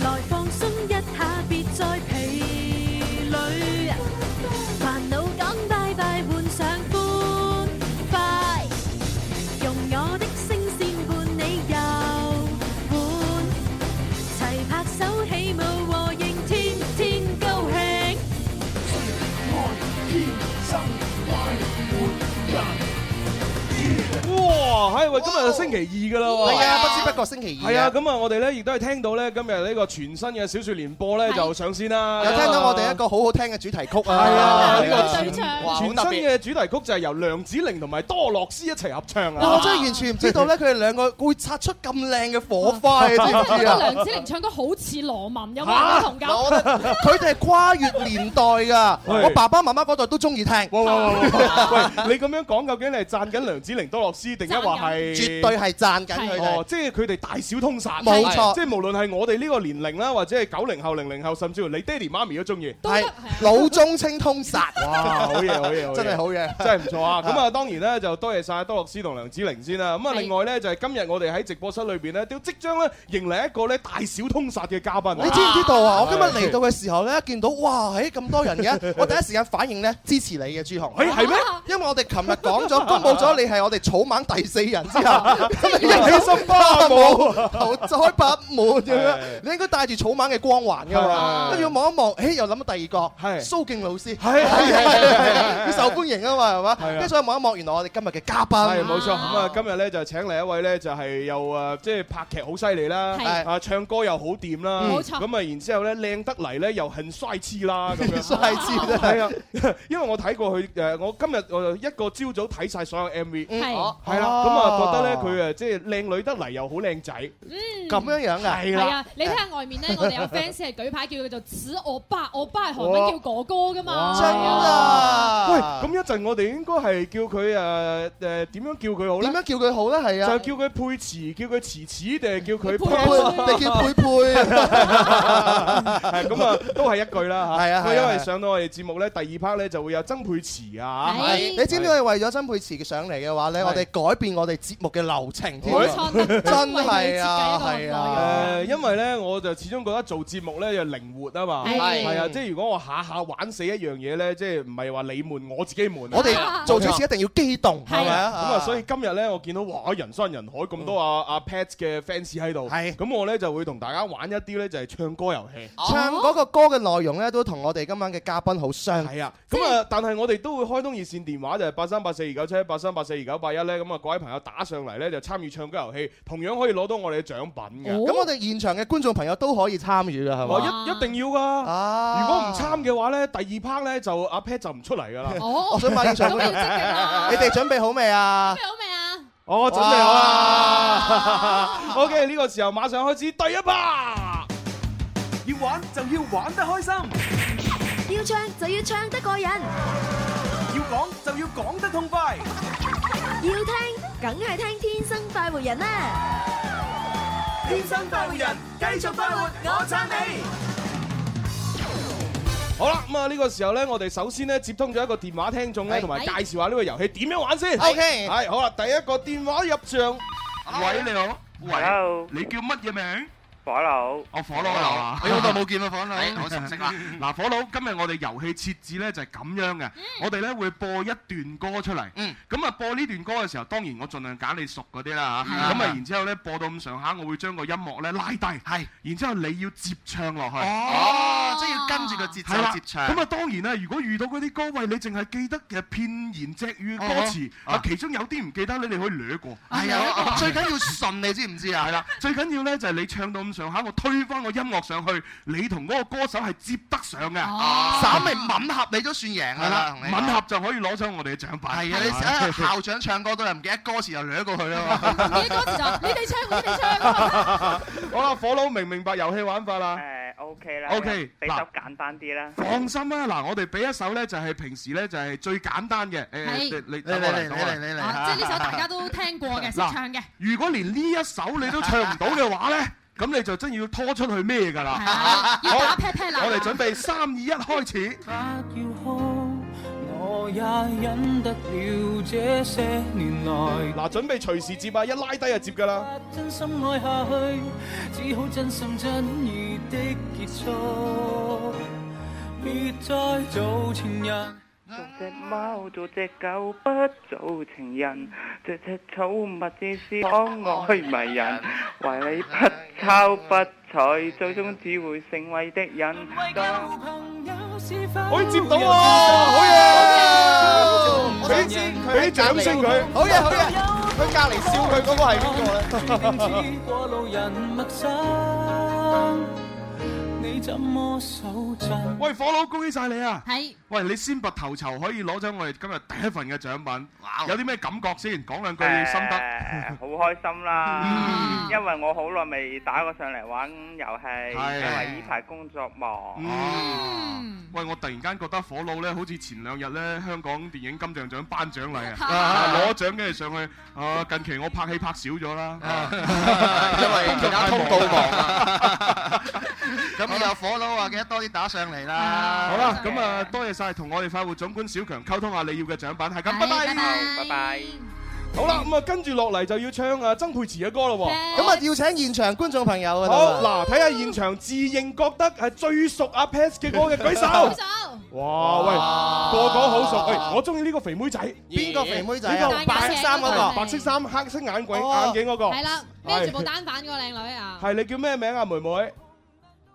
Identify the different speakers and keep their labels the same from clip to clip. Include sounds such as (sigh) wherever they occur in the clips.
Speaker 1: 來放鬆一下，別再疲累。煩惱講拜拜，換上歡快。用我的聲線伴你遊玩，齊拍手起舞和應，天天高興。
Speaker 2: 哇，哎係喂，今日星期二㗎啦喎。
Speaker 3: 係啊，不知不覺星期二。
Speaker 2: 係啊，，咁啊，我哋咧亦都係聽到咧今日呢個全新嘅小説連播咧
Speaker 4: 係
Speaker 2: 就上線啦。
Speaker 3: 又聽到我哋一個好好聽嘅主題曲啊！
Speaker 2: 係啊
Speaker 3: 係
Speaker 2: 呢個
Speaker 4: 對唱
Speaker 3: 哇，
Speaker 2: 全
Speaker 3: 好
Speaker 2: 新
Speaker 3: 特別。
Speaker 2: 嘅主題曲就係由梁子玲同埋多樂斯一齊合唱
Speaker 3: 哇！我
Speaker 2: 啊！
Speaker 3: 真係完全
Speaker 2: (laughs)
Speaker 3: 唔知道咧，佢哋兩個會擦出咁靚嘅火花，你知唔
Speaker 4: 我覺
Speaker 3: 知
Speaker 2: Dạ.
Speaker 4: 得
Speaker 3: 啊？
Speaker 4: 梁子玲唱歌好似羅文，有冇人同感？
Speaker 3: 我覺得佢哋係跨越年代㗎，
Speaker 2: 係
Speaker 3: 我爸爸媽媽嗰代都中意聽，
Speaker 2: 喂喂喂喂喂，喂你咁樣講究竟你係讚緊梁子玲、多樂斯，定一話
Speaker 3: (laughs)
Speaker 2: 係
Speaker 3: 絕對係讚緊佢哋，。
Speaker 2: 哦即係佢哋大小通殺，
Speaker 3: 冇錯
Speaker 2: 即係無論係我哋呢個年齡啦，或者係九零後、零零後，甚至乎你爹哋媽咪都中意。
Speaker 4: 都得
Speaker 3: 係
Speaker 4: 係啊
Speaker 3: 老中青通殺，
Speaker 2: 哇！好嘢，好嘢，好嘢
Speaker 3: (laughs) 真係好嘢。
Speaker 2: 真係唔錯啊！咁啊，當然咧就多謝晒多樂斯同梁子玲先啦。咁啊，
Speaker 4: 係
Speaker 2: 另外咧就係今日我哋喺直播室裏邊咧，都即將咧迎嚟一個咧大小通殺嘅嘉賓。
Speaker 3: 你知唔知道啊？
Speaker 2: 哇
Speaker 3: 我今日嚟到嘅時候咧，見到哇，喺咁多人
Speaker 2: (laughs)
Speaker 3: 嘅，我第一時間反應咧支持你嘅朱紅。
Speaker 2: 誒係咩？
Speaker 3: 因為我哋琴日講咗，公佈咗你係我哋草蜢第四人之
Speaker 2: (laughs)
Speaker 3: 後，今日一 (laughs)
Speaker 2: 心花舞，
Speaker 3: 頭再不滿咁樣
Speaker 2: 係，
Speaker 3: 你應該帶住草蜢嘅光環㗎嘛。
Speaker 2: 係
Speaker 3: 跟住望一望，誒又諗到第二個，
Speaker 2: 係
Speaker 3: 蘇敬老師，
Speaker 2: 係係係係係
Speaker 3: 佢受歡迎啊嘛，係嘛？
Speaker 2: 係啊
Speaker 3: 跟住再望一望，原來我哋今日嘅嘉
Speaker 2: 係
Speaker 3: 賓， (laughs)
Speaker 2: 冇錯，咁啊今日咧就請嚟一位咧就係又誒即係拍劇好犀利啦，
Speaker 4: 係
Speaker 2: 啊唱歌又好掂啦，
Speaker 3: 嗯
Speaker 4: 冇錯
Speaker 2: 咁啊然之後咧靚得嚟咧又很帥氣啦
Speaker 3: (laughs)
Speaker 2: 咁樣。
Speaker 3: 帥氣
Speaker 2: (laughs)
Speaker 3: 真係
Speaker 2: 係啊，因為我睇過佢誒，我今日我一個朝早睇晒所有 MV，
Speaker 3: 嗯
Speaker 4: 係
Speaker 3: 哦
Speaker 2: 係啦，咁啊覺得咧佢誒即係靚女得嚟又好靚仔，
Speaker 3: 咁樣樣㗎。
Speaker 2: 係
Speaker 4: 係
Speaker 2: 啦。
Speaker 4: 啊，你睇下外面咧，我哋有 fans 係舉牌叫佢做此惡霸，惡霸係韓文叫哥哥噶嘛。à。
Speaker 3: 真啊！
Speaker 2: 喂，咁一陣我哋應該係叫佢誒誒點樣叫佢好
Speaker 3: 點
Speaker 2: 咧？
Speaker 3: 樣叫佢好咧？係啊
Speaker 2: 就，叫佢佩詞，叫佢詞詞，定係叫佢
Speaker 4: 佩
Speaker 3: 佩佩，你叫佩佩，
Speaker 2: (laughs) 係咁啊，都係一句啦嚇。
Speaker 3: 係啊係啊
Speaker 2: 因
Speaker 3: 係啊
Speaker 2: 為上到我哋節目咧，第二 part 咧就會有曾佩慈啊
Speaker 4: 係
Speaker 2: 嚇。
Speaker 4: 係
Speaker 3: 你
Speaker 4: (laughs)
Speaker 3: 知唔知我哋為咗曾佩慈上嚟嘅話咧，
Speaker 2: 係
Speaker 3: 我哋改變我哋節目嘅流程添
Speaker 4: 冇
Speaker 3: 啊。
Speaker 4: 錯，特登為
Speaker 3: 真
Speaker 4: 佢
Speaker 3: 係
Speaker 4: 設
Speaker 3: 啊
Speaker 4: 計一
Speaker 3: 係
Speaker 4: 個
Speaker 3: 啊
Speaker 4: 內
Speaker 2: 誒，
Speaker 4: 容。
Speaker 2: 因為咧，我就始終覺得做節目咧就靈活啊嘛。
Speaker 4: 係
Speaker 2: 係啊，即係如果我下下玩死一樣嘢咧，即係唔係話你悶，我自己悶啊。
Speaker 3: 我
Speaker 4: (laughs)
Speaker 3: 哋做主持一定要激動，係咪啊？嗯
Speaker 2: 咁啊，所以今日咧，我見到哇，人山人海咁多啊啊 Pat 嘅 fans 喺度，
Speaker 3: 係哦
Speaker 2: 咁我咧就會同大家玩一啲咧就係唱歌遊戲，
Speaker 5: 哦
Speaker 3: 唱嗰個歌嘅內容咧，都同我哋今晚嘅嘉賓好相。
Speaker 2: 係啊，咁啊，但係我哋都會開通熱線電話就係八三八四二九七八三八四二九八一咧，咁啊各位朋友打上嚟咧就參與唱歌遊戲，同樣可以攞到我哋嘅獎
Speaker 5: 哦
Speaker 2: 品嘅，
Speaker 3: 咁我哋現場嘅觀眾朋友都可以參與㗎，係
Speaker 2: 我
Speaker 3: 嘛？
Speaker 2: 一一定要噶，
Speaker 3: 啊
Speaker 2: 如果唔，參嘅話咧，第二 part 咧就阿 Pat 就唔出嚟噶啦，
Speaker 3: 我
Speaker 4: 哦，
Speaker 3: 想問現場
Speaker 4: 咁
Speaker 3: 觀
Speaker 4: 你要
Speaker 3: 眾，
Speaker 4: 積極
Speaker 2: (laughs)
Speaker 4: 啦。
Speaker 3: 你哋準備好未啊
Speaker 4: 準？備好未啊？
Speaker 2: 我哦準備好啦
Speaker 3: 哇
Speaker 2: ，OK 呢個時候馬上開始第一 part。
Speaker 6: 要玩就要玩得開心，
Speaker 7: 要唱就要唱得過癮，
Speaker 6: 要講就要講得痛快，
Speaker 7: 要聽梗係聽天生快活人啦！
Speaker 6: 天生快活人，繼續快活，我撐你。
Speaker 2: 好啦，咁啊呢個時候咧，我哋首先咧接通咗一個電話聽眾咧，
Speaker 3: 係
Speaker 2: 同埋
Speaker 4: 係
Speaker 2: 介紹下呢個遊戲點樣玩先。
Speaker 3: OK
Speaker 2: 係好啦，第一個電話入帳，
Speaker 8: 喂，你好。
Speaker 5: Hello
Speaker 8: 你叫乜嘢名？
Speaker 5: 火佬，
Speaker 2: 哦
Speaker 8: 我火佬啊！
Speaker 2: 哎
Speaker 8: 你好耐冇見啦，火佬。 (laughs) 我識唔識啊？
Speaker 2: 嗱火佬，今日我哋遊戲設置咧就係咁樣嘅，我哋咧會播一段歌出嚟。
Speaker 3: 嗯
Speaker 2: 咁啊播呢段歌嘅時候，當然我盡量揀你熟嗰啲啦
Speaker 8: 嗯
Speaker 2: 嚇。咁啊然之後咧播到咁上下，我會將個音樂咧拉低，係，然之後你要接唱落去。
Speaker 8: 哦，即係要跟住個節
Speaker 2: 係啦
Speaker 8: 奏接唱。
Speaker 2: 咁啊當然啦，如果遇到嗰啲歌，喂，你淨係記得嘅片言隻語嘅歌詞，
Speaker 8: 哦
Speaker 2: 啊其中有啲唔記得咧，你可以掠哎過。
Speaker 8: 係
Speaker 2: (laughs)
Speaker 8: 啊，最緊要順，你知唔知啊？係啦，
Speaker 2: 最緊要呢，就係你唱到咁上下，我推翻個音樂上去，你同嗰個歌手係接得上嘅，
Speaker 4: 哦
Speaker 8: 稍 (laughs) 微吻合你都算贏
Speaker 2: 係
Speaker 8: 㗎
Speaker 2: 啦
Speaker 8: 啦，，
Speaker 2: 吻合就可以攞走我哋嘅獎品。
Speaker 8: 係啊，你
Speaker 2: 係
Speaker 8: 睇下校長唱歌都係唔記得歌詞就掠過去
Speaker 6: (laughs)
Speaker 8: 啦。
Speaker 4: 你嘅歌詞就你哋唱，你哋唱。
Speaker 2: 好啦，火佬明唔明白遊戲玩法啦？
Speaker 5: 誒 OK 啦
Speaker 2: OK，
Speaker 5: 俾
Speaker 2: 嗱
Speaker 5: 首簡單啲啦，
Speaker 2: 放心啦，嗱，我哋俾一首呢，就係平時呢，就係最簡單嘅，誒
Speaker 4: 係
Speaker 2: 你你
Speaker 8: 你嚟
Speaker 2: 等我
Speaker 8: 嚟
Speaker 2: 嚟
Speaker 8: 你
Speaker 2: 等我
Speaker 8: 嚟
Speaker 2: 嚟。
Speaker 8: 你
Speaker 4: 哦
Speaker 8: 嚟。
Speaker 4: 即係呢首大家都聽過嘅，識
Speaker 2: 嗱
Speaker 4: 唱嘅。
Speaker 2: 如果連呢一首你都唱唔到嘅話呢，咁你就真要拖出去咩㗎啦？
Speaker 4: (laughs) 係要打
Speaker 2: 好
Speaker 4: pat pat 啦。
Speaker 2: 我哋準備三二一開始。
Speaker 6: 不要哭，我
Speaker 9: 我也忍得了這些年來。
Speaker 2: 嗱，準備隨時接啊，一拉低就接㗎啦。
Speaker 9: 真心愛下去，只好真心真意的結束，別再做情人。
Speaker 5: 做只貓，做只狗，不做情人。做只寵物至是可愛迷人。懷你不抄不睬，最終只會成為敵人。當
Speaker 2: 可以接到啊喎，好
Speaker 10: 哦
Speaker 2: 嘢！俾俾啲掌聲佢。
Speaker 3: 好嘢好嘢，佢隔離笑佢嗰個係邊個咧？
Speaker 2: 喂，火佬恭喜晒你啊！
Speaker 4: 係
Speaker 2: 喂，你先拔頭籌可以攞走我哋今日第一份嘅獎品，有啲咩感覺先？講兩句心得。
Speaker 5: 誒好開心啦，因為我好耐未打過上嚟玩遊戲，
Speaker 2: 係
Speaker 5: 因為呢排工作忙。
Speaker 2: 嗯，喂，我突然間覺得火佬咧，好似前兩日咧香港電影金像獎頒獎 (laughs) 禮啊，啊攞獎跟住上去，啊近期我拍戲拍少咗啦，
Speaker 3: 啊
Speaker 2: 啊
Speaker 3: (laughs) 因
Speaker 2: (laughs)
Speaker 3: 為其他通道忙
Speaker 8: 啊。咁
Speaker 2: (laughs)
Speaker 8: 以後火佬啊，記得多啲打上嚟啦。
Speaker 2: 好啦，咁啊多謝晒同我哋快活總管小強溝通下你要嘅獎品，係咁，拜拜。
Speaker 5: 拜拜。
Speaker 2: 好啦，咁啊跟住落嚟就要唱啊曾沛慈嘅歌咯喎。
Speaker 3: 咁啊，要請現場觀眾朋友啊，
Speaker 2: 好嗱，睇下現場自認覺得係最熟阿 Pass 嘅歌嘅舉
Speaker 4: 好
Speaker 2: 手。
Speaker 4: 手，
Speaker 2: 哇喂，個個好熟，喂，我中意呢個肥妹仔，呢
Speaker 3: 邊個肥妹仔
Speaker 2: 個
Speaker 3: 啊？
Speaker 2: 白色衫嗰
Speaker 4: 戴
Speaker 2: 個，
Speaker 4: 眼鏡嗰個
Speaker 2: 白色衫黑色眼鏡
Speaker 3: 哦
Speaker 2: 眼鏡嗰個，
Speaker 4: 係啦，孭住部單反嗰個靚女啊，
Speaker 2: 係你叫咩名啊，妹妹？
Speaker 11: 誒，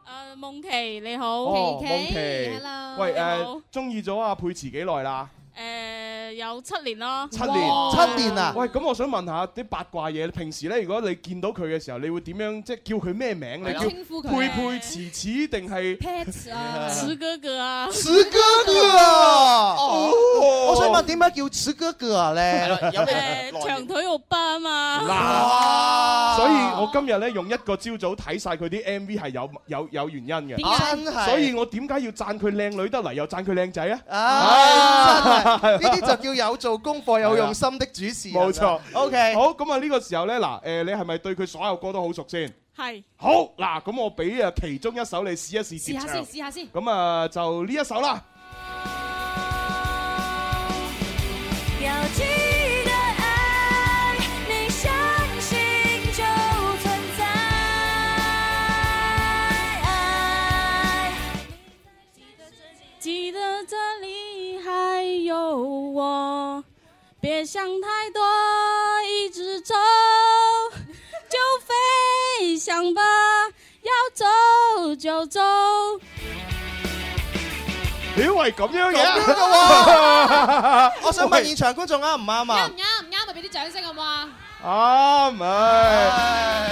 Speaker 11: 呃夢琪你好，
Speaker 2: 哦
Speaker 4: 琪
Speaker 2: 夢琪
Speaker 4: ，hello，
Speaker 2: 喂
Speaker 11: 你好
Speaker 2: 誒，中意咗阿佩慈幾耐啦？
Speaker 11: 誒呃有七年咯，
Speaker 2: 七年。
Speaker 3: 七年啊！
Speaker 2: 喂，咁我想問下啲八卦嘢，平時咧，如果你見到佢嘅時候，你會點樣即係叫佢咩名？你
Speaker 4: 你
Speaker 2: 叫
Speaker 4: 稱呼
Speaker 2: 佩
Speaker 4: 佢
Speaker 2: 佩慈慈定係？
Speaker 4: pets 啊，
Speaker 11: 呃慈哥哥啊，
Speaker 3: 慈哥哥啊！我
Speaker 2: 我
Speaker 3: 想問點解叫慈哥哥啊
Speaker 2: (laughs)
Speaker 3: 咧？
Speaker 11: 誒呃長腿歐巴啊嘛，
Speaker 3: 哇！
Speaker 2: 所以我今日咧用一個朝早睇晒佢啲 MV 係有有有原因嘅，
Speaker 4: 點解？
Speaker 3: 真係，
Speaker 2: 所以我點解要讚佢靚女得嚟又讚佢靚仔啊？
Speaker 3: 唉，真係呢啲就叫有做功課、有用心的主持人啊。
Speaker 2: 冇錯
Speaker 3: ，OK。
Speaker 2: 好，咁啊呢個時候咧嗱，誒你係咪對佢所有歌都好熟先？
Speaker 11: 係
Speaker 2: 好嗱，咁我俾啊其中一首你試一試接
Speaker 4: 試下先，
Speaker 2: 唱，
Speaker 4: 試下先，
Speaker 2: 咁啊就呢一首啦。
Speaker 1: 要记得爱，你相信就存在。爱
Speaker 11: 記得這裡還有我，別想太多，一直走就飛翔吧，要走就走，
Speaker 2: 屌，喂咁樣
Speaker 3: 咁樣
Speaker 2: 嘅，
Speaker 3: 我想問現場觀眾啱唔啱
Speaker 2: à。
Speaker 4: 啱
Speaker 3: 啊
Speaker 4: 唔？啱？唔啱咪俾啲掌聲好唔好啊？
Speaker 2: 啱唉，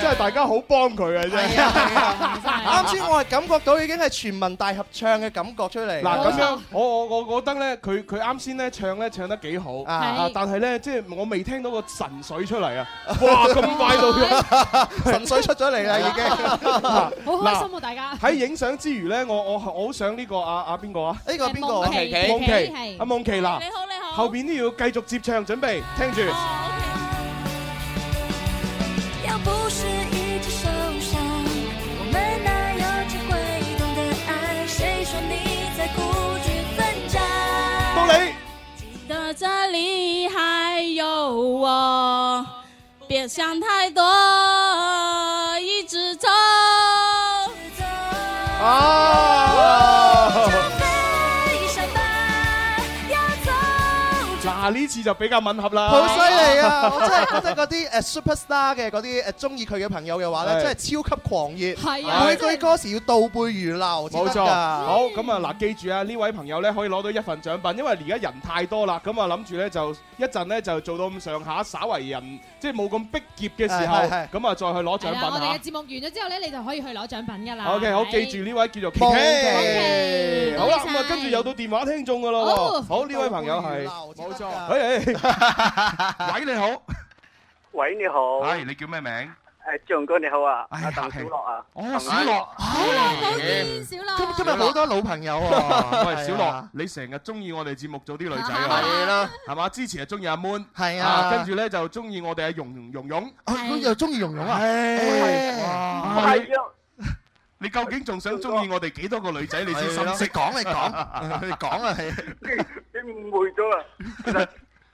Speaker 2: 真係大家好幫佢啊真係。
Speaker 4: (laughs)
Speaker 3: 啱先我係感覺到已經係全民大合唱嘅感覺出嚟。
Speaker 2: 嗱
Speaker 4: 冇
Speaker 2: 咁樣，我我我覺得咧，佢佢啱先咧唱咧唱得幾好
Speaker 3: 啊
Speaker 2: 啊
Speaker 4: 係，
Speaker 2: 但係咧即係我未聽到個神水出嚟啊！哇，咁快到咗啊
Speaker 3: 神水出咗嚟啦，已經。
Speaker 2: Ờ。
Speaker 4: 好開心啊，大家，
Speaker 2: 喺影相之餘咧，我我我好想呢個啊啊邊個啊？
Speaker 3: 呢個邊個啊？
Speaker 4: 誒琪琪
Speaker 2: 夢琪，
Speaker 4: 係
Speaker 2: 阿夢琪
Speaker 11: 你
Speaker 2: 嗱，
Speaker 11: 好你好，
Speaker 2: 後邊都要繼續接唱，準備聽住。
Speaker 11: 哦，OK。
Speaker 1: 要不是一直受伤，我们哪有机会懂得爱？谁说你在孤军奋战？
Speaker 2: 到你，
Speaker 11: 的这里还有我，别想太多，一直走。
Speaker 2: 啊！
Speaker 1: 飞翔吧，要走。
Speaker 2: (laughs) 嗱呢次就比較吻合啦。
Speaker 3: 好犀利啊！我真係覺得嗰啲誒 superstar 嘅嗰啲誒中意佢嘅朋友嘅話
Speaker 2: 係
Speaker 3: 咧，真係超級狂熱。
Speaker 4: 係啊，
Speaker 3: 每句歌詞要倒背如流先
Speaker 2: 冇
Speaker 3: 得
Speaker 2: 錯，
Speaker 3: 㗎。
Speaker 2: 好咁啊！嗱，記住啊，呢位朋友咧可以攞到一份獎品，因為而家人太多啦，咁啊諗住咧就一陣咧就做到咁上下，稍為人即係冇咁逼夾嘅時候，
Speaker 3: 係係係
Speaker 2: 咁啊再去攞獎
Speaker 4: 係啦，我
Speaker 2: 品
Speaker 4: 哋嘅
Speaker 2: 啊！
Speaker 4: 節目完咗之後咧，你就可以去攞獎品㗎啦。
Speaker 2: OK，好，記住呢位叫做琪
Speaker 3: 夢琪
Speaker 2: 琪，好啦，
Speaker 4: 多謝
Speaker 2: 咁啊跟住有到電話聽眾噶咯喎，
Speaker 4: 好
Speaker 2: 好呢位朋友係
Speaker 3: 冇錯
Speaker 2: 誒，哎
Speaker 8: 喂，你好，
Speaker 5: 喂，你好，
Speaker 8: 係你叫咩名？
Speaker 12: À,
Speaker 5: 誒張哥你好啊，
Speaker 8: 哎
Speaker 5: 阿
Speaker 8: 客
Speaker 5: 鄧
Speaker 8: 氣
Speaker 5: 小樂啊，
Speaker 8: 哦，小樂，
Speaker 3: 哎
Speaker 4: 好見小樂，
Speaker 3: 今今日好多老朋友
Speaker 2: (laughs)
Speaker 3: 啊！
Speaker 2: 喂，小
Speaker 3: 係
Speaker 2: 樂
Speaker 3: 啊，，
Speaker 2: 你成日中意我哋節目組啲女仔啊，
Speaker 3: 係啦，
Speaker 2: 係嘛？之前係中意阿 Moon，
Speaker 3: 係
Speaker 2: 啊，
Speaker 3: 啊，
Speaker 2: 跟住咧就中意我哋阿蓉蓉蓉。
Speaker 3: 啊佢又中意蓉蓉啊！
Speaker 2: 哇
Speaker 5: 係啊，
Speaker 2: 你究竟仲想中意我哋幾多個女仔？你先
Speaker 8: 你
Speaker 2: (laughs) 心
Speaker 8: 識
Speaker 2: 息。
Speaker 8: 講你講，你講啊你。
Speaker 5: 你
Speaker 12: 你誤會咗啦。其實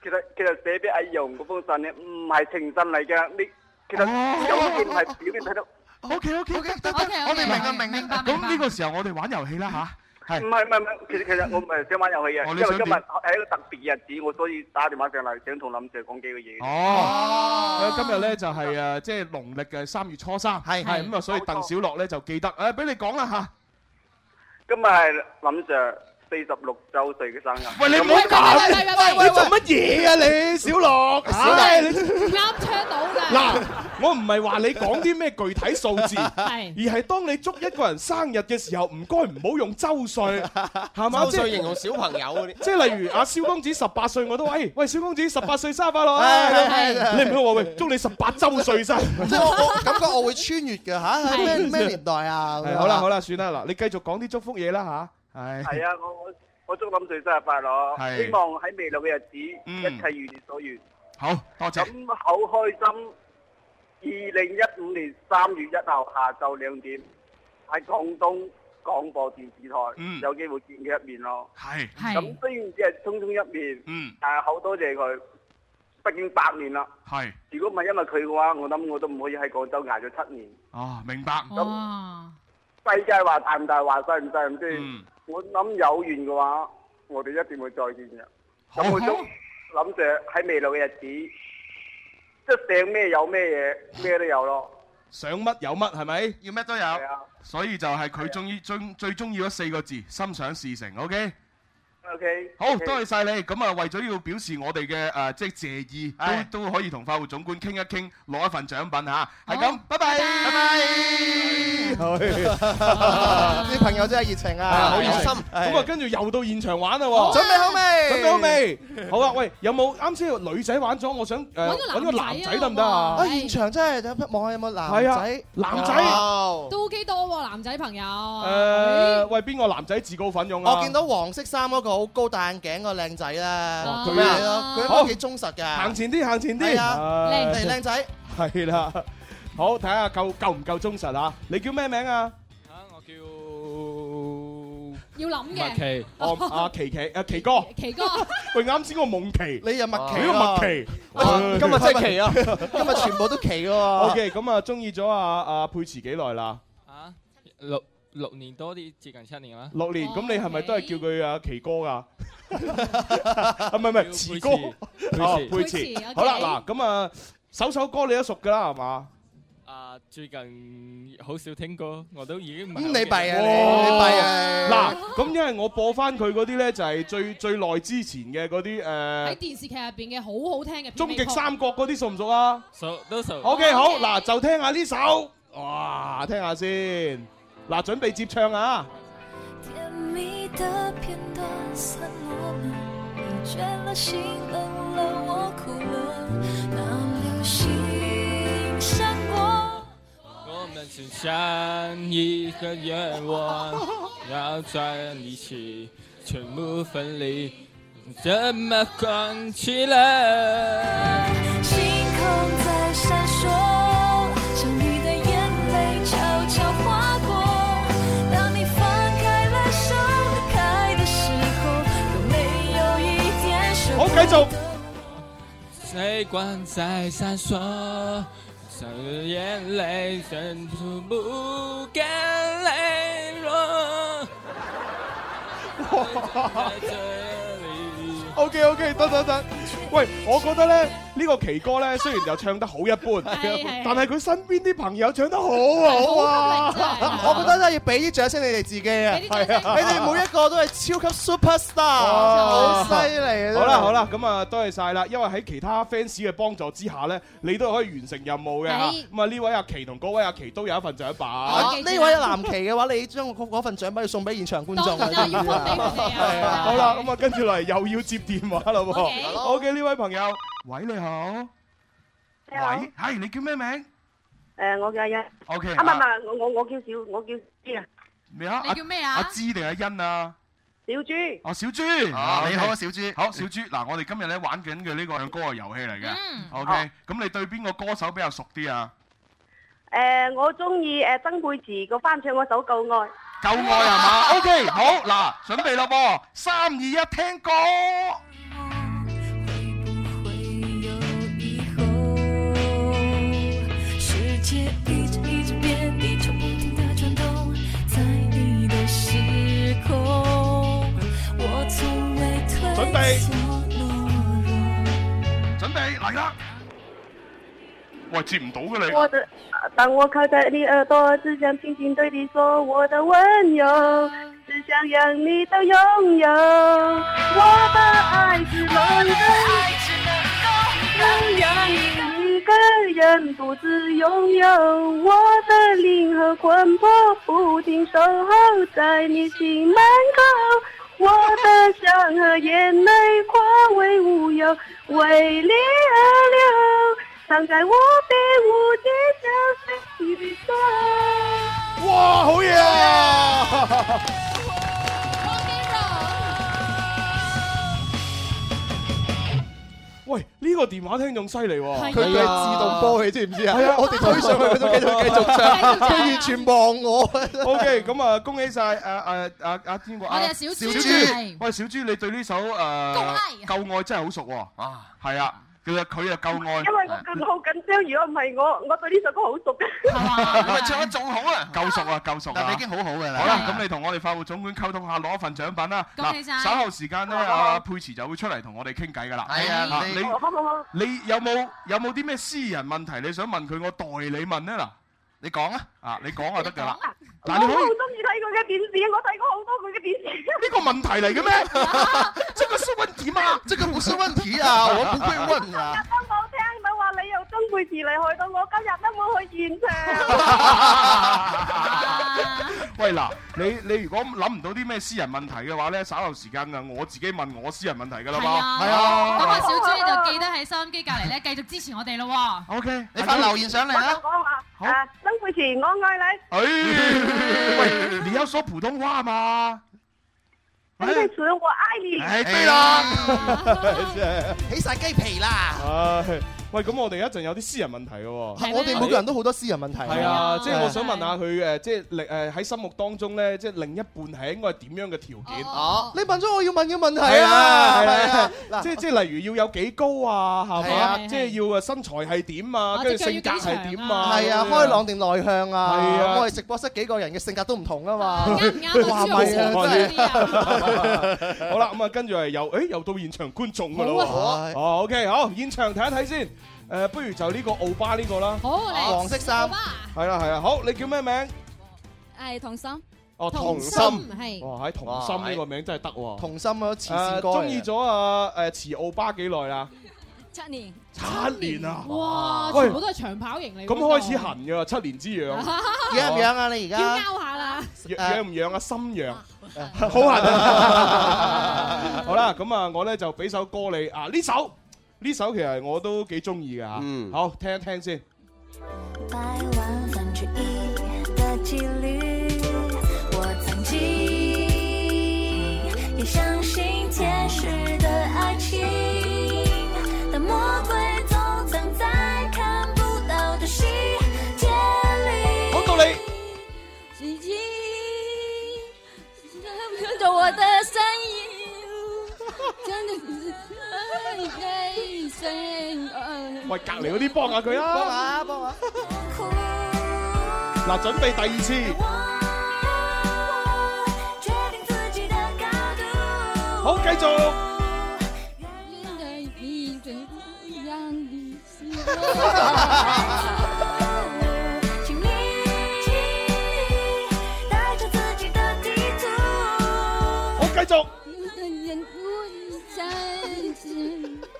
Speaker 12: 其實其實寫俾阿容嗰封信咧，唔係情信嚟㗎。你其實有件係表面睇到。
Speaker 8: O K O K O K，得
Speaker 12: 哦
Speaker 8: 得，我哋明啊明明白。咁呢個時候我哋玩遊戲啦吓，係
Speaker 12: 唔係唔係唔係，其實其實我唔係想玩遊戲嘅，
Speaker 8: 哦
Speaker 12: 因
Speaker 8: 你
Speaker 12: 為
Speaker 8: 想
Speaker 12: 今日
Speaker 8: 點
Speaker 12: 係一個特別日子，我所以打電話上嚟想同林 Sir 講幾個嘢。
Speaker 2: 哦，今日咧就係誒，即係農曆嘅三月初三，係係咁啊，所以鄧小樂咧就記得，誒，俾你講啦嚇。
Speaker 12: 今日係林 Sir 四十六週歲嘅生日。
Speaker 2: 喂，你唔好
Speaker 3: 哎
Speaker 2: 咁，喂，你做乜嘢啊你， (laughs) 小樂？唉你
Speaker 4: 啱唱到㗎。
Speaker 2: 嗱，我唔係話你講啲咩具體數
Speaker 3: (laughs)
Speaker 2: 字，
Speaker 4: 係
Speaker 2: 而係當你祝一個人生日嘅時候，唔該唔好用
Speaker 3: (laughs)
Speaker 2: 周歲，係嘛？
Speaker 3: 周
Speaker 2: 即係
Speaker 3: 歲形容小朋友嗰啲
Speaker 2: 即係例如阿蕭公子十八歲，
Speaker 3: (laughs)
Speaker 2: 我都喂喂蕭公子十八歲生日快樂
Speaker 3: 係
Speaker 2: 啊！
Speaker 3: 係
Speaker 2: 你唔好話喂，祝你十八周歲生日。
Speaker 3: (laughs) 即係我我感覺我會穿越嘅
Speaker 2: (laughs)
Speaker 3: 嚇，咩咩年代啊？
Speaker 2: 係好啦好啦，算啦嗱，你繼續講啲祝福嘢啦吓，係。
Speaker 12: 係啊，我我我祝林 Sir 生日快樂，
Speaker 2: 係
Speaker 12: 希望喺未來嘅日子一
Speaker 2: 嗯
Speaker 12: 切如你所願。
Speaker 8: 好多謝。
Speaker 12: 咁好開心！二零一五年三月一號下晝兩點喺廣東廣播電視台，
Speaker 8: 嗯
Speaker 12: 有機會見佢一面咯。
Speaker 8: 係
Speaker 12: 咁雖然只係匆匆一面，
Speaker 8: 嗯，
Speaker 12: 但係好多謝佢，畢竟八年啦。
Speaker 8: 係
Speaker 12: 如果唔係因為佢嘅話，我諗我都唔可以喺廣州捱咗七年。
Speaker 8: 哦，明白。
Speaker 12: 世界話大唔大，話細唔細，唔知。我諗有緣嘅話，我哋一定會再見嘅。咁我都諗住喺未來嘅日子，即係想咩有咩嘢，咩都有咯。
Speaker 2: 想乜有乜係咪？
Speaker 8: 要乜都有。所以就係佢中意最最中意嗰四個字，心想事成。OK。
Speaker 12: OK，
Speaker 8: 好，多謝晒你。咁啊，為咗要表示我哋嘅誒即係謝意，都都可以同快活總管傾一傾，攞一份獎品嚇。係咁，拜拜，拜
Speaker 3: (laughs)
Speaker 8: 拜。
Speaker 3: 啲朋友真係熱情啊，
Speaker 2: 好熱
Speaker 3: 心
Speaker 2: 情。咁啊，跟住又到現場玩啦
Speaker 3: 好啊
Speaker 2: 喎！
Speaker 3: 準備好未
Speaker 2: 準備好未？好啊！喂，有冇啱先個女仔玩咗？我想誒
Speaker 4: 搵
Speaker 2: 揾
Speaker 4: 個
Speaker 2: 個
Speaker 4: 男
Speaker 2: 男
Speaker 4: 仔啊
Speaker 2: 仔得唔得啊？
Speaker 3: 啊，現場真係睇望下有冇男
Speaker 2: 係啊
Speaker 3: 仔，，
Speaker 2: 男仔。
Speaker 4: 都幾多喎男仔朋友。
Speaker 2: 誒，喂，邊個男仔自告奮勇啊？
Speaker 3: 我見到黃色衫嗰個好高戴眼鏡個靚仔啦，
Speaker 2: 佢
Speaker 3: 咩
Speaker 2: 啊
Speaker 3: 啊？佢
Speaker 2: 好
Speaker 3: 都幾忠實㗎。
Speaker 2: 行前啲，行前啲。
Speaker 3: 係啊，
Speaker 2: (laughs) 唉
Speaker 3: 嚟靚仔，
Speaker 2: 係啦，好睇下夠夠唔夠忠實啊？你叫咩名啊？
Speaker 4: 要諗
Speaker 2: 麥
Speaker 4: 嘅。
Speaker 2: 琪，哦，阿琪琪，阿琪哥。
Speaker 4: 奇哥，
Speaker 2: 喂，啱先個夢琪，
Speaker 3: 你又麥
Speaker 2: 呢個麥琪，
Speaker 3: 喂
Speaker 2: (laughs)
Speaker 3: 今日真係奇啊
Speaker 2: 今
Speaker 3: 日全部都奇喎
Speaker 2: OK，咁啊，中意咗阿阿佩慈幾耐啦？
Speaker 13: 啊，六六年多啲，接近七年啦。
Speaker 2: 六年，咁你係咪都係叫佢阿奇哥
Speaker 3: (laughs)
Speaker 2: 噶？啊，唔係唔係，慈哥，
Speaker 13: 慈
Speaker 2: 哦
Speaker 13: 佩
Speaker 2: 佩
Speaker 13: 慈
Speaker 2: 慈
Speaker 13: OK。
Speaker 2: 好啦，嗱，咁啊，首首歌你都熟噶啦，係嘛？
Speaker 13: 啊，最近好少聽歌，我都已嗯經唔係
Speaker 3: 咁
Speaker 13: 好
Speaker 3: 你
Speaker 13: 記
Speaker 3: 弊
Speaker 13: 得
Speaker 3: 啊，你你弊啊！
Speaker 2: 嗱，咁因為我播翻佢嗰啲咧，就係最最耐之前嘅嗰啲
Speaker 4: 喺
Speaker 2: 誒，
Speaker 4: 電視劇入邊嘅好好聽嘅。
Speaker 2: 終極三國嗰啲熟唔熟啊
Speaker 13: 熟都熟。
Speaker 2: ？OK，好，嗱，就聽下呢首，哇，聽下先，嗱，準備接唱啊！ (laughs)
Speaker 14: 甜蜜的片段散落了，你倦了、心冷了，我哭了，那流星闪过。
Speaker 13: 我们只剩一个愿望，要在一起，全部分离，怎么放弃了？
Speaker 14: 星空在闪烁，像你的眼泪悄悄划过。当你放开了手，离开的时候，有没有一点什么？
Speaker 13: 好繼續泪光在闪烁，像眼泪忍住不敢泪落。
Speaker 2: O K O K，得得得。喂，我覺得咧呢個奇哥咧，雖然就唱得好一般，
Speaker 3: 係係
Speaker 2: 但係佢身邊啲朋友唱得好好
Speaker 3: (laughs)
Speaker 2: 啊！(laughs)
Speaker 3: 我覺得真係要俾啲掌聲你哋自己啊！
Speaker 2: 啲掌聲
Speaker 3: 你哋每一個都係超級 super star，
Speaker 2: 哇
Speaker 3: 啊好犀利啊！
Speaker 2: 好啦好啦，咁啊多謝晒啦，因為喺其他 fans 嘅幫助之下咧，你都可以完成任務嘅嚇
Speaker 3: 係
Speaker 2: 咁啊呢位阿奇同嗰位阿奇都有一份獎
Speaker 3: 啊
Speaker 2: 品。
Speaker 3: 呢位男奇嘅話，你將嗰嗰份獎品要送俾現場觀眾。
Speaker 2: 當然啦要分俾佢
Speaker 3: 哋
Speaker 2: 好啦，咁啊跟住落嚟又要接電話啦喎。O K 呢位朋友，喂你好，
Speaker 15: 你好
Speaker 8: 喂，係你叫咩名
Speaker 15: 誒，我叫阿欣。啊，
Speaker 8: ？O
Speaker 15: 唔
Speaker 8: K，
Speaker 15: 係唔係，我我我叫小，我叫朱啊。
Speaker 8: 咩啊？
Speaker 15: 你叫咩啊
Speaker 8: 阿芝定阿欣啊？
Speaker 15: 小朱。
Speaker 8: 哦，小朱，
Speaker 2: Ờ,
Speaker 15: 哦
Speaker 8: 啊
Speaker 15: 你好啊
Speaker 8: OK 好，小朱，嗱，我哋今日咧玩緊嘅呢個唱歌嘅遊戲嚟嘅
Speaker 15: 嗯。
Speaker 8: O K，咁你對邊個歌手比
Speaker 2: à.
Speaker 8: 較熟啲啊？
Speaker 15: 呃誒，我中意誒曾沛慈個翻唱嗰首《夠愛》。
Speaker 8: 夠愛係嘛？OK，好嗱，準備啦噃，三二一，聽歌。
Speaker 14: 世界一直一直变，地球不停的转动，在你的时空，我从未退
Speaker 8: 准备
Speaker 14: 缩
Speaker 8: 準備嚟啦！喂，接唔到嘅你。
Speaker 15: 我的，当我靠在你耳朵，只想轻轻对你说我的温柔，只想让你都拥有。我的爱只能够拥有你一个人独自拥有，我的灵和魂魄不停守候在你心门口。我的伤和眼泪化为乌有，为你而流。藏在我的无底小水里头。
Speaker 2: 哇，好嘢啊！喂，呢個電話聽眾犀利喎，
Speaker 3: 佢嘅自動波你知唔知啊？我哋推上去佢都繼
Speaker 4: (laughs)
Speaker 3: 續繼續唱，佢完全望我。
Speaker 8: O K，咁啊，恭喜晒啊啊啊啊天國啊！
Speaker 4: 我哋係小豬係
Speaker 8: 喂，小豬，你對呢首誒《夠愛》真係好熟喎。啊，係啊，其實佢啊夠愛。
Speaker 15: 因為我咁好緊張，如果唔係我，我對呢首歌好熟嘅。
Speaker 8: 咪唱得仲好啊！夠熟啊，夠熟啊！你已經好好嘅啦。好啦，咁你同我哋法務總管溝通下，攞一份獎品啦。
Speaker 15: 恭喜晒
Speaker 8: 嗱稍後時間咧，阿佩慈就會出嚟同我哋傾偈噶啦。
Speaker 15: 係啊你好好好
Speaker 8: 你你有冇有冇啲咩私人問題你想問佢？我代你問咧嗱。你講啊！啊，你講就得㗎啦。
Speaker 15: 我
Speaker 8: 嗱，
Speaker 15: 好
Speaker 8: 你可以。
Speaker 15: 中意睇佢嘅電視，我睇過好多佢嘅電視。
Speaker 8: 呢個問題嚟嘅啊咩？這個是問題嗎？
Speaker 3: 這個不是問題
Speaker 15: (laughs)
Speaker 3: 啊，我不會問啊。
Speaker 15: 日都冇聽到話你由曾沛慈嚟去到我今日都冇去現場。
Speaker 8: (laughs) 喂嗱，你你如果諗唔到啲咩私人問題嘅話咧，稍後時間啊，我自己問我私人問題㗎啦嘛。係
Speaker 4: 咁啊，小豬就記得喺收音機隔離咧，繼續支持我哋咯
Speaker 8: OK，
Speaker 3: 你發留言上嚟
Speaker 15: 我就
Speaker 3: 啦。
Speaker 15: 講話啊，曾沛慈，我愛你。
Speaker 2: (laughs)
Speaker 8: 哎，喂，你有說普通話嘛？
Speaker 15: 曾沛慈，我愛你。
Speaker 8: 哎，對啦。
Speaker 3: (laughs) 起晒雞皮啦！
Speaker 2: 唉，喂，咁我哋一陣有啲私人問題嘅喎。
Speaker 3: 我哋每個人都好多私人問題。
Speaker 2: 係啊，即係我想問下佢誒，即係另誒喺心目當中咧，即係另一半係應該係點樣嘅條件？
Speaker 3: 哦，你問咗我要問嘅問題
Speaker 2: 係
Speaker 3: 啊，
Speaker 2: 啦，係
Speaker 3: 係啊
Speaker 2: 啦，， (laughs) 即係即係例如要有幾高啊，係
Speaker 3: 係啊
Speaker 2: 嘛？即係要啊身材係點啊，跟住性格係點啊？
Speaker 3: 係啊，開朗定內向
Speaker 2: 係
Speaker 3: 啊
Speaker 2: 啊，
Speaker 3: 我哋直播室幾個人嘅性格都唔同啊嘛，
Speaker 2: 哇
Speaker 3: 話咪啊，真係。
Speaker 2: (laughs) 好啦，咁啊，跟住係又，誒又到現場觀眾噶啦喎。
Speaker 3: 好啊
Speaker 2: 哦，OK，好，現場睇一睇先。誒，不如就呢個奧巴呢個啦。
Speaker 4: 好哎嚟
Speaker 2: 啊黃色衫。係啦係啦，好，你叫咩名？
Speaker 11: 誒，童心，
Speaker 2: 哦，
Speaker 11: 童
Speaker 2: 童
Speaker 11: 心
Speaker 2: 心。
Speaker 11: 係
Speaker 2: 哇，喺童心呢個名真係得喎。
Speaker 3: 童心啊，慈善
Speaker 2: 誒
Speaker 3: 歌嚟嘅
Speaker 2: 中意咗啊誒慈奧巴幾耐啊啦？
Speaker 11: 七年，
Speaker 2: 七年啊！
Speaker 4: 喎。哇，
Speaker 2: 喂
Speaker 4: 全部都係長跑型嚟。
Speaker 2: 咁開始痕㗎，七年之
Speaker 4: (laughs)
Speaker 2: 癢。
Speaker 3: 養唔養啊？你而
Speaker 4: 要
Speaker 3: 家
Speaker 4: 勾下啦。
Speaker 2: 養養唔養啊？心養， (laughs) 好痕啊！ (laughs) 好啦，咁啊，我咧就俾首歌你啊，呢首呢首其實我都幾中意嘅嚇，好聽一聽先。
Speaker 14: 百万分之一的几率，我曾经也相信天使的爱情，但魔鬼总藏在看不到的细节里。
Speaker 2: 好道理。
Speaker 11: 已经跟着我的声音，真的是爱的声音。
Speaker 2: 喂，隔離嗰啲幫下佢啊
Speaker 11: 幫
Speaker 2: 啦。
Speaker 11: 下幫下。
Speaker 2: 嗱，準備第二次，
Speaker 14: 决定自己的高度。
Speaker 2: 好繼續。
Speaker 11: 因为你怎样的心
Speaker 14: 请你带着自己的地图。
Speaker 2: 好繼續。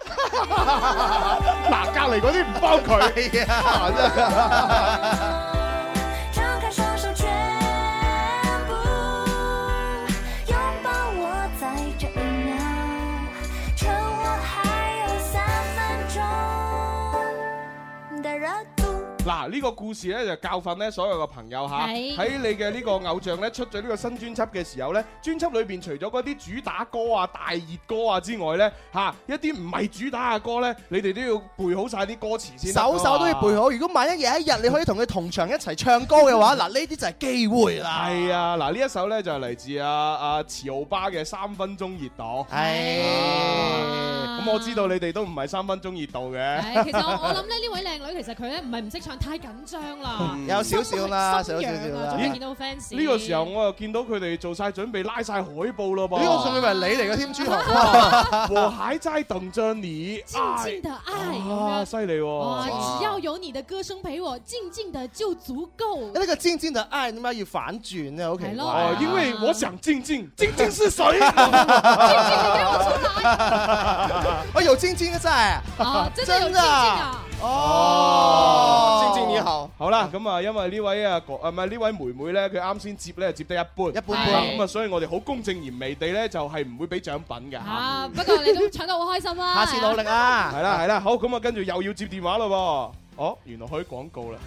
Speaker 2: 嗱，隔離嗰啲唔幫 (laughs) 佢，
Speaker 3: 係
Speaker 2: 啊，真係
Speaker 14: 张开双手，全部拥抱我，在这一秒，趁我还有三分钟的热度。
Speaker 2: 嗱，呢個故事咧就教訓咧所有嘅朋友吓，
Speaker 4: 係
Speaker 2: 喺你嘅呢個偶像咧出咗呢個新專輯嘅時候咧，專輯裏邊除咗嗰啲主打歌啊、大熱歌啊之外咧，吓一啲唔係主打嘅歌咧，你哋都要背好晒啲歌詞先得㗎嘛。啊
Speaker 3: 首首都要背好。如果萬一有一日你可以同佢同場一齊唱歌嘅
Speaker 2: (laughs)
Speaker 3: 話，嗱呢啲就係機會啦。
Speaker 2: 係啊，嗱呢一首咧就係嚟自阿阿慈奧巴嘅三分鐘熱度。
Speaker 3: 係
Speaker 2: 啊咁我知道你哋都唔係三分鐘熱度嘅。
Speaker 4: 其實我我諗咧呢位靚女其實佢咧唔係唔識唱，太緊張啦，
Speaker 3: 有少少啦
Speaker 4: 心
Speaker 3: 有少少
Speaker 4: 癢
Speaker 3: 啦
Speaker 4: 啊，仲見到 fans
Speaker 2: 呢個時候我又見到佢哋做晒準備，拉晒海報咯噃。
Speaker 3: 呢個仲以為你嚟嘅添，朱紅。
Speaker 2: (laughs) 和諧齋鄧將你，
Speaker 4: 靜靜的愛咁
Speaker 2: 啊
Speaker 4: 樣。
Speaker 2: 犀利
Speaker 4: 哇！只
Speaker 2: 喎！
Speaker 4: 要有你的歌聲陪我，靜靜的就足夠。
Speaker 3: 呢個尖尖就唉，哎點解要反轉咧？好奇
Speaker 4: 係
Speaker 3: 怪
Speaker 4: 咯
Speaker 3: 啊
Speaker 2: 哦，。因為我想靜靜，靜靜是誰？
Speaker 3: (laughs) 我有尖尖嘅真係。 (laughs)
Speaker 4: 啊，真的有靜靜
Speaker 3: 的。
Speaker 4: 啊！
Speaker 3: 哦，尖尖你好。
Speaker 2: 好啦，咁啊，因為呢位啊哥啊，唔係呢位妹妹咧，佢啱先接咧接得一般，一般
Speaker 4: 般
Speaker 2: 咁啊，所以我哋好公正嚴明地咧，就係唔會俾獎品㗎。
Speaker 4: 啊，不過你都唱得好開心啦。
Speaker 3: 啊！
Speaker 2: 係啦係啦，好咁啊，跟住又要接電話咯喎。哦，原來可以廣告啦。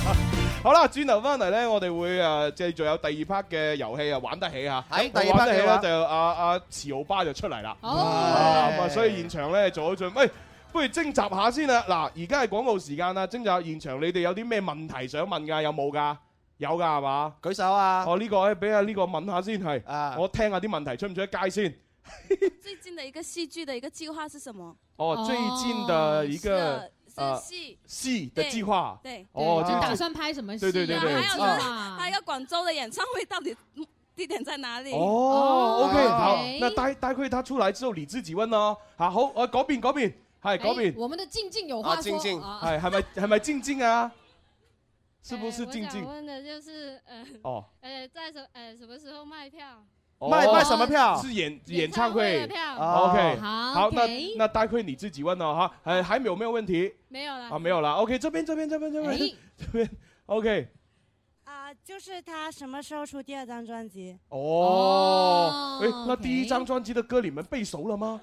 Speaker 2: (laughs) 好啦，轉頭翻嚟咧，我哋會誒繼續有第二 part 嘅遊戲啊，玩得起嚇。
Speaker 3: 係
Speaker 2: 咁
Speaker 3: 第二
Speaker 2: 玩
Speaker 3: part 啊嘅
Speaker 2: 得起咧
Speaker 3: 話
Speaker 2: 就阿阿慈奧巴就出嚟啦。
Speaker 4: 哦
Speaker 2: 啊咁啊，所以現場咧做好準喂。不如徵集下先啦！嗱，而家係廣告時間啦，徵集現場你哋有啲咩問題想問㗎？有冇㗎？有㗎係嘛？哦
Speaker 3: 舉手啊！
Speaker 2: 我呢個誒，俾阿呢個問下先係。我聽下啲問題出唔出得街先。
Speaker 11: 最近的一个戏剧的一个计划是什么？
Speaker 2: 哦，最近的一个
Speaker 11: 是啊
Speaker 2: 呃
Speaker 11: 戏
Speaker 2: 戏的计划，
Speaker 11: 对，
Speaker 2: 哦，
Speaker 4: 就
Speaker 2: 这
Speaker 4: 打
Speaker 2: 个
Speaker 4: 算拍什麼戲
Speaker 2: 对对
Speaker 4: 啊？
Speaker 2: 对对，
Speaker 11: 还有就是他一个广州的演唱会到底嗯地点在哪里？
Speaker 2: 哦，OK，好
Speaker 16: 哎
Speaker 4: OK，
Speaker 2: 那待待会他出来之后，你自己问咯。啊，好，我嗰邊嗰邊，
Speaker 17: 哎
Speaker 2: 係嗰邊，
Speaker 4: 哎我們的靜靜有話說。啊
Speaker 17: (laughs)
Speaker 2: 係係咪係咪靜靜啊？是不
Speaker 17: 哎
Speaker 2: 是靜
Speaker 18: 我想
Speaker 2: 靜？
Speaker 18: 问的就是，呃，
Speaker 2: 哦，
Speaker 18: 呃，在什呃什么时候卖票？
Speaker 3: 卖
Speaker 2: 哦
Speaker 3: 卖什么票
Speaker 2: 是演演
Speaker 18: 演
Speaker 2: 唱
Speaker 18: 唱
Speaker 2: 会
Speaker 18: 会的票
Speaker 2: 哦 OK，
Speaker 18: 好
Speaker 2: 好，那
Speaker 18: OK
Speaker 2: 那待会你自己问咯哈。呃，还有没有问题？
Speaker 18: 没有啦
Speaker 2: 啊，没有啦。OK，这边这边这边这边 (laughs) 这边，OK。
Speaker 19: 啊，就是他什么时候出第二张专辑？
Speaker 2: 哦，哎，那
Speaker 19: OK
Speaker 2: 第一张专辑的歌你们背熟了吗？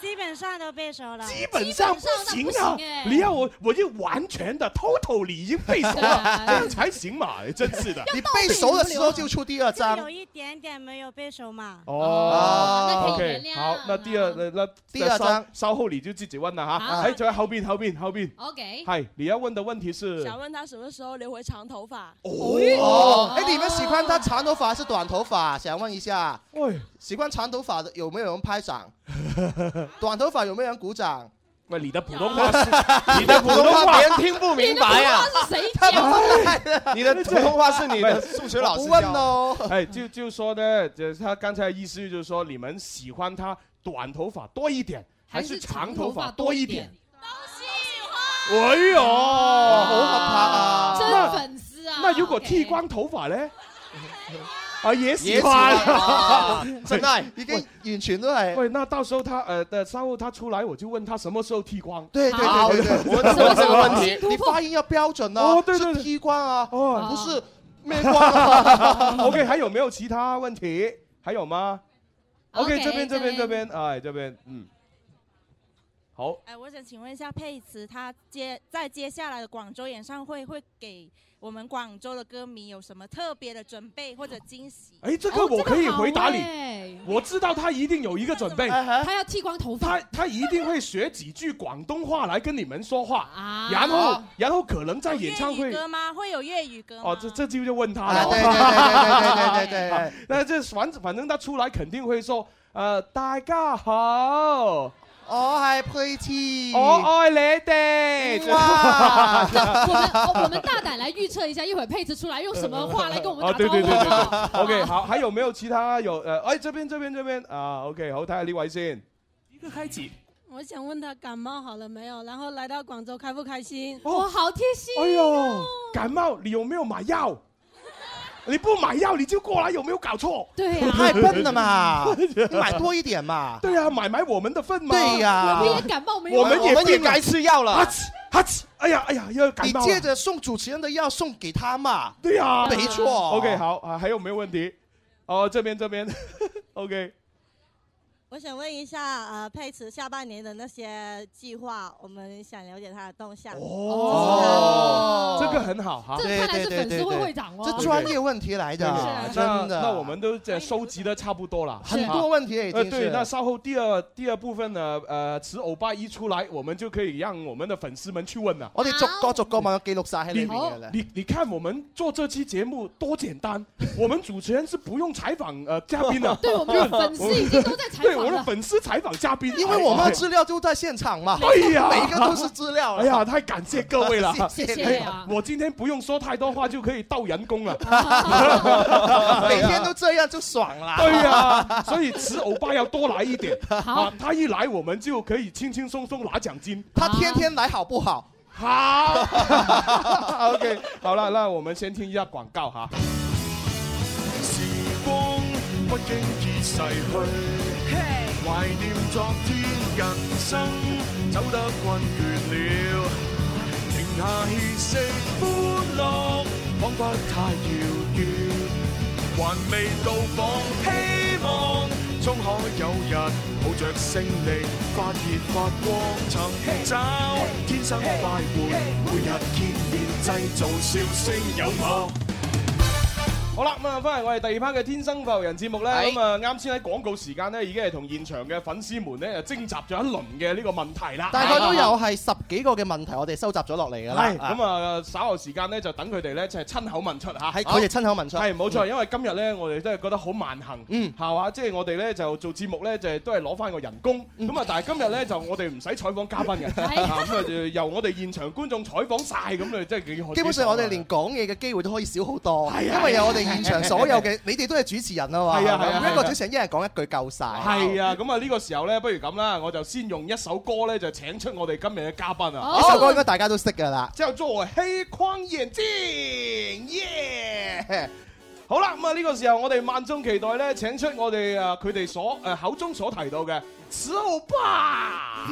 Speaker 19: 基本上都背熟了。基
Speaker 2: 基本上不行啊！
Speaker 19: 哎
Speaker 2: 你要我，我就完全的 totally 已经背熟了，这样才行嘛！哎真是的，
Speaker 3: (laughs) 你背熟的时候就出第二
Speaker 19: 就
Speaker 3: 张。
Speaker 19: 有一点点没有背熟嘛。
Speaker 7: 啊
Speaker 2: 哦
Speaker 19: 那可以
Speaker 2: ，OK，
Speaker 19: 原谅
Speaker 2: 好，那第二，那那
Speaker 3: 第二张
Speaker 2: 稍稍后你就自己问了哈。
Speaker 11: 好
Speaker 2: 哎，就在后边，后边，后边。
Speaker 11: OK
Speaker 2: 嗨，呃你要问的问题是，
Speaker 11: 想问他什么时候留回长头发？
Speaker 3: 哦，哎，你们喜欢他长头发还是短头发？想问一下，
Speaker 2: 喂，
Speaker 3: 喜欢长头发的有没有人拍
Speaker 2: (laughs)
Speaker 3: 掌？短头发有没有人鼓掌？
Speaker 2: 喂，你的普通话是，你的普通
Speaker 3: 普通
Speaker 2: 话
Speaker 3: 话别人听不明白 (laughs) 啊
Speaker 2: 他
Speaker 3: 不 (laughs)
Speaker 2: 你的
Speaker 3: 普通话 (laughs) 是你的数学老师教的我不问 (laughs) 哦
Speaker 2: 哎，就就说呢，就是他刚才的意思就是说，你们喜欢他短头发多一点，还是长头发多一点？都喜欢。哎呦，好合拍啊
Speaker 4: 真粉絲啊！
Speaker 2: 那如果剃光頭髮咧？啊，也喜
Speaker 3: 也喜歡啊 (laughs)
Speaker 2: 歡，
Speaker 3: 真
Speaker 2: (laughs)
Speaker 3: 係已經
Speaker 2: 完全都係。喂，那到時候他呃，的稍後他出來，我就問他什麼時候剃光。
Speaker 3: 对对对对对，你发音要标准
Speaker 2: 哦
Speaker 3: 啊，是剃光啊，不是咩光啊。
Speaker 2: OK，还有没有其他问题？还有吗
Speaker 19: OK，
Speaker 2: ？OK，这边
Speaker 19: 这
Speaker 2: 这边
Speaker 19: 边
Speaker 2: 这边，哎，这边嗯，好。
Speaker 19: 哎，我想请问一下佩慈，他接在接下来的广州演唱会会给我们广州的歌迷有什么特别的准备或者惊喜？
Speaker 2: 哎，这
Speaker 4: 哦
Speaker 2: 个我可以回答你，
Speaker 4: 哎
Speaker 2: 我知道他一定有一个准
Speaker 3: (laughs)
Speaker 2: 备，
Speaker 3: 哎
Speaker 4: 他要剃光头
Speaker 2: 发，他他一定会学几句广东话来跟你们说话，
Speaker 4: 啊
Speaker 2: 然后然后可能在演唱
Speaker 19: 粤语
Speaker 2: 会。
Speaker 19: 歌吗？会有粤语歌吗？
Speaker 2: 哦，这这就就问他
Speaker 3: 啊
Speaker 2: 了。
Speaker 3: 对对对对对对对
Speaker 2: (laughs)
Speaker 3: 对
Speaker 2: 那这反反正他出来肯定会说，呃，大家好，
Speaker 3: 我系佩慈，
Speaker 2: 我爱你哋。
Speaker 3: 哇
Speaker 4: 我们哦我们大胆来預測一下，一會儿配置出來用什麼話來跟我們
Speaker 2: 啊，
Speaker 4: 打
Speaker 2: 对
Speaker 4: 招
Speaker 2: 对
Speaker 4: 呼
Speaker 2: 对对
Speaker 4: 啊？
Speaker 2: 对，OK，好，还有没有其他有呃，哎，这边这边这边啊，OK，好，睇下呢位先。一个开启。
Speaker 20: 我想问他感冒好了没有，然后来到广州开不开心？
Speaker 2: 哦
Speaker 4: 好贴心
Speaker 2: 哎呦，感冒你有没有买药？你不买药你就过来，有没有搞错？
Speaker 4: 对啊
Speaker 3: 呀太笨了
Speaker 2: (laughs)
Speaker 3: 嘛你买多一点嘛。
Speaker 2: 对呀、买买啊我们的份嘛。
Speaker 3: 对呀我们也
Speaker 4: 感冒没
Speaker 3: 有
Speaker 2: 我们
Speaker 3: 啊我们也
Speaker 2: 病啊了
Speaker 3: 该吃药了
Speaker 2: 哈哧哈哧，哎呀哎呀，要感
Speaker 3: 你
Speaker 2: 冒了。
Speaker 3: 借着送主持人的药送给他嘛？
Speaker 2: 对呀、
Speaker 3: 没错。
Speaker 2: (laughs) OK，好啊，还有没有问题？哦，这边这边，OK。
Speaker 11: 我想问一下，呃，佩慈下半年的那些计划，我们想了解他的动向。
Speaker 2: 哦，这个很好哈，
Speaker 3: 这看来是粉丝会会长哦这专业问题来的
Speaker 2: 对对对
Speaker 3: 真的
Speaker 2: 那那我们都这收集的差不多了，
Speaker 3: 很多问题已经
Speaker 2: 呃
Speaker 3: 是啊
Speaker 2: 对，那稍后第二第二部分呢，呃，此欧巴一出来，我们就可以让我们的粉丝们去问了。
Speaker 3: 我哋逐個逐個問，我記錄晒喺裏
Speaker 2: 你
Speaker 3: 面嘅啦。
Speaker 2: 你你看，我们做这期节目多简单，我们主持人是不用采访呃嘉宾的，
Speaker 3: 哦对我们的粉丝已经都在采访了
Speaker 2: 对我的粉丝采访嘉宾，
Speaker 3: 因为我们的资料就在现场嘛，
Speaker 2: 对呀，
Speaker 3: 每一个都是资料。
Speaker 2: 哎呀，太感谢各位了，
Speaker 3: (laughs) 谢谢啊
Speaker 2: 哎呀我今天不用说太多话就可以到人工啊
Speaker 3: (laughs)
Speaker 2: 了，
Speaker 3: 每天都这样就爽啦。
Speaker 2: 对呀，所以慈欧巴要多来一点，
Speaker 3: 好
Speaker 2: 啊，他一来我们就可以轻轻松松拿奖金。
Speaker 3: 他天 (laughs)
Speaker 2: (laughs)
Speaker 3: 天来好不好？
Speaker 2: 好啊，OK，好了，那我们先听一下广告哈。
Speaker 6: 時光不經意逝去，懷念昨天，人生走得困倦了，停下歇息，歡樂彷彿太遙遠，還未到訪，希望終可有日抱着勝利發熱發光，尋找天生快活，每日見面製造笑聲有我。
Speaker 2: 好啦，咁啊，翻嚟我哋第二 part 嘅《天生浮人》
Speaker 6: (laughs)
Speaker 2: 節目咧，
Speaker 6: 係
Speaker 2: 咁啊，啱先喺廣告時間咧，已經係同現場嘅粉絲們咧，就徵集咗一輪嘅呢個問題啦。
Speaker 3: 大概都有係十幾個嘅問題，我哋收集咗落嚟㗎啦。
Speaker 2: 係咁啊，稍後時間咧就等佢哋咧就係親口問出嚇，係
Speaker 3: 佢哋親口問出
Speaker 2: 係冇錯，
Speaker 3: 嗯
Speaker 2: 因為今日咧我哋都係覺得好萬幸，嗯，係嘛，即係我哋咧就做節目咧就係都係攞翻個人工，
Speaker 3: 嗯
Speaker 2: 咁啊，但係今日咧就我哋唔使採訪嘉賓嘅，
Speaker 3: (laughs)
Speaker 2: 啊咁啊就由我哋現場觀眾採訪晒，咁啊真係幾開心啊
Speaker 3: 基本上我哋連講嘢嘅機會都可以少好多，
Speaker 2: 係啊
Speaker 3: 因為有我哋現場所有嘅，你哋都係主持人啊嘛。
Speaker 2: 係啊係啊
Speaker 3: 每一個
Speaker 2: 係啊
Speaker 3: 主持人一人講一句夠晒。
Speaker 2: 係啊，咁啊呢個時候咧，不如咁啦，我就先用一首歌咧就請出我哋今日嘅嘉賓啊，
Speaker 3: 呢首歌應該大家都識㗎啦。
Speaker 2: 叫做《黑框眼鏡》耶！好啦，咁啊呢個時候我哋萬眾期待咧，請出我哋啊佢哋所誒口中所提到嘅此歐巴。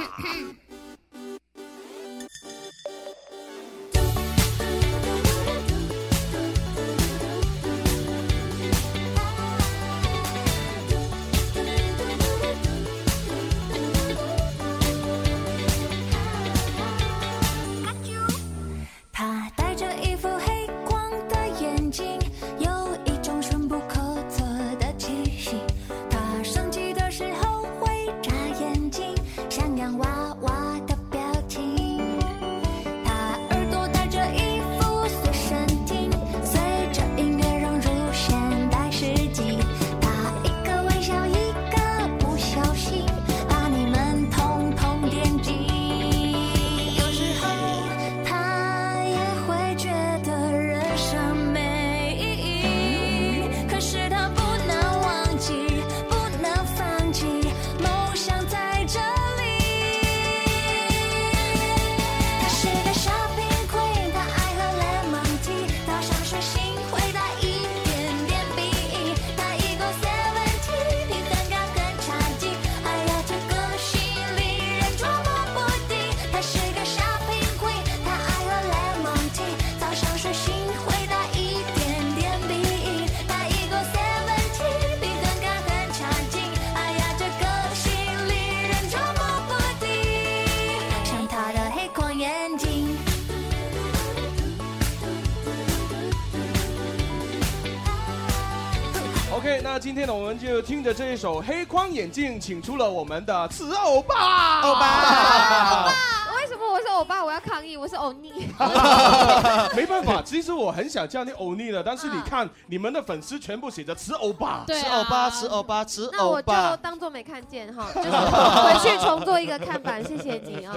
Speaker 14: 他戴着一副黑框的眼镜，有一种深不可测的气息。他生气的时候会眨眼睛，像洋娃娃的表情。他耳朵戴着一副随身听，随着音乐融入现代世纪。他一个微笑，一个不小心，把你们统统点击。有时候。他也会觉得人生没意义，可是他不能忘记，不能放弃，梦想在这里。他是个 shopping queen，他爱喝 lemon tea，他上学心会带一点点鄙夷，他一共 seventeen，比蛋糕更差劲，哎呀，这个心里人捉摸不定。他是个 shopping queen，他爱喝 lemon tea，早上学心会带一点点鄙夷，他一共 seventeen，比蛋糕更差劲，哎呀，这个心里人捉摸不定。像他的黑框眼镜。
Speaker 2: OK，那今天呢，我们就听着这一首《黑框眼镜》，请出了我们的此欧巴。欧巴，
Speaker 16: 为什么哦我是欧巴？我要抗议，我是
Speaker 2: (laughs)
Speaker 16: 欧尼。
Speaker 2: (laughs) 没办法，其实我很想叫你欧尼的，但是你
Speaker 16: (laughs)
Speaker 2: 看你们的粉丝全部写着此欧巴，
Speaker 16: 对啊此欧巴
Speaker 2: 此欧巴，此
Speaker 16: 那我就当做没看见哈，就是回去重做一个看板，谢谢
Speaker 2: (laughs)
Speaker 16: 你啊。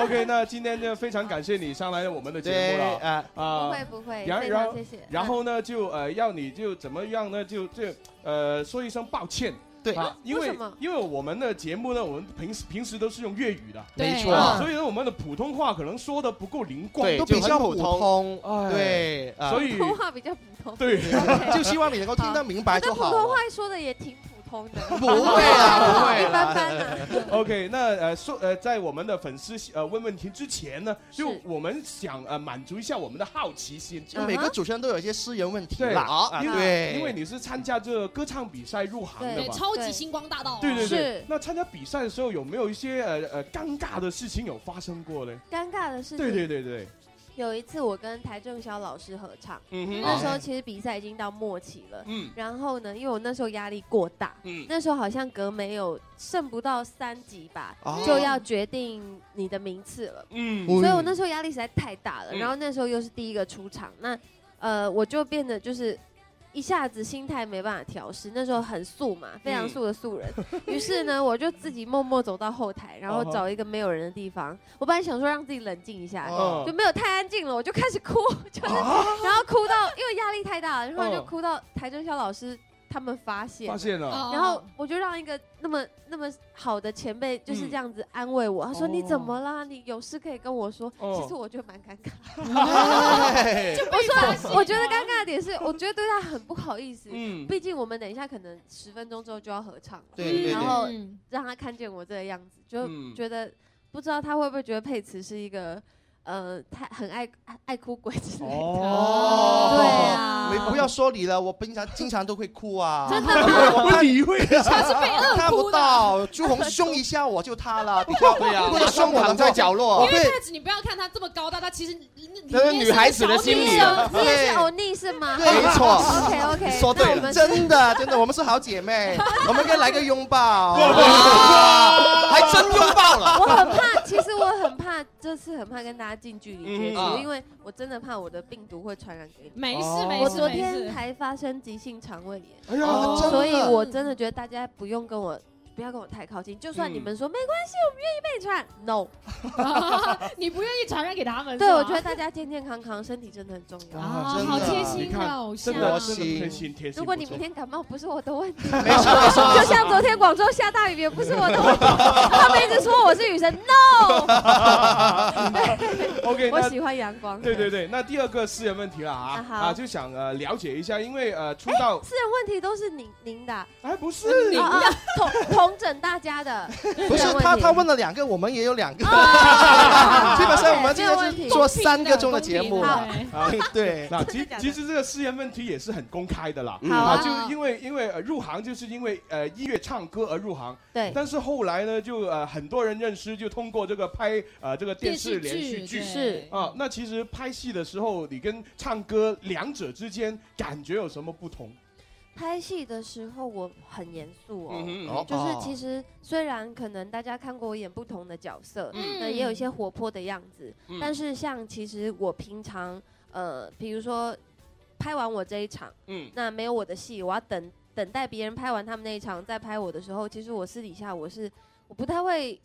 Speaker 2: OK，那今天就非常感谢你上来我们的节目了
Speaker 3: 对，啊
Speaker 2: 啊
Speaker 16: 不会不会
Speaker 2: 然
Speaker 16: 非
Speaker 2: 然
Speaker 16: 常
Speaker 2: 后
Speaker 16: 谢谢
Speaker 2: 然后呢，就呃要你就怎么样呢？就就呃说一声抱歉。
Speaker 3: 对
Speaker 2: 啊
Speaker 3: 啊，
Speaker 2: 因
Speaker 3: 为
Speaker 2: 为
Speaker 3: 什么
Speaker 2: 因为我们的节目呢，我们平时平时都是用粤语的，
Speaker 3: 没错
Speaker 2: 啊所以呢，我们的普通话可能说的不够灵光，
Speaker 3: 对都比较普通
Speaker 2: 哎
Speaker 3: 对啊
Speaker 2: 所以
Speaker 16: 普通话比较普通。
Speaker 2: 对
Speaker 3: (laughs) 就希望你能够听得明白就
Speaker 16: 我的
Speaker 3: 好
Speaker 16: 普。通话说的也挺普通红的，
Speaker 2: 啊不
Speaker 3: (laughs)
Speaker 2: 会啦，不
Speaker 16: 一
Speaker 2: 会啊
Speaker 16: 般般啦。
Speaker 2: OK，那呃说呃，在我们的粉丝呃问问题之前呢，就我们想呃满足一下我们的好奇心，
Speaker 3: 就每个主持人都有一些私人问题
Speaker 2: 对
Speaker 3: 啦，
Speaker 2: 啊
Speaker 3: 啊，
Speaker 2: 对，
Speaker 3: 对，
Speaker 2: 因为你是参加这个歌唱比赛入行的
Speaker 4: 对，
Speaker 2: 嘛，
Speaker 4: 超级星光大道啊，
Speaker 2: 对对对。那参加比赛的时候有没有一些呃呃尴尬的事情有发生过呢？
Speaker 16: 尴尬的事情，
Speaker 2: 对对对
Speaker 16: (laughs)
Speaker 2: 对，
Speaker 16: 有一次我跟台正宵老师合唱，
Speaker 2: 嗯哼
Speaker 16: 那时候其实比赛已经到末期了，
Speaker 2: 嗯
Speaker 16: 然后呢，因为我那时候压力过大，
Speaker 2: 嗯
Speaker 16: 那时候好像隔没有剩不到三集吧，
Speaker 2: 哦
Speaker 16: 就要决定你的名次了，
Speaker 2: 嗯
Speaker 16: 所以我那时候压力实在太大了，
Speaker 2: 嗯
Speaker 16: 然后那时候又是第一个出场，那呃我就变得就是。一下子心态没办法调试，那时候很素嘛，非
Speaker 2: 嗯
Speaker 16: 常素的素人。于是呢，我就自己默默走到后台，然后
Speaker 10: 哦吼
Speaker 16: 找一个没有人的地方。我本来想说让自己冷静一下，
Speaker 10: 嗯
Speaker 2: 哦
Speaker 16: 就没有太安静了，我就开始哭， (laughs) 就是、
Speaker 2: 啊
Speaker 16: 然后哭到因为压力太大了，然后就哭到台中肖老师他们发现
Speaker 2: 嗯发现了哦
Speaker 16: 然后我就让一个那么那么好的前辈就是这样子安慰我，他说你怎么啦？你有事可以跟我说。
Speaker 2: 哦
Speaker 16: 其实我觉得蛮尴尬。
Speaker 2: (laughs) 哎
Speaker 16: 我说，我觉得尴尬的点是，我觉得对他很不好意思。
Speaker 2: 嗯
Speaker 16: 毕竟我们等一下可能十分钟之后就要合唱了，
Speaker 2: 对对对
Speaker 16: 然后
Speaker 2: 嗯
Speaker 16: 让他看见我这个样子，就
Speaker 2: 嗯
Speaker 16: 觉得不知道他会不会觉得佩慈是一个。呃，太很爱爱哭鬼之类的，
Speaker 3: 哦
Speaker 16: 对啊，
Speaker 3: 你不要说你了，我平常经常都会哭啊，(laughs)
Speaker 16: 真
Speaker 2: 的吗
Speaker 3: 我看
Speaker 2: 你会
Speaker 16: 他是被饿哭的
Speaker 3: 看不到，朱红凶一下我就塌了，不
Speaker 4: (laughs)
Speaker 3: 要
Speaker 4: 对啊
Speaker 3: 不能凶我的在角落，
Speaker 4: 因为佩子，你不要看她这么高大，她其实
Speaker 3: 那是女孩子的心理啊
Speaker 16: 你也是
Speaker 3: 对
Speaker 16: 欧尼是吗？
Speaker 3: 对没错
Speaker 16: ，OK OK，
Speaker 3: 说对了，真的真的，我们是好姐妹，我们可以来个拥抱，哇还真拥抱了，
Speaker 16: 我很怕，其实我很怕这次很怕跟大家近距离接
Speaker 3: 嗯
Speaker 2: 啊
Speaker 16: 触，因为我真的怕我的病毒会传染给你。
Speaker 4: 没事哦没事
Speaker 16: 我昨
Speaker 4: 没
Speaker 16: 天
Speaker 4: 事
Speaker 16: 才发生急性肠胃炎，
Speaker 4: 哎呀哦真的
Speaker 16: 所以我真的觉得大家不用跟我。不要跟我太靠近，就算
Speaker 4: 嗯
Speaker 16: 你们说、没关系，我们愿意被传，no，
Speaker 4: (laughs) 你不愿意传染给他们。
Speaker 16: 对，
Speaker 4: 是吗
Speaker 16: 我觉得大家健健康康，身体真的很重要。
Speaker 4: 啊真的好贴心的偶像
Speaker 2: 真的真的贴心贴心。
Speaker 16: 如果你明天感冒，不是我的问题。
Speaker 2: (laughs) 没事没事
Speaker 16: 就像昨天广州下大雨，也不是我的问题。他们一直说我是雨神，no。
Speaker 2: (laughs) OK，
Speaker 16: (laughs) 我
Speaker 2: 那
Speaker 16: 喜欢阳光。
Speaker 2: 对对对，那第二个私人问题了啊
Speaker 16: 啊好
Speaker 2: 啊，就想呃了解一下，因为呃出
Speaker 16: 哎，
Speaker 2: 道
Speaker 16: 私人问题都是您您的啊，
Speaker 2: 哎不是
Speaker 16: 啊啊统统整大家
Speaker 2: (laughs)
Speaker 16: 的，
Speaker 3: 不是他，他问了两个，我们也有两个。基本上我们今天是做三个钟的节目了
Speaker 16: 公平
Speaker 2: 啊，
Speaker 3: 对
Speaker 2: (laughs) 那
Speaker 3: 真
Speaker 2: 其
Speaker 3: 的假的
Speaker 2: 其实这个私人问题也是很公开的啦。
Speaker 3: 嗯
Speaker 16: 哦
Speaker 2: 啊
Speaker 3: 好啊
Speaker 2: 就因为因为呃入行就是因为呃音乐唱歌而入行。
Speaker 16: 对
Speaker 2: 但是后来呢，就呃很多人认识，就通过这个拍呃这个电视
Speaker 16: 电视
Speaker 2: 连
Speaker 16: 剧
Speaker 2: 续剧
Speaker 16: 对是
Speaker 2: 啊。那其实拍戏的时候，你跟唱歌两者之间感觉有什么不同？
Speaker 16: 拍戏的时候我很严肃
Speaker 2: 嗯哼
Speaker 16: 哦
Speaker 2: 哦，
Speaker 16: 就是其实虽然可能大家看过我演不同的角色，
Speaker 10: 嗯
Speaker 16: 那也有一些活泼的样子
Speaker 10: 嗯，
Speaker 16: 但是像其实我平常呃，比如说拍完我这一场，
Speaker 2: 嗯
Speaker 16: 那没有我的戏，我要等等待别人拍完他们那一场再拍我的时候，其实我私底下我是我不太会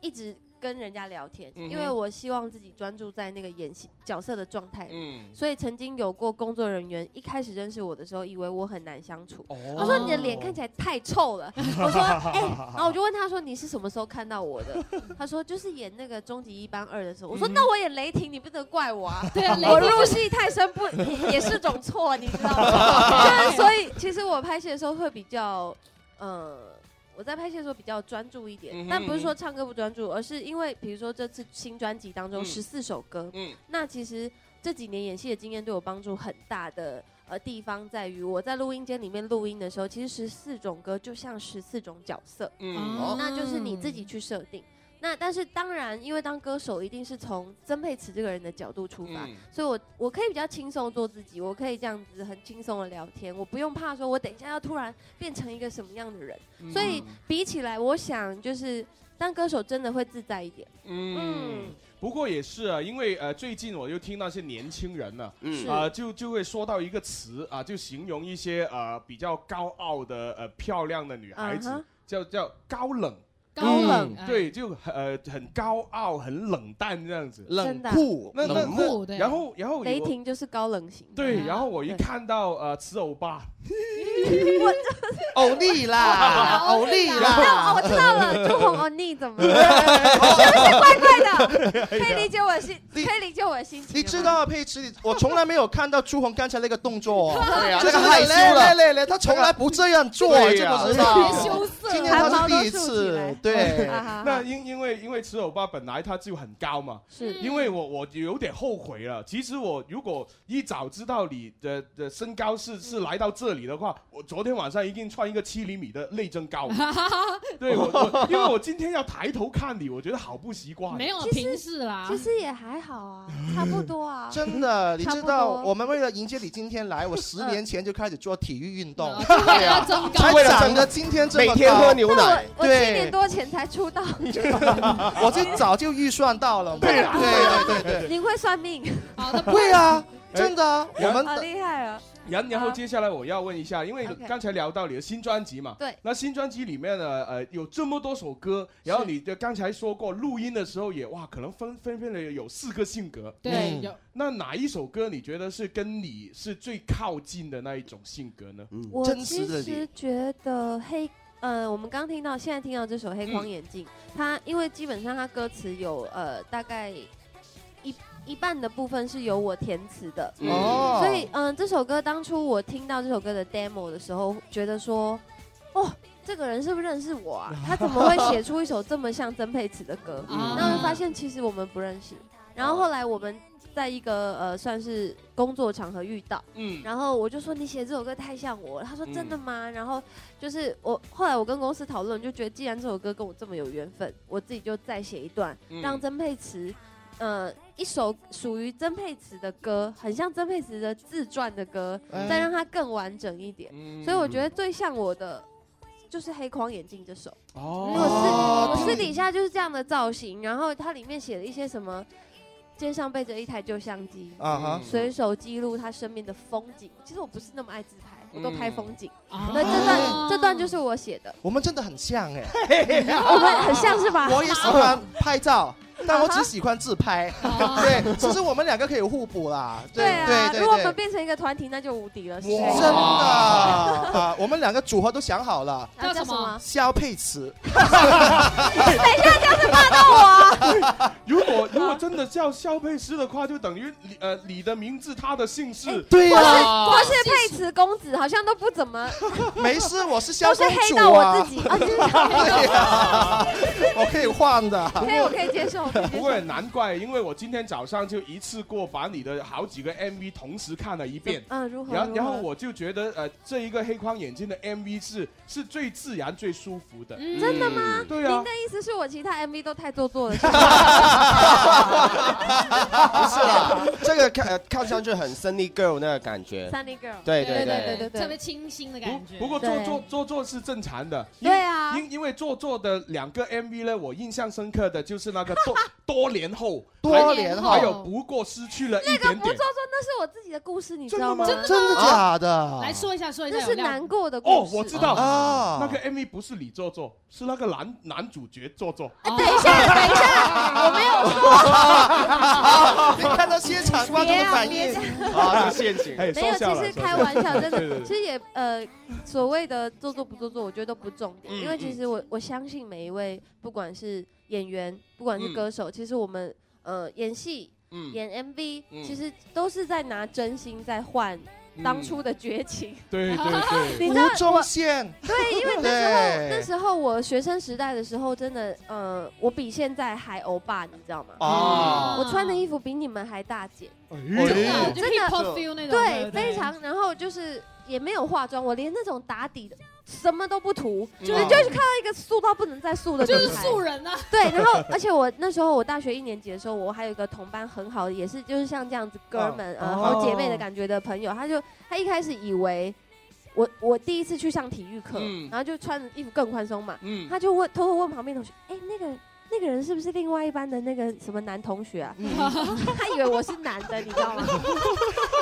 Speaker 16: 一直跟人家聊天，
Speaker 10: 嗯哼
Speaker 16: 因为我希望自己专注在那个演戏角色的状态里。
Speaker 2: 嗯
Speaker 16: 所以曾经有过工作人员一开始认识我的时候，以为我很难相处。
Speaker 2: 哦
Speaker 16: 他说你的脸看起来太臭了。我说哎、然后我就问他说你是什么时候看到我的？
Speaker 10: (laughs)
Speaker 16: 他说就是演那个终极一班二的时候。
Speaker 10: 嗯
Speaker 16: 我说、那我演雷霆，你不能怪我
Speaker 10: (laughs)
Speaker 16: 啊。
Speaker 4: 对啊雷霆
Speaker 16: 我入戏太深不 (laughs) 也是种错，你知道
Speaker 10: (laughs)
Speaker 16: 吗？就是所以其实我拍戏的时候会比较，呃，我在拍戏的时候比较专注一点，
Speaker 10: 嗯哼
Speaker 16: 但不是说唱歌不专注，而是因为比如说这次新专辑当中
Speaker 10: 嗯
Speaker 16: 十四首歌，
Speaker 2: 嗯
Speaker 16: 那其实这几年演戏的经验对我帮助很大的。呃，地方在于我在录音间里面录音的时候，其实十四种歌就像十四种角色，
Speaker 2: 嗯
Speaker 10: 哦
Speaker 16: 那就是你自己去设定。那但是当然，因为当歌手一定是从曾沛慈这个人的角度出发，
Speaker 10: 嗯
Speaker 16: 所以我我可以比较轻松做自己，我可以这样子很轻松的聊天，我不用怕说我等一下要突然变成一个什么样的人。
Speaker 10: 嗯
Speaker 16: 所以比起来，我想就是当歌手真的会自在一点。
Speaker 2: 嗯，不过也是啊，因为呃，最近我又听那些年轻人呢、啊，
Speaker 16: 嗯
Speaker 2: 啊、就就会说到一个词啊、就形容一些呃比较高傲的呃漂亮的女孩子，
Speaker 16: 啊哈
Speaker 2: 叫叫高冷。
Speaker 16: 高冷
Speaker 2: 嗯对，就很呃很高傲、很冷淡这样子，
Speaker 16: 真的啊冷酷
Speaker 2: 那那
Speaker 16: 冷酷
Speaker 2: 那
Speaker 16: 对
Speaker 2: 然后然后
Speaker 16: 雷
Speaker 2: 我
Speaker 16: 霆就是高冷型。
Speaker 2: 对，然后我一看到呃吃欧巴，
Speaker 3: 欧丽
Speaker 16: (laughs)
Speaker 3: 啦，欧丽啦，
Speaker 16: 我知道
Speaker 2: (laughs)
Speaker 16: 了，朱红欧尼怎么了？是不是怪
Speaker 2: (laughs)
Speaker 16: 怪的？
Speaker 2: 哎
Speaker 16: 可以理解我心，可以理解我的心情。
Speaker 3: 你知道啊，佩池，你我从来没有看到朱红刚才那个动作哦，
Speaker 16: 对啊
Speaker 3: 这个
Speaker 16: 那个
Speaker 3: 害羞了，
Speaker 16: 来来
Speaker 3: 来来，他从来不这样做，
Speaker 2: 对
Speaker 3: 知
Speaker 2: 呀
Speaker 3: 不知道？今天
Speaker 16: 汗
Speaker 3: 他
Speaker 16: 毛
Speaker 3: 是
Speaker 16: 都
Speaker 3: 第一
Speaker 16: 竖起来啊
Speaker 3: 次，对，
Speaker 4: (laughs)
Speaker 2: 那因因为因为吃欧巴本来他就很高嘛，
Speaker 16: 是
Speaker 2: 因为我我有点后悔了。其实我如果一早知道你的的身高是是来到这里的话，我昨天晚上一定穿一个七厘米的内增高。
Speaker 4: (laughs)
Speaker 2: 对我我，因为我今天要抬头看你，我觉得好不习惯。
Speaker 4: 没有啊
Speaker 16: 其实
Speaker 4: 平视啦。
Speaker 16: 其实也还好啊，差不多啊。
Speaker 3: (laughs) 真
Speaker 16: (laughs)
Speaker 3: 的，你
Speaker 16: 差
Speaker 3: 知
Speaker 16: 不
Speaker 3: 道，
Speaker 16: 多嗯
Speaker 3: 我们为了迎接你今天来，我十年前就开始做体育
Speaker 16: (laughs)
Speaker 3: 运动，(laughs) 对
Speaker 16: 对啊
Speaker 3: 啊
Speaker 16: 增高
Speaker 3: 才长得今天这么高
Speaker 16: 每天
Speaker 2: 喝牛奶
Speaker 16: 我七年
Speaker 3: 对，
Speaker 16: 多前才
Speaker 2: (laughs)
Speaker 16: 出道， (laughs)
Speaker 3: 我这早就预算到了嘛，对
Speaker 16: 啊
Speaker 3: 对对对
Speaker 16: 你会算命？
Speaker 3: 对，会啊，真的啊，
Speaker 2: 哎
Speaker 3: 我们
Speaker 16: 好厉害啊！
Speaker 2: 然然后接下来我要问一下，因为
Speaker 16: OK
Speaker 2: 刚才聊到你的新专辑嘛，
Speaker 16: 对
Speaker 2: 那新专辑里面呢，呃，有这么多首歌，然后你的刚才说过录音的时候也哇，可能分分分了有四个性格，
Speaker 4: 对嗯有
Speaker 2: 那哪一首歌你觉得是跟你是最靠近的那一种性格呢？
Speaker 3: 嗯
Speaker 16: 我其实觉得黑，呃，我们刚听到，现在听到这首《黑框眼镜》它因为基本上它歌词有呃大概一一半的部分是由我填词的，
Speaker 14: 嗯哦
Speaker 16: 所以嗯、呃这首歌当初我听到这首歌的 demo 的时候，觉得说，哦。这个人是不是认识
Speaker 2: (laughs)
Speaker 16: 我啊？ (laughs) 他怎么会写出一首这么像曾沛慈的歌？
Speaker 14: (laughs) 嗯
Speaker 16: 那会发现其实我们不认识。然后后来我们在一个呃算是工作场合遇到，
Speaker 14: 嗯
Speaker 16: 嗯，然后我就说你写这首歌太像我了，他说
Speaker 14: 嗯
Speaker 16: 真的吗？然后就是我后来我跟公司讨论，就觉得既然这首歌跟我这么有缘分，我自己就再写一段，
Speaker 14: 嗯
Speaker 16: 让曾沛慈，呃，一首属于曾沛慈的歌，很像曾沛慈的自传的歌，
Speaker 14: 嗯
Speaker 16: 再让它更完整一点。所以我觉得最像我的。就是黑框眼镜这首，因为我私我私底下就是这样的造型，然后它里面写了一些什么，肩上背着一台旧相机，
Speaker 3: 啊哈
Speaker 16: 随手记录他身边的风景。其实我不是那么爱自拍，我都拍风景。
Speaker 3: 嗯
Speaker 16: 那这
Speaker 3: 哦
Speaker 16: 段这段就是我写的，
Speaker 3: 我们真的很像哎，
Speaker 16: (laughs) 我们很像是吧啊
Speaker 3: 我也喜欢拍照。但我只喜欢自拍，对，其实我们两个可以互补啦，对
Speaker 16: 哦啊。
Speaker 3: 对
Speaker 16: 如果我
Speaker 3: 对对，
Speaker 16: 们变成一个团体，那就无敌了。是
Speaker 3: 真
Speaker 16: 这
Speaker 3: 的
Speaker 16: 样
Speaker 3: 啊，我们两个组合都想好了，
Speaker 16: 那叫什么？
Speaker 3: 肖佩慈，
Speaker 16: 等一下这样子骂到我啊！
Speaker 2: (laughs) 如果如果真的叫肖佩斯的话，就等于你呃你的名字，他的姓氏。
Speaker 3: 哎对啊
Speaker 16: 我是
Speaker 2: 呀，
Speaker 16: 我是佩慈公子，好像都不怎么。
Speaker 3: 没事，我是肖
Speaker 16: 都是
Speaker 3: 公
Speaker 16: 黑
Speaker 3: 主
Speaker 16: 到
Speaker 3: 啊
Speaker 16: 我自己，
Speaker 3: (laughs)
Speaker 16: 啊真的
Speaker 3: 对呀，我
Speaker 2: (laughs)
Speaker 3: 可以换的。
Speaker 16: 可以，我可以接受，我可以接
Speaker 2: 不
Speaker 16: 受
Speaker 2: 过。也难怪，因为我今天早上就一次过把你的好几个 MV 同时看了一遍。
Speaker 16: 嗯，如何？
Speaker 2: 然然后
Speaker 16: 如何
Speaker 2: 我就觉得，呃，这一个黑框眼镜的 MV 是是最自然、最舒服的。
Speaker 16: 嗯真的吗？
Speaker 2: 对啊
Speaker 16: 您的，意思是我其他 MV 都太做作了？是吗
Speaker 10: 不啊是啦，这个看呃看上去很 Sunny Girl 那个感觉。
Speaker 16: Sunny Girl
Speaker 10: 对对对对
Speaker 4: 特别清新的感觉。
Speaker 2: 不过做做做做是正常的。因
Speaker 4: 对啊
Speaker 2: 因因为做作的两个 MV 呢，我印象深刻的就是那个多 (laughs) 多年后，
Speaker 3: 多年后
Speaker 2: 还有不过失去了一
Speaker 16: 那个
Speaker 2: 点
Speaker 16: 不做
Speaker 2: 点。
Speaker 16: 作，那是我自己的故事，你知道吗？
Speaker 2: 真的吗真的假的
Speaker 3: 啊
Speaker 16: 来
Speaker 4: 说一下，说
Speaker 16: 一下那是难过的
Speaker 2: 哦
Speaker 16: 故，事。
Speaker 2: 我知道
Speaker 3: 啊
Speaker 2: 那个 MV 不是你做作，是那个男男主角做作。
Speaker 16: 等一下，等一下，我没有说。
Speaker 3: (laughs) 你看到现场观众的反应
Speaker 16: 别啊别
Speaker 3: 啊，这陷阱
Speaker 2: (laughs) 哎
Speaker 16: 没有，
Speaker 2: 收
Speaker 16: 其
Speaker 2: 下了
Speaker 16: 实
Speaker 2: 收
Speaker 16: 开
Speaker 2: 下了
Speaker 16: 玩笑，真
Speaker 2: 对对
Speaker 16: 的，
Speaker 2: 对
Speaker 16: 其实也呃，所谓的做作不做作，我觉得都不重点，
Speaker 2: 嗯
Speaker 16: 因为其实我我相信每一位，不管是演员，不管
Speaker 3: 嗯
Speaker 16: 是歌手，其实我们呃演戏
Speaker 14: 嗯、
Speaker 16: 演 MV，
Speaker 14: 嗯
Speaker 16: 其实都是在拿真心在换
Speaker 3: 嗯
Speaker 16: 当初的绝情。
Speaker 2: 对对
Speaker 16: (laughs) 你知
Speaker 14: 对，
Speaker 16: 道
Speaker 3: 吴宗宪，
Speaker 16: 对，因为那时候
Speaker 3: 对
Speaker 16: 那时候我学生时代的时候，真的，呃，我比现在还欧巴，你知道吗？
Speaker 3: 哦
Speaker 16: 我穿的衣服比你们还大姐，
Speaker 3: 嗯
Speaker 14: 哎
Speaker 16: 真的
Speaker 4: hip hop feel 那种对
Speaker 16: 对，
Speaker 4: 不对
Speaker 16: 非常。然后就是也没有化妆，我连那种打底的什么都不涂，
Speaker 4: 嗯
Speaker 16: 就是就是看到一个素到不能再素的，
Speaker 4: 就是素。人啊。
Speaker 16: 对，然后而且我那时候我大学一年级的时候，我还有一个同班很好，也是就是像这样子哥们、
Speaker 14: 哦
Speaker 16: 呃
Speaker 14: 哦
Speaker 16: 好姐妹的感觉的朋友，他就他一开始以为我我第一次去上体育课，
Speaker 14: 嗯
Speaker 16: 然后就穿的衣服更宽松嘛，
Speaker 14: 嗯
Speaker 16: 他就问偷偷问旁边同学，哎、那个。那个人是不是另外一班的那
Speaker 4: 嗯
Speaker 16: (laughs) (laughs) 个什么男同学啊？他以为我是男的，你知道吗？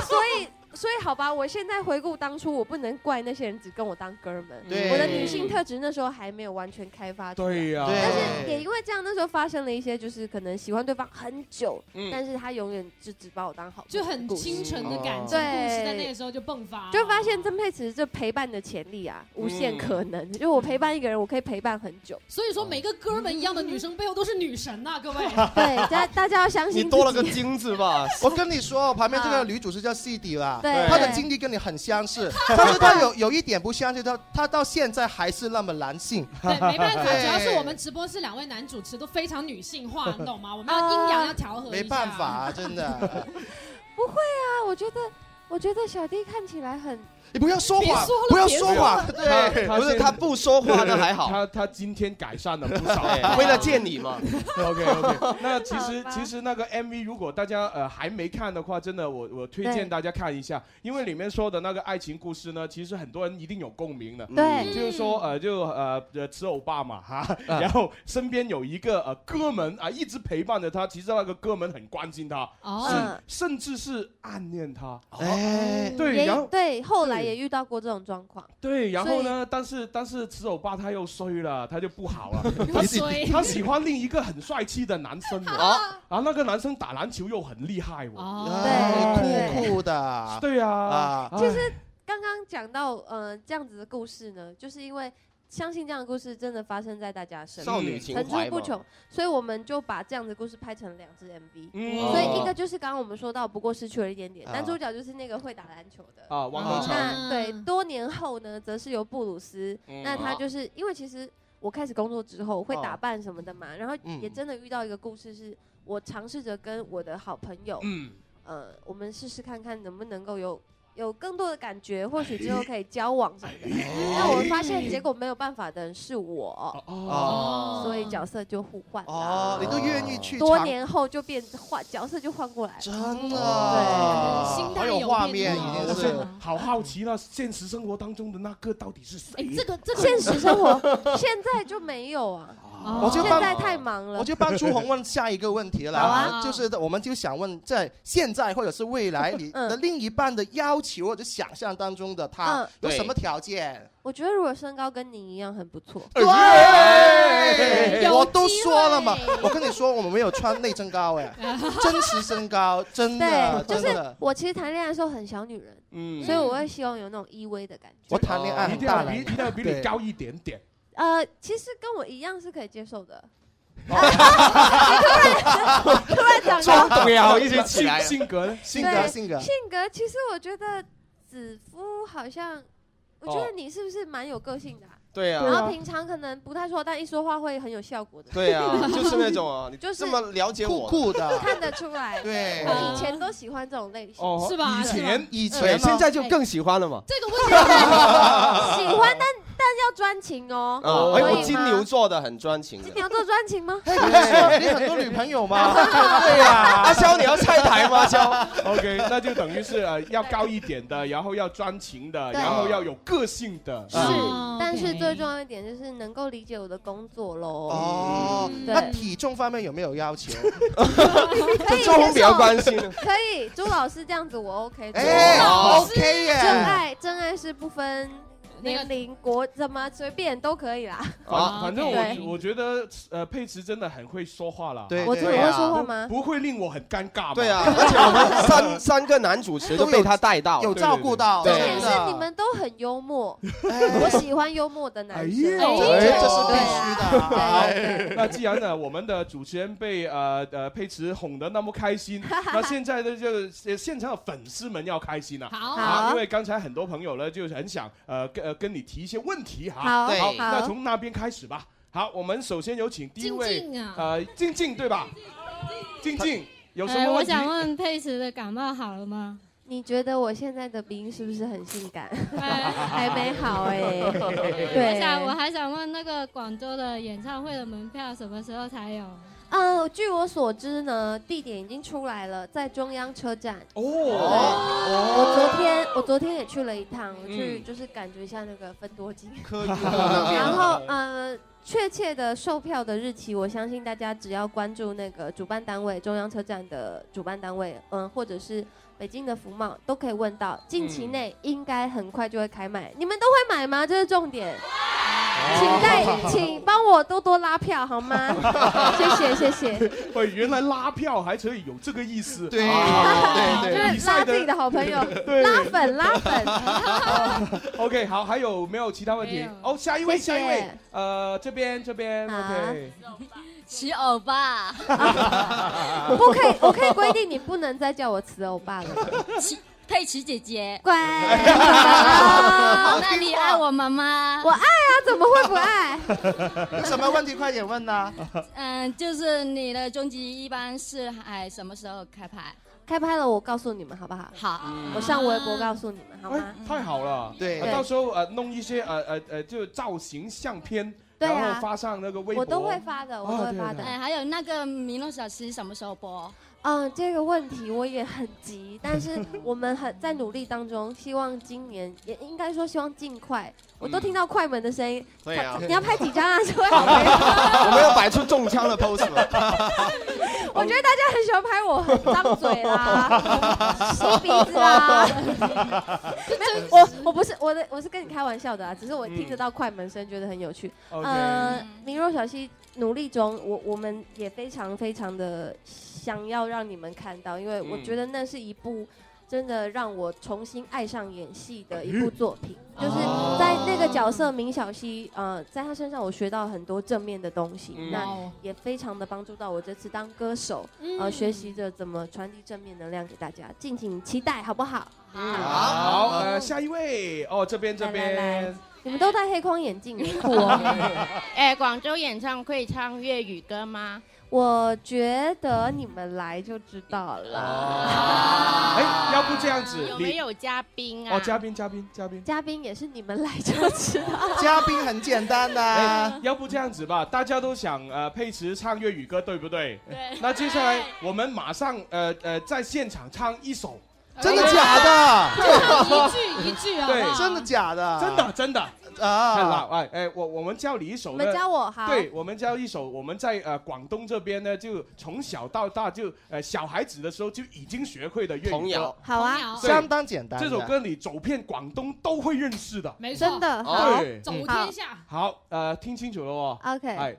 Speaker 16: 所以所以好吧，我现在回顾当初，我不能怪那些人只跟我当哥们，
Speaker 2: 对
Speaker 16: 我的女性特质那时候还没有完全开发出来。
Speaker 2: 对呀
Speaker 16: 但是也因为这样，那时候发生了一些就是可能喜欢对方很久，
Speaker 2: 嗯
Speaker 16: 但是他永远就只把我当好朋
Speaker 4: 就
Speaker 16: 友的
Speaker 4: 很
Speaker 16: 故事
Speaker 4: 清纯的感情故事，在那个时候就迸发。
Speaker 16: 就发现曾佩慈这陪伴的潜力啊，无限可能。因为我陪伴一个人，我可以陪伴很久。
Speaker 4: 所以说，每个哥们一样的女生背后都是女神啊呐，各位。
Speaker 16: 嗯 (laughs) 对，大大家要相信
Speaker 10: 你
Speaker 16: 自己
Speaker 10: 多了个金字吧？
Speaker 3: (laughs) 我跟你说，旁边这个女主是叫 C 迪啦，
Speaker 16: 嗯对
Speaker 3: 她的经历跟你很相
Speaker 16: (laughs)
Speaker 3: 似，但是她有有一点不相似，她她到现在还是那么男性。
Speaker 4: 对，没办
Speaker 3: (laughs)
Speaker 4: 法，
Speaker 3: 对
Speaker 4: 主要是我们直播室两位男主持都非常女性化，你懂吗？我们要阴阳要调和一下。
Speaker 3: 没办法
Speaker 4: (laughs)
Speaker 3: 啊，真的。
Speaker 16: 不会啊，我觉得，我觉得小弟看起来很
Speaker 3: 你不要说
Speaker 16: 别
Speaker 3: 谎
Speaker 16: 说了，
Speaker 3: 不要
Speaker 16: 别
Speaker 3: 说
Speaker 16: 说
Speaker 3: 谎
Speaker 16: 了，
Speaker 3: 对，不是他不说话那还好。
Speaker 2: 他他今天改善了不少 (laughs)
Speaker 10: 对，为了见你
Speaker 3: (laughs)
Speaker 10: 嘛。
Speaker 2: OK OK，那其实其实那个 MV 如果大家呃还没看的话，真的我我推荐
Speaker 10: 对
Speaker 2: 大家看一下，因为里面说的那个爱情故事呢，其实很多人一定有共鸣
Speaker 3: 嗯
Speaker 2: 的。
Speaker 16: 对
Speaker 2: 就是说呃就呃呃吃欧巴 (laughs) 嘛哈，
Speaker 3: 嗯
Speaker 2: 然后身边有一个呃哥们啊一直陪伴着他，其实那个哥们很关心他，
Speaker 16: 哦
Speaker 2: 甚甚至是暗恋他。
Speaker 3: 哎，
Speaker 2: 对，
Speaker 16: 也
Speaker 2: 然后。
Speaker 16: 对，后来也遇到过这种状况。
Speaker 2: 对，然后
Speaker 16: 所以？
Speaker 2: 呢？但是但是，吃欧巴他又衰了，他就不好了。
Speaker 16: (laughs)
Speaker 2: 他
Speaker 16: 他衰
Speaker 2: 他喜欢另一个很帅气的男生哦，啊，那个男生打篮球又很厉害哦，
Speaker 3: 哎酷酷的。
Speaker 2: (laughs) 对啊
Speaker 3: 啊，
Speaker 16: 其实刚刚讲到呃这样子的故事呢，就是因为相信这样的故事真的发生在大家身边，
Speaker 10: 少女情怀
Speaker 16: 层
Speaker 10: 嘛
Speaker 16: 出不穷，所以我们就把这样的故事拍成两支 MV。
Speaker 2: 嗯
Speaker 16: 所以一个就是刚刚我们说到，不过失去了一点点，
Speaker 2: 啊
Speaker 16: 男主角就是那个会打篮球的。
Speaker 2: 啊，王东
Speaker 16: 那
Speaker 2: 城，
Speaker 16: 对，多年后呢，则是由布鲁斯，
Speaker 2: 嗯啊
Speaker 16: 那他就是因为其实我开始工作之后会打扮什么的嘛，然后
Speaker 2: 嗯
Speaker 16: 也真的遇到一个故事，是我尝试着跟我的好朋友，
Speaker 2: 嗯，
Speaker 16: 呃，我们试试看看能不能够有有更多的感觉，或许
Speaker 3: 哎
Speaker 16: 之后可以交往什么的。那我发现结果没有办法的人是我，
Speaker 3: 哦
Speaker 16: 所以角色就互换啦。
Speaker 3: 哦，你都愿意去
Speaker 16: 多
Speaker 3: 尝
Speaker 16: 年后就变换角色就换过来了，
Speaker 3: 真
Speaker 16: 的
Speaker 3: 心态有变化啊好有画面已经是
Speaker 2: 我现在好好奇那现实生活当中的那个到底是谁？
Speaker 16: 哎这个这个现实生活现在就没有啊，
Speaker 3: 哦我就
Speaker 16: 现
Speaker 3: 帮
Speaker 16: 在太忙了，
Speaker 3: 我就帮朱红问下一个问题了，
Speaker 16: 好啊
Speaker 3: 就是我们就想问，在现在或者是未来，你的另一半的要求或者想象当中的他
Speaker 16: 嗯
Speaker 3: 啊有什么条件？
Speaker 16: 我觉得如果身高跟您一样很不错，
Speaker 3: 对
Speaker 16: 有
Speaker 3: 我都说了嘛，我跟你说，我们没有穿内增高哎，真实身高，真的
Speaker 16: 对，，就
Speaker 3: 真
Speaker 16: 是
Speaker 3: 的。
Speaker 16: 我其实谈恋爱的时候很小女人，
Speaker 2: 嗯哦
Speaker 16: 所以我会希望有那种依偎的感觉。
Speaker 3: 我谈恋爱
Speaker 2: 一
Speaker 3: 很
Speaker 2: 定
Speaker 3: 大了，
Speaker 2: 要比一定要比你
Speaker 3: 对
Speaker 2: 高一点
Speaker 16: (laughs)
Speaker 2: 点。
Speaker 16: 呃，其实跟我一样是可以接受的。突然突然长高，
Speaker 10: 撞
Speaker 3: (laughs)
Speaker 10: 了一起起来
Speaker 2: 性性格呢？
Speaker 3: 性
Speaker 16: 啊对
Speaker 3: 格性格
Speaker 16: 性格，其实我觉得子夫好像，我觉
Speaker 10: 哦
Speaker 16: 得你是不是蛮有个性的啊、
Speaker 10: 对啊
Speaker 16: 然后平常可能不太说，但一说话会很有效果的。
Speaker 10: 对
Speaker 16: (laughs)
Speaker 10: 啊，就是那种啊，你
Speaker 16: 就是
Speaker 10: 这么了解我，
Speaker 3: 酷酷
Speaker 10: (laughs)
Speaker 3: 的
Speaker 16: 看得出来。
Speaker 10: 对
Speaker 16: 我以前都喜欢这种类型，
Speaker 10: 哦，
Speaker 16: 吧？
Speaker 10: 以前
Speaker 3: 以
Speaker 10: 对
Speaker 3: 前
Speaker 10: 现在就
Speaker 16: 哎
Speaker 10: 更喜欢了嘛。
Speaker 16: 这个问题是喜欢，但但要专情哦。
Speaker 10: 啊，哎，
Speaker 16: 可以
Speaker 10: 我
Speaker 16: 吗
Speaker 10: 金牛座的很专情的啊
Speaker 16: 金。牛座专情
Speaker 3: (laughs)
Speaker 16: 吗？
Speaker 3: 对你很多女朋友吗？
Speaker 10: 对呀， (laughs) 阿萧你要拆台吗？阿萧，
Speaker 2: OK，那就等于是呃要高一点的，然后要专情的，
Speaker 16: 对
Speaker 2: 然后要有个性的。
Speaker 16: (laughs)
Speaker 2: 嗯
Speaker 16: 是，但是最重要一点就是能够理解我的工作喽。
Speaker 3: 哦，
Speaker 16: 对
Speaker 3: 那体重方面有没有要
Speaker 16: (laughs)
Speaker 3: 求？
Speaker 16: 可以
Speaker 3: 周红比较
Speaker 16: 接受
Speaker 3: 关心
Speaker 16: 可以，朱老师这样子我 OK。
Speaker 3: 哎
Speaker 16: 朱老师
Speaker 3: OK 耶
Speaker 16: 真爱真爱是不分年龄、国怎么随便都可以啦。
Speaker 3: 哦
Speaker 16: 啊
Speaker 10: 啊
Speaker 2: 反反正
Speaker 16: 对
Speaker 2: 我我觉得呃佩慈真的很会说话了。
Speaker 10: 对
Speaker 16: 我
Speaker 10: 真的会说话
Speaker 16: 吗
Speaker 2: 不不会令我很尴尬。
Speaker 10: 对
Speaker 2: (laughs)
Speaker 10: 啊，而且我们三三个男主持都被他啊带到，
Speaker 3: 有照顾到
Speaker 10: 对
Speaker 16: 重点是
Speaker 10: 真的
Speaker 16: 你们都很幽默，我喜欢幽默
Speaker 2: 哎
Speaker 16: 的男
Speaker 3: 哎
Speaker 16: 生。
Speaker 3: 这是必须的
Speaker 16: 对啊对啊对啊
Speaker 2: 那既然呢，我们的主持人被呃呃佩慈哄得那么开
Speaker 16: (laughs)
Speaker 2: 心，那现在呢就呃现场的粉丝们要开心了、啊，
Speaker 16: 好
Speaker 2: 啊，
Speaker 16: 好
Speaker 2: 因为刚才很多朋友呢就是很想呃跟呃跟你提一些问题哈、
Speaker 16: 好对
Speaker 2: 好，
Speaker 16: 好
Speaker 2: 那从那边开始吧。好，我们首先有请第一位
Speaker 18: 静静啊
Speaker 2: 呃静静对吧？静静有什
Speaker 18: 哎
Speaker 2: 么
Speaker 18: 我
Speaker 2: 问题？
Speaker 18: 想问佩慈的感冒好了吗？
Speaker 16: (laughs) 你觉得我现在的鼻音是不是很性感？ (laughs) 还没好哎、对，
Speaker 18: 我想我还想问那个广州的演唱会的门票什么时候才有？
Speaker 16: 嗯，据我所知呢，地点已经出来了，在中央车站。哦，我
Speaker 2: 哦
Speaker 16: 昨天我昨天也去了一趟，我
Speaker 1: 嗯
Speaker 16: 去就是感觉一下那个分多金。
Speaker 1: 可以
Speaker 2: (laughs)
Speaker 16: 然后呃，确切的售票的日期，我相信大家只要关注那个主办单位中央车站的主办单位，嗯、或者是北京的福茂都可以问到。近期内应该很快就会开卖，你们都会买吗？这是重点。请带，请帮我多多拉票好吗？谢 (laughs) 谢谢谢，
Speaker 2: (laughs) 喂，原来拉票还可以有这个意思。啊对
Speaker 16: 就是拉自己的好朋友，
Speaker 2: (laughs) 对
Speaker 16: 拉粉拉粉。
Speaker 2: (laughs) OK，好，还有没有其他问题？哦，下一位，
Speaker 17: 谢谢
Speaker 2: 下一位，呃，这边这边，OK，
Speaker 17: 吃欧巴，
Speaker 16: 不可以，我可以规定你不能再叫我慈欧巴了。
Speaker 17: 佩奇姐姐，
Speaker 16: (laughs) 乖，
Speaker 17: 那你爱我们吗？
Speaker 16: 我爱啊，怎么会
Speaker 2: (laughs)
Speaker 16: 不爱？
Speaker 3: 有 (laughs) 什么问题快点问
Speaker 2: 啊
Speaker 3: 呐、
Speaker 17: 嗯，就是你的终极一般是哎什么时候开拍？
Speaker 16: 开拍了，我告诉你们好不好？
Speaker 17: 好，
Speaker 16: 我上微博告诉你们好
Speaker 2: 哎
Speaker 16: 吗？，
Speaker 2: 太好了，
Speaker 3: 对
Speaker 2: 呃到时候呃弄一些呃呃呃，就是造型相片，
Speaker 17: 对啊
Speaker 2: 然后发上那个微博，
Speaker 16: 我都会发的，我都会发的。
Speaker 17: 哎，还有那个《迷路小七》什么时候播？
Speaker 16: 嗯，这个问题我也很急，但是我们很在努力当中，希望今年也应该说希望尽快。我都听到快门的声音，
Speaker 10: 对啊
Speaker 2: (laughs)
Speaker 16: 你要拍几张啊？ (laughs) 这位好朋友
Speaker 10: 我们要摆出中枪的 pose 了。
Speaker 16: (laughs) 我觉得大家很喜欢拍我很张嘴啦、吸鼻子啦。没有，我我不是我的，我是跟你开玩笑的啊，只是我听得到快门声，觉得很有趣。
Speaker 1: OK
Speaker 16: 呃，明若小溪努力中，我我们也非常非常的想要让你们看到，因为我
Speaker 1: 嗯
Speaker 16: 觉得那是一部。真的让我重新爱上演戏的一部作品，就是在那个角色明小溪，呃，在他身上我学到很多正面的东西，
Speaker 1: 嗯哇
Speaker 16: 那
Speaker 1: 哦
Speaker 16: 也非常的帮助到我这次当歌手，呃，
Speaker 1: 嗯
Speaker 16: 学习着怎么传递正面能量给大家，敬请期待，好不好？
Speaker 2: 嗯
Speaker 3: 嗯
Speaker 2: 好，呃，下一位，哦，这边这边，
Speaker 16: 你们都戴黑框眼镜，很 (laughs) 酷哦。
Speaker 21: 哎，广州演唱会唱粤语歌吗？
Speaker 16: 我觉得你们来就知道了。
Speaker 2: 哎，要不这样子，
Speaker 21: 啊有
Speaker 2: 你
Speaker 21: 没有嘉宾啊？
Speaker 2: 哦，嘉宾嘉宾嘉宾。
Speaker 16: 嘉宾也是你们来就知道，
Speaker 3: 嘉宾很简单的、
Speaker 16: (laughs)
Speaker 2: 哎，要不这样子吧，大家都想呃佩慈唱粤语歌，对不对？
Speaker 3: 对
Speaker 2: 那接下来我们马上呃呃在现场唱一首，
Speaker 3: 真的假的？
Speaker 4: 一句一句
Speaker 2: 好不好对
Speaker 3: 真的假的？
Speaker 2: 真的真的
Speaker 3: 啊
Speaker 2: 太老哎哎，我我们教你一首
Speaker 16: 你
Speaker 2: 呢，
Speaker 16: 们教我好
Speaker 2: 对，我们教一首，我们在呃广东这边呢，就从小到大就呃小孩子的时候就已经学会的粤
Speaker 3: 童
Speaker 2: 语歌
Speaker 3: 谣，
Speaker 16: 好啊
Speaker 2: 对
Speaker 3: 相当简单的
Speaker 2: 这首歌你走遍广东都会认识的，
Speaker 4: 没
Speaker 16: 错真的好
Speaker 2: 对，
Speaker 16: 走
Speaker 2: 嗯
Speaker 16: 天下
Speaker 2: 好，诶，听清楚咯喎。
Speaker 16: OK
Speaker 2: 係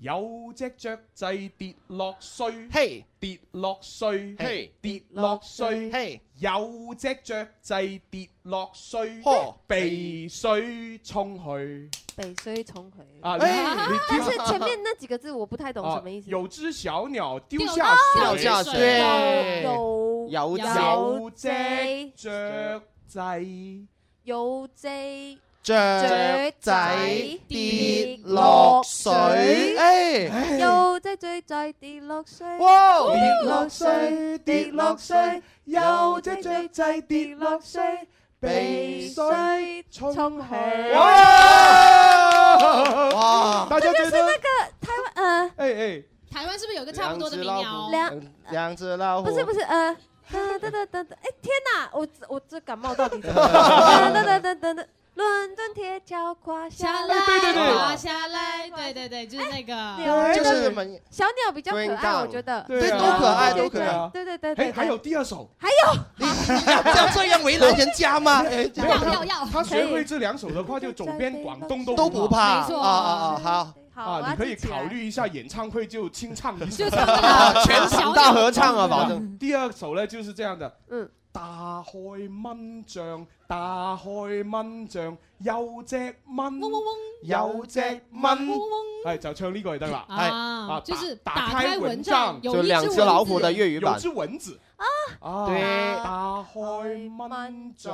Speaker 2: 有隻雀仔跌落水，嘿，跌落水，
Speaker 3: 嘿，
Speaker 2: 跌落水，
Speaker 3: 嘿，
Speaker 2: 有隻雀仔跌落水，呵，被水沖去。
Speaker 16: 北水重回。
Speaker 2: 啊你你
Speaker 16: 哎但是
Speaker 2: 听
Speaker 16: 前面那几个字我不太懂什么意思。
Speaker 2: 啊有只小鸟丢
Speaker 16: 掉
Speaker 2: 下水，
Speaker 16: 掉下水水有
Speaker 2: 有
Speaker 16: 有
Speaker 2: 有
Speaker 16: 隻
Speaker 2: 隻雀仔。
Speaker 16: 有只
Speaker 3: 雀仔跌落水哎
Speaker 16: 有只雀仔跌落水，
Speaker 3: 哇
Speaker 16: 跌落水，
Speaker 2: 跌落水，有只雀仔跌落水，
Speaker 16: 被
Speaker 2: 水
Speaker 16: 冲去。
Speaker 2: 哇大家
Speaker 16: 这就
Speaker 2: 觉
Speaker 16: 是
Speaker 2: 得
Speaker 16: 那个台湾呃，
Speaker 2: 哎哎，
Speaker 4: 台湾是不是有个差不多的民谣？
Speaker 16: 两
Speaker 3: 两只老虎，
Speaker 16: 不是不是呃。噔噔噔噔噔！哎天哪，我我这感冒到底怎么了？噔噔噔噔噔噔，伦敦铁桥垮下
Speaker 2: 哎
Speaker 16: 来，
Speaker 4: 滑下来，哎对对对，
Speaker 16: 哎
Speaker 4: 就是那
Speaker 16: 鸟儿
Speaker 4: 个，
Speaker 16: 的
Speaker 3: 就是们
Speaker 16: 小鸟比较可
Speaker 2: 哎
Speaker 16: 爱，哎我觉得
Speaker 3: 对，都可爱，都可
Speaker 16: 对
Speaker 3: 爱。
Speaker 16: 对对对对，
Speaker 2: 啊还有第二首，
Speaker 16: 还有
Speaker 2: (laughs)
Speaker 3: 像这样为难人家吗？哎，
Speaker 2: 没有没有他学会这两首的话，就走遍广东都
Speaker 3: 都不怕没错啊啊啊好
Speaker 16: 好我
Speaker 2: 啊，
Speaker 16: 要
Speaker 2: 你可
Speaker 16: 记
Speaker 2: 以
Speaker 16: 起
Speaker 2: 考虑一下演唱会就清唱一首
Speaker 16: 就唱那个
Speaker 3: 全场大合唱啊保证。
Speaker 2: 第二首呢就是这样的，
Speaker 16: 嗯，
Speaker 2: 打开蚊帐，打开蚊帐，有隻蚊，有隻蚊，哎，就唱呢個就得啦，哎
Speaker 4: 啊就是
Speaker 2: 打
Speaker 4: 打
Speaker 2: 開
Speaker 4: 開蚊
Speaker 2: 蚊
Speaker 4: 帳
Speaker 2: 帳
Speaker 4: 有
Speaker 10: 就一两只只蚊老虎的子粤语版
Speaker 2: 有只蚊子啊
Speaker 10: 对
Speaker 2: 打開蚊帳，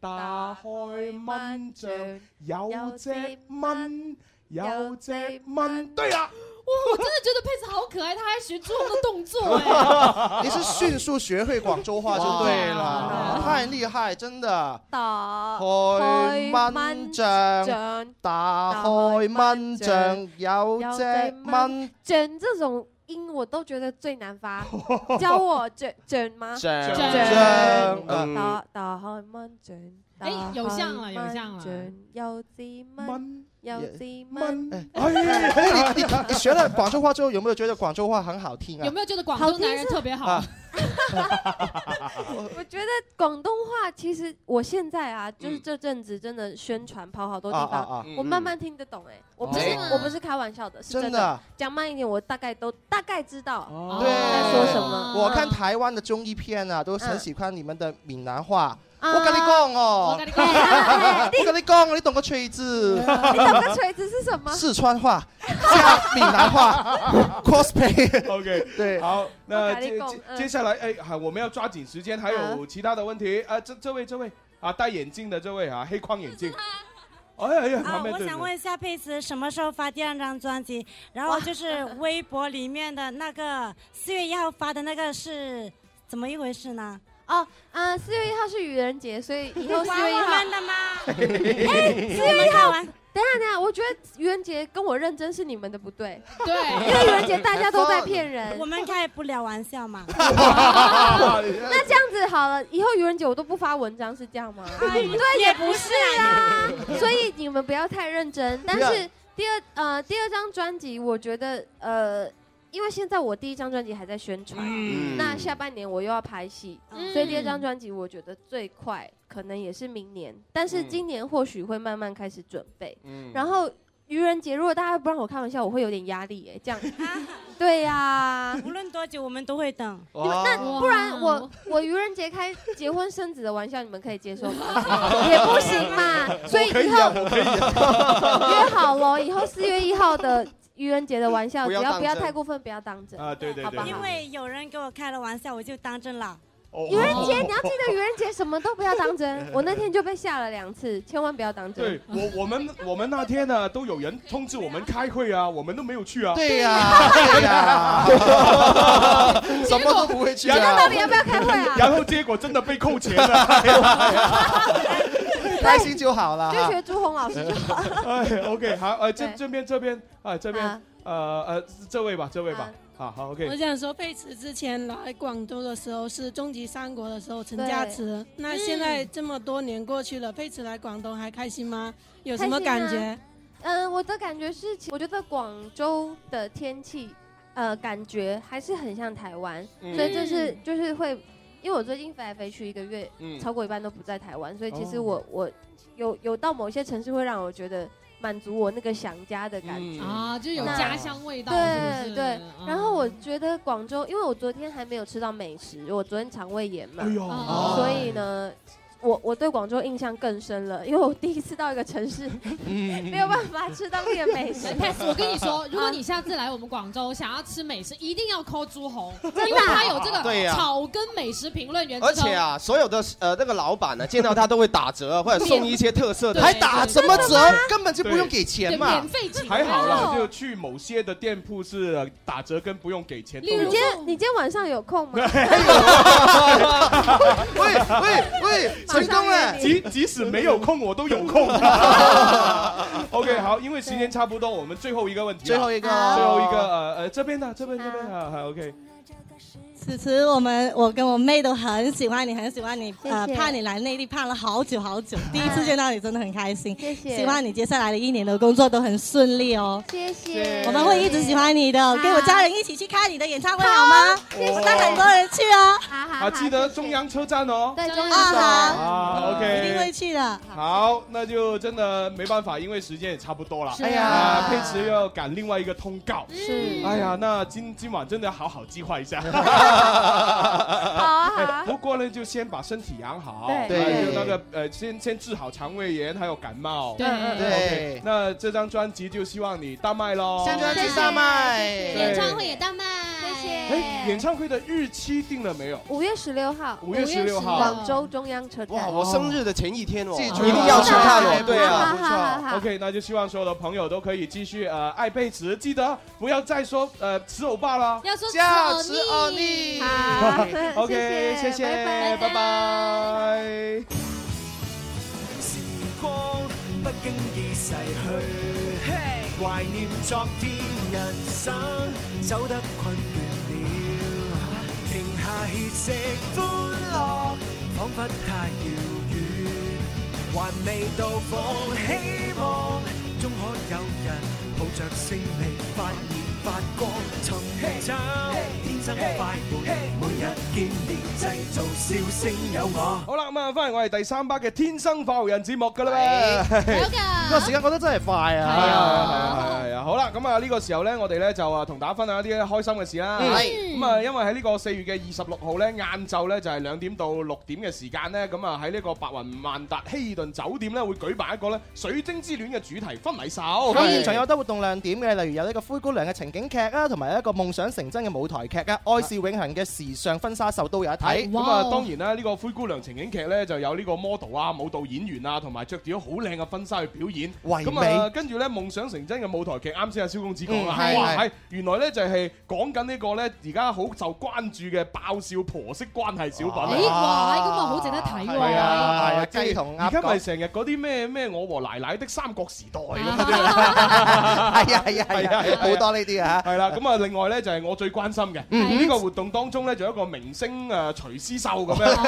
Speaker 2: 打開蚊帳，有隻蚊，有隻蚊，對啦。啊
Speaker 4: 我真的觉得佩子好可爱，她还学猪红的动作哎、
Speaker 3: 你是迅速学会广州话就对了，太厉害，真的。
Speaker 4: 哎
Speaker 16: 打
Speaker 3: 開蚊帳，打開蚊帳，有
Speaker 16: 有
Speaker 3: 隻蚊。
Speaker 16: 卷这种音我都觉得最难发，教我卷卷吗？
Speaker 3: 卷
Speaker 16: 卷
Speaker 3: 卷嗯
Speaker 16: 打打开蚊卷。
Speaker 4: 哎有像了有像啊了
Speaker 16: 卷有只蚊，有只
Speaker 3: 蚊。
Speaker 16: 哎
Speaker 3: 哎，你你你学了广州话之后，有没有觉得广州话很好听啊？
Speaker 4: (laughs) 有没有觉得广东男人特别好？
Speaker 3: 啊，
Speaker 16: 我觉得广东话其实我现在啊，
Speaker 3: 嗯
Speaker 16: 就是这阵子真的宣传跑好多地
Speaker 3: 啊啊啊
Speaker 16: 方，我慢慢听得懂哎，我不是
Speaker 3: 真的吗
Speaker 16: 我不是开玩笑的，是真
Speaker 3: 真的
Speaker 16: 的
Speaker 3: 啊。
Speaker 16: 讲慢一点，我大概都大概知道啊
Speaker 3: 对，
Speaker 16: 在说什么。
Speaker 3: 哦我看台湾的综艺片啊，都很喜欢你们的闽南话。
Speaker 16: 啊
Speaker 3: 我跟你讲哦，
Speaker 16: 我跟你讲
Speaker 3: (laughs)
Speaker 16: 哎
Speaker 3: 我跟你讲，你懂个锤子？
Speaker 16: (laughs) 你懂个锤子是什么？
Speaker 3: 四川话加闽南
Speaker 16: (laughs)
Speaker 3: 话 cosplay。
Speaker 2: OK，
Speaker 3: 对，
Speaker 2: 好，那
Speaker 16: 改
Speaker 2: 接
Speaker 16: 立功
Speaker 2: 接
Speaker 16: 嗯
Speaker 2: 接下来，哎，好，我们要抓紧时间，还有其他的问题啊，这这位这位啊，戴眼镜的这位啊，黑框眼
Speaker 7: (laughs)
Speaker 2: 镜，哎呀哎呀，旁，
Speaker 7: 啊
Speaker 2: 边
Speaker 7: 我
Speaker 2: 对
Speaker 7: 想
Speaker 2: 对
Speaker 7: 问一下佩慈什么时候发第二张专辑？然后就是微博里面的那个四月一号发的那个是怎么一回事呢？
Speaker 16: 哦，嗯，四月一号是愚人节，所以
Speaker 7: (laughs)
Speaker 16: 以后四
Speaker 7: 玩
Speaker 16: 月一
Speaker 7: 我
Speaker 16: 号
Speaker 7: 们的吗？
Speaker 16: 哎，四
Speaker 7: 我
Speaker 16: 月
Speaker 7: 们
Speaker 16: 一
Speaker 7: 看
Speaker 16: 号
Speaker 7: 完。
Speaker 16: 等一下等一下，我觉得愚人节跟我认真是你们的不对，
Speaker 4: 对
Speaker 16: 因为愚人节大家都在骗人哦
Speaker 7: 我。们开不了玩笑
Speaker 16: (laughs)
Speaker 7: 嘛。
Speaker 3: 嗯
Speaker 22: (laughs)
Speaker 16: 那这样子好了，以后愚人节我都不发文章，是这样吗？
Speaker 7: (laughs) 哎
Speaker 16: 对，
Speaker 7: 也
Speaker 16: 也
Speaker 7: 不
Speaker 16: 不
Speaker 7: 是
Speaker 16: 是
Speaker 7: 啊
Speaker 16: 啊，
Speaker 7: (laughs)
Speaker 16: 所以你们不要太认真。但
Speaker 7: 要
Speaker 16: 是第二呃第二张专辑，我觉得呃。因为现在我第一张专辑还在宣传，
Speaker 22: 嗯
Speaker 16: 那下半年我又要拍戏，
Speaker 22: 嗯
Speaker 16: 所以第二张专辑我觉得最快可能也是明
Speaker 7: 嗯
Speaker 16: 年，但是今年或许会慢慢开始准备。
Speaker 22: 嗯
Speaker 16: 然后愚人节如果大家不让我开玩笑，我会有点压力哎、这样。对呀、
Speaker 7: 无论多久，我们都会等。
Speaker 16: 因为那不然我我愚人节开结婚生子的玩笑，你们可以接受吗？
Speaker 22: (laughs)
Speaker 16: 也不行嘛，所以
Speaker 22: 我可
Speaker 16: 以
Speaker 22: 以啊
Speaker 16: 后
Speaker 22: 我可以啊
Speaker 16: 约好了，以后四月一号的愚人节的玩笑，
Speaker 22: 不
Speaker 16: 只
Speaker 22: 要
Speaker 16: 要不要
Speaker 22: 当真
Speaker 16: 太过分，不要当真
Speaker 22: 啊对对
Speaker 16: 好不好
Speaker 22: 对
Speaker 7: 因为有人给我开了玩笑，我就当真了。
Speaker 2: 哦
Speaker 16: 愚人节你要记得愚人节什么都不要
Speaker 22: (laughs)
Speaker 16: 当真，我那天就被吓了两次，千万不要当真
Speaker 2: 对。我我们我们那天呢，都有人通知我们开会啊，我们都没有去啊。
Speaker 3: 对
Speaker 2: (laughs)
Speaker 3: 呀对呀什么都不会去啊
Speaker 2: 然后
Speaker 3: 那到底要不要开会啊
Speaker 2: 然后结果真的被扣钱
Speaker 3: (laughs)
Speaker 2: 了。
Speaker 3: 开心就好了。
Speaker 22: 啊
Speaker 16: 就学朱红老师就好。
Speaker 2: 哎，OK，好，呃，这
Speaker 16: 对
Speaker 2: 这边这边，哎，这边
Speaker 20: 啊，
Speaker 2: 呃呃，这位吧，这位吧，好好
Speaker 20: 我
Speaker 2: ，OK。
Speaker 20: 想说，佩慈之前来广州的时候是终极三国的时候，陈
Speaker 16: 对
Speaker 20: 家祠。那
Speaker 16: 嗯
Speaker 20: 现在这么多年过去了，佩慈来广东还开心吗？有什么感
Speaker 16: 开心
Speaker 20: 觉
Speaker 16: 啊？嗯，我的感觉是，我觉得广州的天气，呃，感觉还是很像台湾，
Speaker 22: 嗯
Speaker 16: 所以这是就是会，因为我最近飞来飞去一个月，
Speaker 22: 嗯
Speaker 16: 超过一半都不在台湾，所以其实
Speaker 22: 哦
Speaker 16: 我、我有有到某些城市会让我觉得满足我那个想家的感觉、
Speaker 4: 嗯啊就有
Speaker 16: 那
Speaker 4: 家乡味道是
Speaker 16: 对
Speaker 4: 不是
Speaker 16: 对
Speaker 4: 嗯。
Speaker 16: 然后我觉得广州，因为我昨天还没有吃到美食，我昨天肠胃炎嘛，
Speaker 22: 哎呦哦
Speaker 16: 所以呢。我我对广州印象更深了，因为我第一次到一个城
Speaker 4: (laughs)
Speaker 16: 市，没有办法吃当地的美食。
Speaker 4: 但哎是我
Speaker 16: (laughs)
Speaker 4: 跟你
Speaker 16: 啊
Speaker 4: 说，如果你下次来我们广州想要吃美食，一定要 call 朱红，因
Speaker 16: 的啊
Speaker 4: 为他有这
Speaker 10: 对
Speaker 4: 个
Speaker 10: 呀
Speaker 4: 草根美食评论员。
Speaker 10: 而且，啊，所有的呃那个老板呢，见到他都会打折啊或者送一些特色的，
Speaker 3: 还打什么折？根本就不用
Speaker 2: 对
Speaker 3: 给钱嘛。
Speaker 2: 还好啦，就去某些的店铺是呃打折跟不用给钱都
Speaker 16: 啊你今
Speaker 2: 有。
Speaker 16: 天你今天晚上有空吗？
Speaker 4: 哎
Speaker 3: 喂
Speaker 16: (laughs)
Speaker 3: 喂，成功了！
Speaker 2: 即即使没有空，我都有
Speaker 3: (laughs)
Speaker 2: 空。OK，好，因为时间差不多，我们最后一个问题啊，
Speaker 3: 最后一个哦
Speaker 2: 最后一个，呃呃，这边的，这边这边啊好，OK，
Speaker 7: 此次我们我跟我妹都很喜欢你，很喜欢你。呃，
Speaker 16: 谢啊
Speaker 7: 盼你来内地盼了好久好久，第一次见到你真的很开心。
Speaker 16: 谢谢
Speaker 7: 希望你接下来的一年的工作都很顺利哦。
Speaker 16: 谢谢，
Speaker 7: 我们会一直喜欢你的，跟我家人一起去看你的演唱会好吗？我带很多人去哦。
Speaker 2: 啊，记得中央车站哦。
Speaker 16: 对，
Speaker 7: 中
Speaker 2: 啊，OK，
Speaker 7: 哦一定会去的。
Speaker 2: 好，那就真的没办法，因为时间也差不多了。
Speaker 7: 是啊哎嗯呀
Speaker 2: 佩慈又要赶另外一个通告。
Speaker 16: 是
Speaker 2: 哎呀，那今今晚真的要好好计划一
Speaker 7: (laughs)
Speaker 2: 下。好
Speaker 16: 啊
Speaker 2: 好不过呢，就先把身体养好，
Speaker 3: 对对
Speaker 2: 还有那个呃，先先治好肠胃炎还有感冒。
Speaker 3: 对嗯嗯
Speaker 2: OK，那这张专辑就希望你大卖喽。
Speaker 3: 张专辑大卖
Speaker 2: 哎对
Speaker 4: 演唱会也大卖，
Speaker 16: 谢谢
Speaker 2: 哎，演唱会的日期定了没有？
Speaker 16: 五月十六号，
Speaker 2: 5月16号
Speaker 16: 广州中央车站。
Speaker 10: 哇，我生日的前一天哦，
Speaker 16: 记
Speaker 10: 一定要去看哦，对
Speaker 16: 哈哈哈哈
Speaker 10: 啊，
Speaker 16: 哈
Speaker 2: 啊 OK，那就希望所有的朋友都可以继续呃爱贝茨，记得不要再说呃吃欧巴了。
Speaker 4: 要说
Speaker 3: 叫
Speaker 4: 吃
Speaker 3: 吃
Speaker 4: 奥
Speaker 3: 奥
Speaker 4: 利，
Speaker 3: 利
Speaker 4: 好
Speaker 2: OK，谢谢，拜拜。
Speaker 6: 時光不經意逝去，懷念昨天，人生走得困倦了，停下歇息，歡樂彷彿太遙遠，還未到訪，希望終可有人抱着勝利發現發光，尋找天生快活，每日見面製造笑聲有我。
Speaker 2: 好啦，咁啊，翻嚟我哋第三 part 嘅《天生快活人》節目噶啦
Speaker 3: 係
Speaker 2: (laughs) 咩？
Speaker 3: 有
Speaker 2: 㗎
Speaker 3: 個時間過得真係快
Speaker 2: 係
Speaker 3: 啊！
Speaker 2: 啊係啊係啊，好啦，咁啊呢個時候咧，我哋咧就啊同大家分享一啲開心嘅事啦。
Speaker 3: 嗯
Speaker 2: 咁啊，因為喺呢個四月嘅二十六號咧，晏晝咧就係兩點到六點嘅時間咧，咁啊喺呢個白雲萬達希爾頓酒店咧會舉辦一個咧水晶之戀嘅主題婚禮秀。
Speaker 3: 咁現場有好多活動亮點嘅，例如有呢個灰姑娘嘅情景劇啊，同埋一個夢想成真嘅舞台劇啊，《愛是永恆》嘅時尚婚紗秀都有得睇。
Speaker 2: 睇咁啊，當然啦，呢個灰姑娘情景劇咧就有呢個 model 啊、舞蹈演員啊，同埋着住咗好靚嘅婚紗去表演。
Speaker 3: 唯
Speaker 2: 咁啊，
Speaker 3: 美
Speaker 2: 跟住咧夢想成真嘅舞台劇，啱先阿蕭公子講啦，
Speaker 3: 嗯係
Speaker 2: 哇，
Speaker 3: 係
Speaker 2: 係原來咧就係講緊呢個咧而家好受關注嘅爆笑婆媳關係小品。
Speaker 17: 哎
Speaker 4: 咦哇咁啊好值得睇喎
Speaker 5: 哎
Speaker 2: 係啊，
Speaker 3: 係啊
Speaker 2: 即係
Speaker 3: 雞同鴨
Speaker 2: 而家咪
Speaker 3: 講
Speaker 2: 成日嗰啲咩咩我和奶奶的三國時代 (laughs) 咁嗰啲
Speaker 3: 係啊係啊係啊，好多呢啲啊。嗯
Speaker 2: 係啦，咁啊，另外咧就係我最關心嘅呢個活動當中咧，仲有一個明星誒廚師秀咁樣，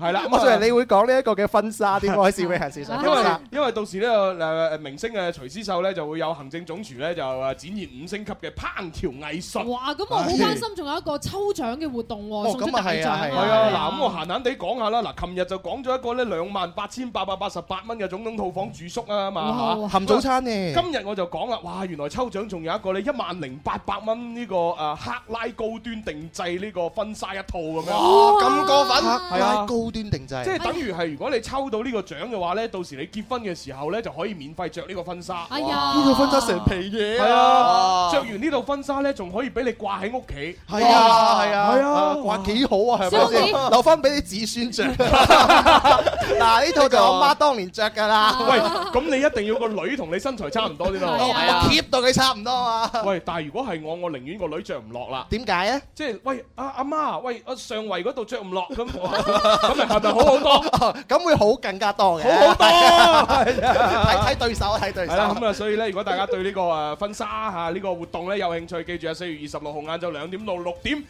Speaker 2: 係啦，咁
Speaker 3: 我哦
Speaker 2: 啊
Speaker 3: 以為你會講呢一個嘅婚紗添，《愛是永恆》時尚
Speaker 2: 因
Speaker 3: 婚
Speaker 2: 為
Speaker 3: 紗。
Speaker 2: 因為到時呢個誒明星嘅廚師秀咧就會有行政總廚咧就誒展現五星級嘅烹調藝術。
Speaker 4: 哇！咁我
Speaker 2: 哎
Speaker 4: 好關心，仲有一個抽獎嘅活動
Speaker 3: 啊
Speaker 4: 喎，送出大獎
Speaker 2: 哦啊係啊！嗱，咁我閒閒地講下啦。嗱，琴日就講咗一個咧兩萬八千八百八十八蚊嘅總統套房住宿啊嘛，
Speaker 3: 哇
Speaker 2: 嚇
Speaker 3: 含早餐呢
Speaker 2: 今日我就講啦，哇！原來抽獎仲有一個咧一萬零八百蚊呢個誒克拉高端定製呢個婚紗一套咁樣。
Speaker 3: 哇！咁過分，
Speaker 2: 係
Speaker 3: 拉
Speaker 2: 啊！
Speaker 3: 高端定制，
Speaker 2: 即係等於係，如果你抽到呢個獎嘅話咧，到時你結婚嘅時候咧就可以免費着呢個婚紗。
Speaker 4: 哎
Speaker 3: 呀呢個婚紗成皮嘢
Speaker 2: 係啊！
Speaker 3: 啊
Speaker 2: 着完呢套婚紗咧，仲可以俾你掛喺屋企。
Speaker 3: 係啊係啊
Speaker 2: 係啊！
Speaker 3: 啊掛幾好啊，係咪
Speaker 2: 小公
Speaker 3: 先？
Speaker 2: 子
Speaker 3: 留翻俾你子孫着。嗱，呢套就我媽當年着㗎啦。
Speaker 2: (laughs) 喂，咁你一定要個女同你身材差唔多先得喎。
Speaker 3: 係啊我貼到佢差唔多啊。
Speaker 2: 喂，但係如果係我，我寧願個女着唔落啦。
Speaker 3: 點解咧？
Speaker 2: 即係喂，阿阿媽，喂，我上圍嗰度着唔落咁，我咁咪係咪好好多？
Speaker 3: (laughs) 咁會好更加多嘅，(laughs)
Speaker 2: 好好多
Speaker 3: 睇睇對手，睇對手
Speaker 2: 係。啦，咁啊，所以咧，如果大家對呢個啊誒婚紗嚇呢個活動咧有興趣，記住啊，四月二十六號晏晝兩點到六點，誒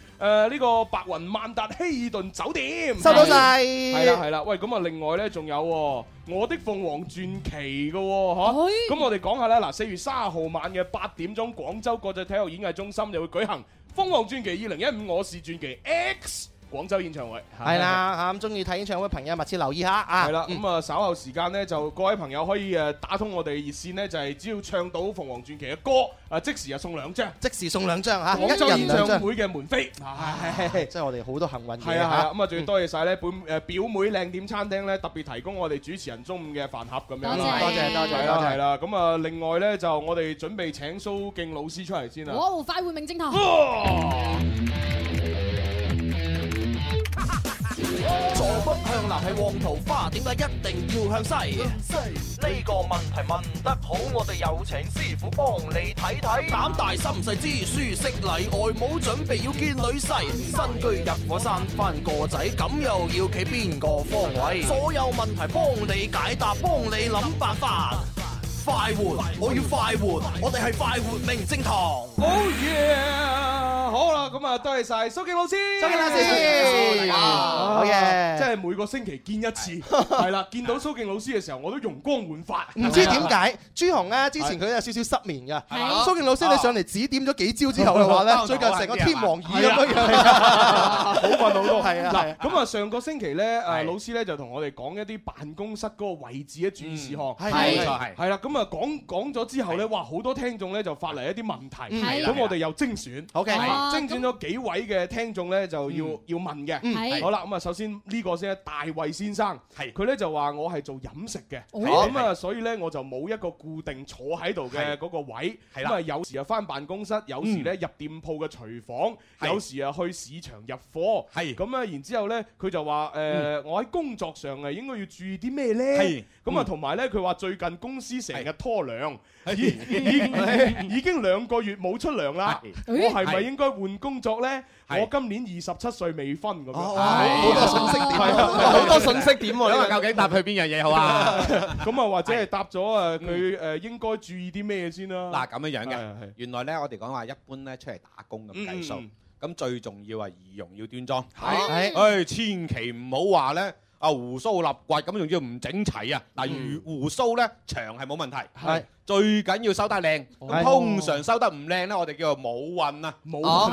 Speaker 2: 呢個白雲萬達希爾頓酒店嗯
Speaker 3: 收到晒
Speaker 2: 係啦係啦，喂，咁啊，另外咧仲有喎我的鳳凰傳奇嘅喎，嗬
Speaker 3: 哎
Speaker 2: 咁我哋講下啦，嗱，四月三十號晚嘅八點鐘，廣州國際體育演藝中心就會舉行《鳳凰傳奇二零一五我是傳奇 X》廣州演唱會，
Speaker 3: 係啦，嚇咁中意睇演唱會嘅朋友密切留意下啊。
Speaker 2: 係啦，咁啊稍後時間呢，就各位朋友可以誒打通我哋熱線呢，就係只要唱到鳳凰傳奇嘅歌，啊即時啊送兩張，
Speaker 3: 即時送兩張嚇
Speaker 2: 廣州
Speaker 3: 一人
Speaker 2: 演
Speaker 3: 兩張
Speaker 2: 唱會嘅門飛，
Speaker 3: 唉， (laughs) 即係我哋好多幸運嘅
Speaker 2: 係啊係啊，咁啊仲要
Speaker 3: 嗯
Speaker 2: 多謝晒呢本誒表妹靚點餐廳呢，特別提供我哋主持人中午嘅飯盒咁樣啦，
Speaker 3: 多謝多謝多謝
Speaker 2: 係啦
Speaker 3: 多謝
Speaker 2: 係啦，咁啊另外呢，就我哋準備請蘇敬老師出嚟先啊，
Speaker 4: 我快活明偵探，
Speaker 5: 哦
Speaker 9: 坐北向南係旺桃花，點解一定要向西？呢個問題問得好，我哋有請師傅幫你睇睇。膽大心細知書識禮，外母準備要見女婿，新居入伙生翻個仔，咁又要企邊個方位？所有問題幫你解答，幫你諗辦法。快活，我要快活，我哋係快活明星堂。
Speaker 2: 好嘢，好啦，咁啊多謝晒蘇敬老師，
Speaker 3: 蘇敬老師
Speaker 2: 蘇敬老師啊
Speaker 3: 好嘢
Speaker 2: 即係每個星期見
Speaker 3: (laughs)
Speaker 2: 一次，係啦，見到蘇敬老師嘅時候，我都容光煥發，
Speaker 3: 唔知點解朱紅咧之前佢有少少失眠㗎。
Speaker 2: 係
Speaker 3: 蘇敬老師你上嚟指點咗幾招之後嘅話咧，最近成個天王耳咁樣
Speaker 2: 係
Speaker 3: 樣。 (laughs)
Speaker 2: 啊好瞓好多。
Speaker 3: 係啊係
Speaker 2: 嗱
Speaker 3: 啊，
Speaker 2: 咁啊上個星期咧，誒老師咧就同我哋講一啲辦公室嗰個位置嘅注意事項，
Speaker 3: 嗯係係冇錯
Speaker 2: 係係啦。咁啊講講咗之後咧，哇好多聽眾咧就發嚟一啲問題，
Speaker 3: 嗯係啦
Speaker 2: 咁我哋又精選。
Speaker 3: OK，
Speaker 4: 啊
Speaker 2: 精選咗幾位嘅聽眾咧，就要要問
Speaker 4: 嗯係
Speaker 2: 嘅。好啦，咁啊，首先呢個先，大衛先生，佢咧就話我係做飲食嘅，
Speaker 4: 哦
Speaker 2: 咁啊，所以咧我就冇一個固定坐喺度嘅嗰個位，
Speaker 8: 係
Speaker 2: 咁
Speaker 8: 啦
Speaker 2: 啊，有時啊翻辦公室，有時
Speaker 3: 嗯
Speaker 2: 咧入店鋪嘅廚房，有時啊去市場入貨，係咁啊，然之後咧佢就話誒，我喺工作上啊應該要注意啲咩咧
Speaker 8: 係？
Speaker 2: 咁啊，同埋咧佢話最近公司成日拖糧，已已已經兩個月冇出糧啦，我
Speaker 8: 係
Speaker 2: 係咪應該換工作咧？我今年二十七歲未婚咁樣，好
Speaker 5: 好多信息點好多信息點喎呢個究竟答佢邊樣嘢好啊？
Speaker 2: 咁啊，或者係答咗啊佢誒應該注意啲咩先啦？
Speaker 5: 嗱咁樣樣嘅，原來咧我哋講話一般咧出嚟打工咁計數
Speaker 2: 嗯，
Speaker 5: 咁最重要係儀容要端莊，
Speaker 2: 係
Speaker 5: 誒千祈唔好話咧啊胡鬚立骨咁，仲要唔整齊啊！嗱，如胡鬚咧長係冇問題，係最緊要收得靚。咁
Speaker 3: 係
Speaker 5: 通常收得唔靚咧，我哋叫做冇運啊，冇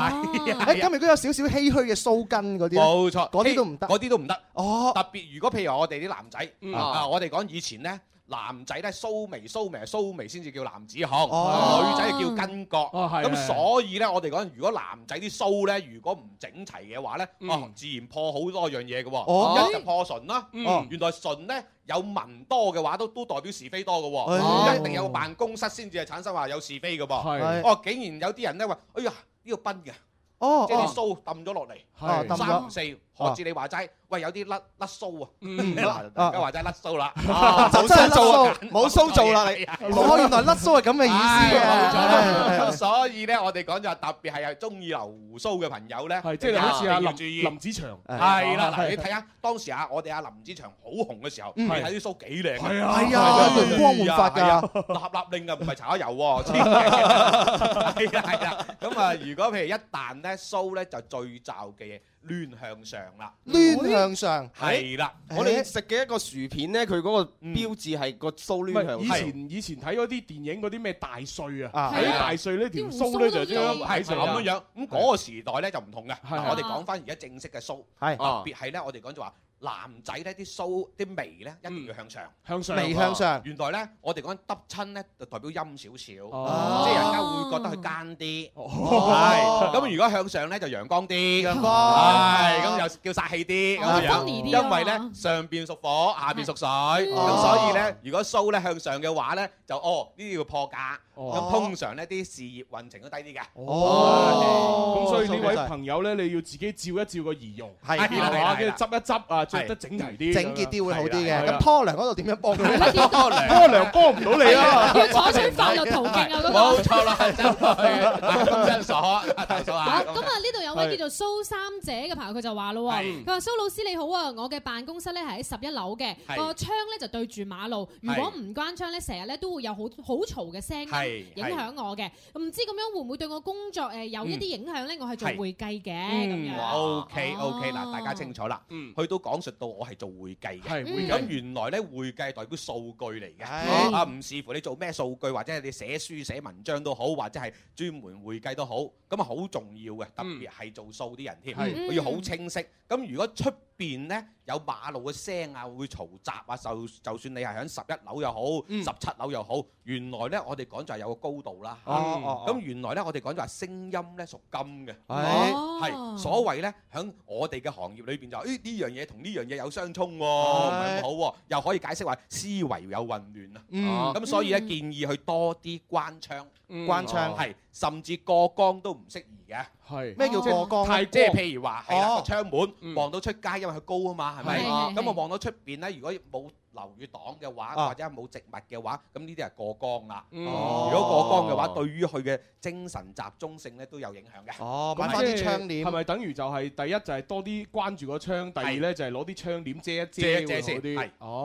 Speaker 3: 哦誒咁如果有少少唏噓嘅鬚根嗰啲咧
Speaker 5: 冇錯，
Speaker 3: 嗰啲都唔得。
Speaker 5: 嗰啲都唔得。哦，特別如果譬如我哋啲男仔
Speaker 3: 嗯哦
Speaker 5: 啊，我哋講以前咧。男仔咧鬚眉鬚眉鬚眉先至叫男子漢，
Speaker 3: 哦
Speaker 5: 女仔就叫巾角。
Speaker 2: 係
Speaker 5: 咁
Speaker 2: 係
Speaker 5: 所以咧，我哋講如果男仔啲鬚咧，如果唔整齊嘅話咧，哦，自然破好多樣嘢嘅
Speaker 3: 嗯哦
Speaker 5: 喎。一就破唇啦
Speaker 3: 嗯哦，
Speaker 5: 原來唇咧有紋多嘅話，都都代表是非多嘅
Speaker 3: 哦
Speaker 5: 喎。一定有辦公室先至係產生話有是非嘅
Speaker 3: 係
Speaker 5: 噃。哦，竟然有啲人咧話：哎呀，呢度崩嘅。
Speaker 3: 哦
Speaker 5: 即係
Speaker 3: 哦
Speaker 5: 啲鬚揼咗落
Speaker 3: 係哦
Speaker 5: 嚟，
Speaker 3: 抌咗
Speaker 5: 三唔四，何至你話齋？喂，有啲甩甩鬚啊！ (laughs) 嗱，
Speaker 3: 啊
Speaker 5: 大家話齋甩鬚啦，
Speaker 3: (laughs)
Speaker 5: (laughs)
Speaker 3: 啊就真係甩鬚 (laughs) 冇鬚做啦你哦原來甩鬚係咁嘅意思嘅係係係
Speaker 5: 嘅。所以咧，我哋講就係特別係有中意留胡鬚嘅朋友咧，
Speaker 2: 係即係好似阿
Speaker 5: 一定要
Speaker 2: 林
Speaker 5: 注意
Speaker 2: 林子祥，
Speaker 5: 係啦，嗱，
Speaker 2: 係
Speaker 5: 你睇下當時啊，我哋阿林子祥好紅嘅時候，你
Speaker 2: 嗯
Speaker 5: 睇啲鬚幾靚，
Speaker 2: 係啊
Speaker 3: 係啊
Speaker 5: 係
Speaker 3: 容光煥發㗎
Speaker 5: 係啊立立令啊，唔係搽油
Speaker 3: (laughs)
Speaker 5: 喎，千祈係啊係啊，咁啊，如果譬如一旦咧鬚咧就最罩嘅嘢，攣向上啦，
Speaker 3: 攣向上
Speaker 2: 哎
Speaker 5: 係啦，
Speaker 10: 我哋食嘅一個薯片咧，佢嗰個標誌係個鬚
Speaker 2: 嗯唔
Speaker 10: 攣向
Speaker 2: 係以前以前睇嗰啲電影嗰啲咩大帥啊，
Speaker 5: 啊
Speaker 2: 睇大帥呢條須咧就咁樣
Speaker 5: 係
Speaker 2: 喺
Speaker 5: 就
Speaker 2: 上
Speaker 5: 咁樣樣。咁嗰個時代咧就唔同嘅。
Speaker 2: 係啊
Speaker 5: 嗱我哋講翻而家正式嘅須，
Speaker 2: 係
Speaker 5: 特別係咧，我哋講就話男仔咧啲須啲眉咧一定要向上，
Speaker 2: 向上
Speaker 3: 眉向上
Speaker 5: 原來咧我哋講揼親咧就代表陰少
Speaker 2: 哦
Speaker 5: 少，即係人家會覺得佢奸啲。
Speaker 3: 哦
Speaker 5: 係咁，如果向上咧就陽光啲，
Speaker 3: 陽光
Speaker 5: 係咁又叫煞氣啲
Speaker 3: 哦
Speaker 5: 咁樣，
Speaker 3: funny 啲啊
Speaker 5: 因為咧
Speaker 3: 嘛
Speaker 5: 上邊屬火，下邊屬水，
Speaker 3: 哦
Speaker 5: 咁所以咧如果須咧向上嘅話咧就哦呢啲叫破格，咁通常呢啲事業運程都低啲嘅。
Speaker 2: 哦
Speaker 5: 啊
Speaker 2: 咁所以呢位朋友咧，你要自己照一照個儀容，
Speaker 5: 係
Speaker 2: 係
Speaker 5: 係
Speaker 2: 嘛，
Speaker 5: 啦
Speaker 2: 跟住執一執啊，着得整齊啲，
Speaker 3: 整潔啲會好啲嘅。
Speaker 2: 係啊
Speaker 3: 咁拖梁嗰度點樣幫到你？
Speaker 2: (laughs) 拖梁拖梁幫唔到你啊！
Speaker 4: 要採取
Speaker 3: (laughs)
Speaker 4: 法律途徑啊嗰個
Speaker 5: 冇錯啦，真係咁真傻啊，大嫂啊！
Speaker 4: 咁啊，呢度有位叫做蘇三姐嘅朋友，佢就話咯喎，
Speaker 5: 係
Speaker 4: 佢話蘇老師你好啊，我嘅辦公室咧係喺十一樓嘅，
Speaker 5: 係
Speaker 4: 個窗咧就對住馬路，如果唔關窗咧，成日咧都會有好好嘈嘅聲
Speaker 5: 係
Speaker 4: 音影響我嘅，唔知咁樣會唔會對我工作誒有一啲影響咧？我係做
Speaker 5: 係
Speaker 4: 會計嘅咁
Speaker 5: 嗯
Speaker 4: 樣。
Speaker 5: ，OK OK，嗱，大家清楚啦。佢都講述到我係做會計嘅，
Speaker 2: 係會計
Speaker 5: 咁原來咧會計係代表數據嚟嘅，啊唔視乎你做咩數據，或者係你寫書寫文章都好，或者係專門會計都好，咁啊好重要嘅，特別係做數啲人添，
Speaker 2: 係
Speaker 5: 佢要好清晰。咁如果出邊咧有馬路嘅聲啊，會嘈雜啊，就就算你係喺十一樓又好，十七樓又好，原來咧我哋講就係有個高度啦。
Speaker 3: 哦哦哦
Speaker 5: 咁原來咧我哋講就係聲音咧屬金嘅，
Speaker 3: 係
Speaker 5: 哎係所謂咧喺我哋嘅行業裏邊就誒哎呢樣嘢同呢樣嘢有相衝喎，
Speaker 3: 哎
Speaker 5: 唔係咁好喎，又可以解釋話思維有混亂啊
Speaker 2: 哦
Speaker 3: 嗯。
Speaker 5: 咁所以咧
Speaker 3: 嗯
Speaker 5: 建議去多啲關窗，
Speaker 2: 嗯
Speaker 3: 關窗
Speaker 5: 係甚至過光都唔適宜嘅。
Speaker 2: 係嗯
Speaker 3: 咩叫過光
Speaker 5: 即係譬如話係啦
Speaker 3: 哦
Speaker 5: 個窗門望到出街，因為佢高啊嘛，係咪？
Speaker 3: 係
Speaker 2: 哦
Speaker 3: 係
Speaker 5: 咁我望到出邊咧，如果冇樓宇擋嘅
Speaker 3: 啊
Speaker 5: 話，或者冇植物嘅話，咁呢啲係過光啦。
Speaker 2: 嗯
Speaker 5: 如果過光嘅話，
Speaker 3: 哦
Speaker 5: 對於佢嘅精神集中性咧都有影響嘅。
Speaker 2: 咁即係係咪等於就係第一就係多啲關注個窗，第二咧就係攞啲窗簾遮一
Speaker 5: 遮
Speaker 2: 遮
Speaker 5: 一遮先
Speaker 2: 會好啲
Speaker 5: 係。
Speaker 2: 哦，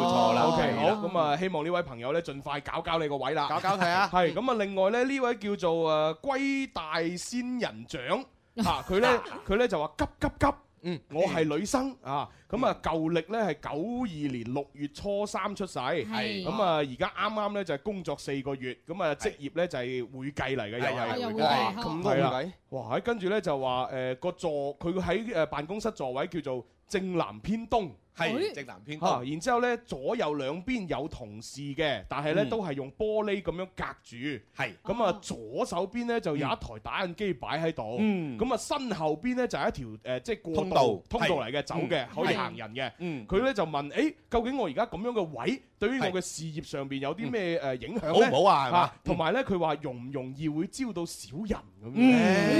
Speaker 5: 冇錯啦
Speaker 2: OK，
Speaker 5: 係啦
Speaker 2: 好咁啊，希望呢位朋友咧盡快搞搞你個位啦，
Speaker 3: 搞搞佢啊
Speaker 2: 係咁啊，另外咧呢位叫做誒龜大仙人
Speaker 5: (laughs)
Speaker 2: 掌嚇，佢咧佢咧就話急急急。嗯，我係女生啊，咁
Speaker 5: 嗯
Speaker 2: 啊舊歷咧係九二年六月初三出世，
Speaker 5: 係
Speaker 2: 咁啊而家啱啱咧就係工作四個月，咁啊職業咧就係會計嚟嘅又
Speaker 5: 係
Speaker 2: 係，
Speaker 5: 又係會計哦
Speaker 2: 哇
Speaker 5: 嚇咁多會計
Speaker 2: 係啦哇！跟住咧就話誒個座，佢喺誒辦公室座位叫做正南偏東，
Speaker 5: 係咦正南偏東
Speaker 2: 啊然之後咧左右兩邊有同事嘅，但係咧
Speaker 5: 嗯
Speaker 2: 都係用玻璃咁樣隔住。係咁啊，左手邊咧就有一台打印機擺喺度。
Speaker 5: 嗯
Speaker 2: 咁啊，身後邊咧就係一條誒即係過
Speaker 5: 通道
Speaker 2: 通道嚟
Speaker 5: 係
Speaker 2: 嘅，走嘅
Speaker 5: 嗯
Speaker 2: 可以
Speaker 5: 係
Speaker 2: 行人嘅。
Speaker 5: 嗯
Speaker 2: 佢咧就問：誒，究竟我而家咁樣嘅位，對於我嘅事業上邊有啲咩誒影響咧
Speaker 5: 嗯好唔好啊係嘛
Speaker 2: 同埋咧，佢話容唔容易會招到小人咁樣
Speaker 5: 嗯，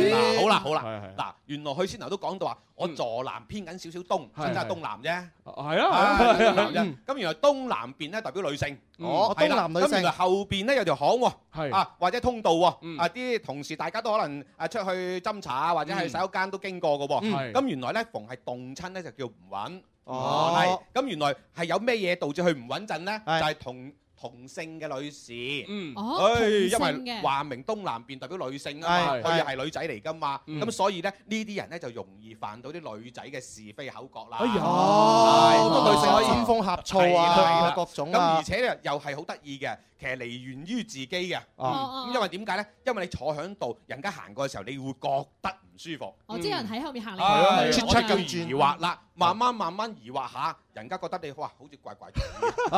Speaker 2: 咧？
Speaker 5: 嗱好啦好
Speaker 2: 係
Speaker 5: 啦，嗱原來佢先頭都講到話，我坐南偏緊少少東，
Speaker 2: 係
Speaker 5: 先得
Speaker 2: 係
Speaker 5: 東南啫。
Speaker 2: 係啊 (laughs)
Speaker 5: 啊
Speaker 2: 係啊
Speaker 5: 東南
Speaker 2: 嗯
Speaker 5: 啫。咁原來東南邊咧代表女性，
Speaker 2: 嗯哦
Speaker 5: 係啦
Speaker 2: 東南女
Speaker 5: 咁原來
Speaker 2: 性
Speaker 5: 後邊咧有條巷
Speaker 2: 係
Speaker 5: 喎，啊或者通道喎，啊啲同事大家都可能啊出去斟茶啊，或者去洗手間都經過嘅
Speaker 2: 嗯
Speaker 5: 喎。
Speaker 2: 係
Speaker 5: 咁原來咧逢係動親咧就叫唔穩。
Speaker 2: 哦
Speaker 5: 係。咁原來係有咩嘢導致佢唔穩陣咧？就係同同性嘅女士，嗯
Speaker 6: 哦
Speaker 5: 唉因
Speaker 6: 同性
Speaker 5: 為
Speaker 6: 嘅
Speaker 5: 話啊明東南邊代表女性啊嘛，
Speaker 6: 係
Speaker 5: 佢
Speaker 6: 係
Speaker 5: 係女仔嚟噶嘛，
Speaker 3: 嗯
Speaker 5: 咁所以咧呢啲人咧就容易犯到啲女仔嘅是非口角啦。
Speaker 3: 哎呀
Speaker 5: 係
Speaker 3: 都女性
Speaker 5: 所以
Speaker 3: 爭風呷醋啊
Speaker 5: 係啦係啦
Speaker 3: 各種
Speaker 5: 咁
Speaker 3: 啊
Speaker 5: 而且咧又係好得意嘅，其實嚟源於自己嘅。
Speaker 3: 啊
Speaker 4: 哦
Speaker 5: 咁因為點解咧？因為你坐喺度，人家行過嘅時候，你會覺得唔舒服。
Speaker 4: 哦我知有
Speaker 3: 嗯
Speaker 4: 人喺後面行嚟
Speaker 5: 係啊
Speaker 4: 行去
Speaker 5: 我哋要疑惑啦，慢慢慢慢疑惑下，人家覺得你哇好似怪怪地，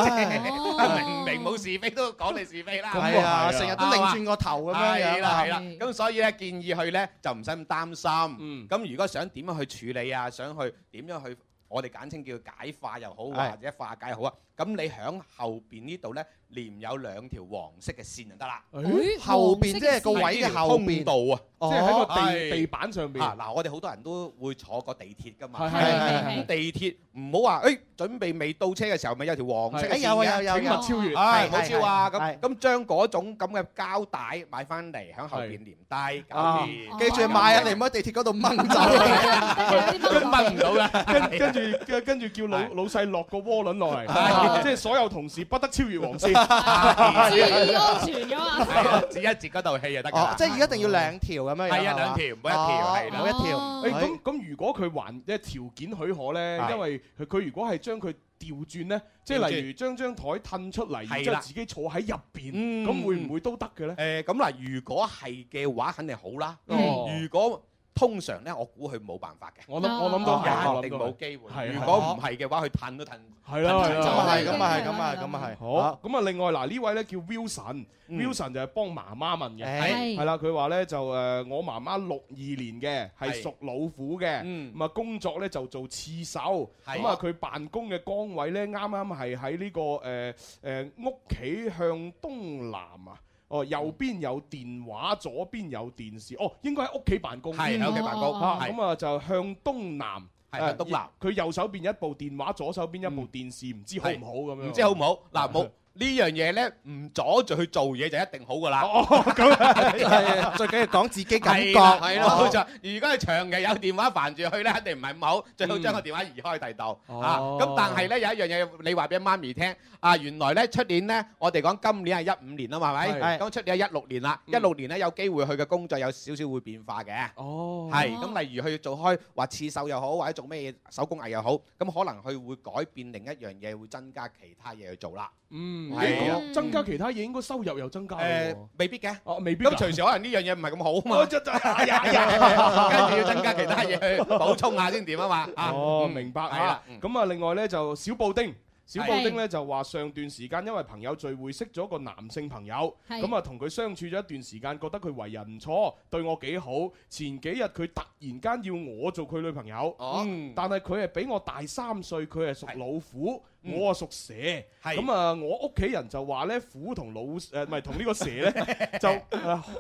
Speaker 5: 明 (laughs) 明冇是非都講你是非啦，哎
Speaker 3: 咁啊係啊成日都擰轉個頭咁樣樣
Speaker 5: 係啦係啦
Speaker 3: 啊，
Speaker 5: 咁所以咧建議佢咧就唔使咁擔心，咁如果想點樣去處理啊，想去點樣去。我哋簡稱叫解化又好，
Speaker 3: 係
Speaker 5: 或者化解又好啊。咁你響後邊呢度咧，連有兩條黃色嘅線就得啦。
Speaker 3: 誒後邊即係個位嘅後邊
Speaker 5: 係呢條通道啊，
Speaker 3: 哦即係喺個地
Speaker 5: 係
Speaker 3: 地板上邊
Speaker 5: 啊嗱，我哋好多人都會坐過地鐵㗎嘛。
Speaker 3: 係係係係
Speaker 5: 咁地鐵唔好話，誒準備未到車嘅時候，咪有條黃色嘅
Speaker 3: 係
Speaker 5: 線嘅
Speaker 3: 哎有有有請勿有超越
Speaker 5: 係
Speaker 3: 係
Speaker 5: 唔好超啊！
Speaker 3: 係
Speaker 5: 咁
Speaker 3: 係
Speaker 5: 咁將嗰種咁嘅膠帶買翻嚟，響後邊連低搞
Speaker 3: 啊
Speaker 5: 掂。
Speaker 3: 記住買啊，你唔 (laughs) 好喺地鐵嗰度掹走， (laughs)
Speaker 2: (laughs)
Speaker 5: 跟掹唔到啦。
Speaker 2: 跟跟住跟跟住叫老老細落個窩輪落嚟，
Speaker 5: 係
Speaker 2: 即係所有同事不得超越黃
Speaker 5: (laughs)
Speaker 2: 線，
Speaker 5: 注
Speaker 3: 意
Speaker 5: 安全
Speaker 4: 㗎
Speaker 5: (laughs)
Speaker 4: 嘛
Speaker 5: 係啊截一截嗰度氣就得㗎
Speaker 3: 哦
Speaker 5: 啦。，
Speaker 3: 即係而家一定要兩條咁樣樣，
Speaker 5: 係啊兩條唔好一
Speaker 2: 哦
Speaker 5: 條係啦
Speaker 3: 冇哦一條。
Speaker 5: 哦
Speaker 2: 誒哎咁咁，如果佢還即係條件許可咧，
Speaker 5: 係
Speaker 2: 因為佢佢如果係將佢調轉咧，即係例如將張台褪出嚟，然
Speaker 5: 係
Speaker 2: 之後
Speaker 5: 啦嗯
Speaker 2: 自己坐喺入邊，咁會唔會都得嘅咧？
Speaker 5: 誒咁嗱，如果係嘅話，肯定好啦。
Speaker 2: 哦
Speaker 5: 如果通常咧，我估佢冇辦法嘅。
Speaker 2: 我諗我諗都係
Speaker 5: 一定冇機會。
Speaker 2: 係
Speaker 5: 如果唔係嘅話，佢褪都褪。
Speaker 2: 係啦，係啦，
Speaker 5: 咁啊係
Speaker 3: 咁啊係咁啊係咁啊係
Speaker 2: 好，咁啊，另外嗱呢位咧叫 Wilson，Wilson 就係幫媽媽問嘅，
Speaker 5: 嗯係
Speaker 2: 係啦，佢話咧就誒呃我媽媽六二年嘅，係
Speaker 5: 係
Speaker 2: 屬老虎嘅，
Speaker 5: 嗯
Speaker 2: 咁啊工作咧就做刺手，
Speaker 5: 係
Speaker 2: 咁啊佢辦公嘅崗位咧啱啱係喺呢個誒誒屋企向東南啊。哦，右邊有電話，左邊有電視。哦，應該喺屋企辦公。
Speaker 5: 係喺屋企辦公
Speaker 2: 啊
Speaker 5: 係
Speaker 2: 咁啊就向東南。
Speaker 5: 係向東南。
Speaker 2: 佢右手邊一部電話，左手邊一部電視，唔知好唔好咁樣。
Speaker 5: 唔知好唔好？嗱，冇呢樣嘢咧，唔阻住去做嘢就一定好噶啦。
Speaker 2: 哦，
Speaker 5: (laughs)
Speaker 2: 咁
Speaker 3: 係最緊要講自己感覺
Speaker 5: 係啦，
Speaker 3: 哦
Speaker 5: 冇錯。如果係長期有電話煩住佢咧，一定唔係咁好，最好將個電話移開第度啊。咁但係咧有一樣嘢，你話俾媽咪聽啊，原來咧出年咧，我哋講今年係一五年啊嘛，係咪？
Speaker 3: 係
Speaker 5: 咁出年係一六年啦，一六年咧有機會佢嘅工作有少少會變化嘅。
Speaker 2: 哦
Speaker 5: 係咁，例如佢做開話刺繡又好，或者做咩嘢手工藝又好，咁可能佢會改變另一樣嘢，會增加其他嘢去做啦。
Speaker 2: 嗯
Speaker 5: 係啊
Speaker 2: 咁增加其他嘢應該收入又增加。
Speaker 5: 誒，未必嘅，
Speaker 2: 哦，未必㗎。
Speaker 5: 咁隨時可能呢樣嘢唔係
Speaker 2: (laughs)
Speaker 5: 咁好啊嘛，
Speaker 2: 我
Speaker 5: 跟住要增加其他嘢去補充下先掂啊嘛。啊
Speaker 2: 哦，
Speaker 5: 嗯
Speaker 2: 明白
Speaker 5: 係啦
Speaker 2: 啊。咁啊，另外咧就小布丁。小布丁咧
Speaker 5: 係
Speaker 2: 就話上段時間因為朋友聚會識咗個男性朋友，
Speaker 5: 係
Speaker 2: 咁啊同佢相處咗一段時間，覺得佢為人唔錯，對我幾好。前幾日佢突然間要我做佢女朋友，
Speaker 5: 哦
Speaker 2: 嗯但係佢係比我大三歲，佢係屬老虎，
Speaker 5: 嗯
Speaker 2: 我啊屬蛇。咁啊，我屋企人就話咧，虎同老誒唔係同呢個蛇
Speaker 5: (laughs)
Speaker 2: 咧就誒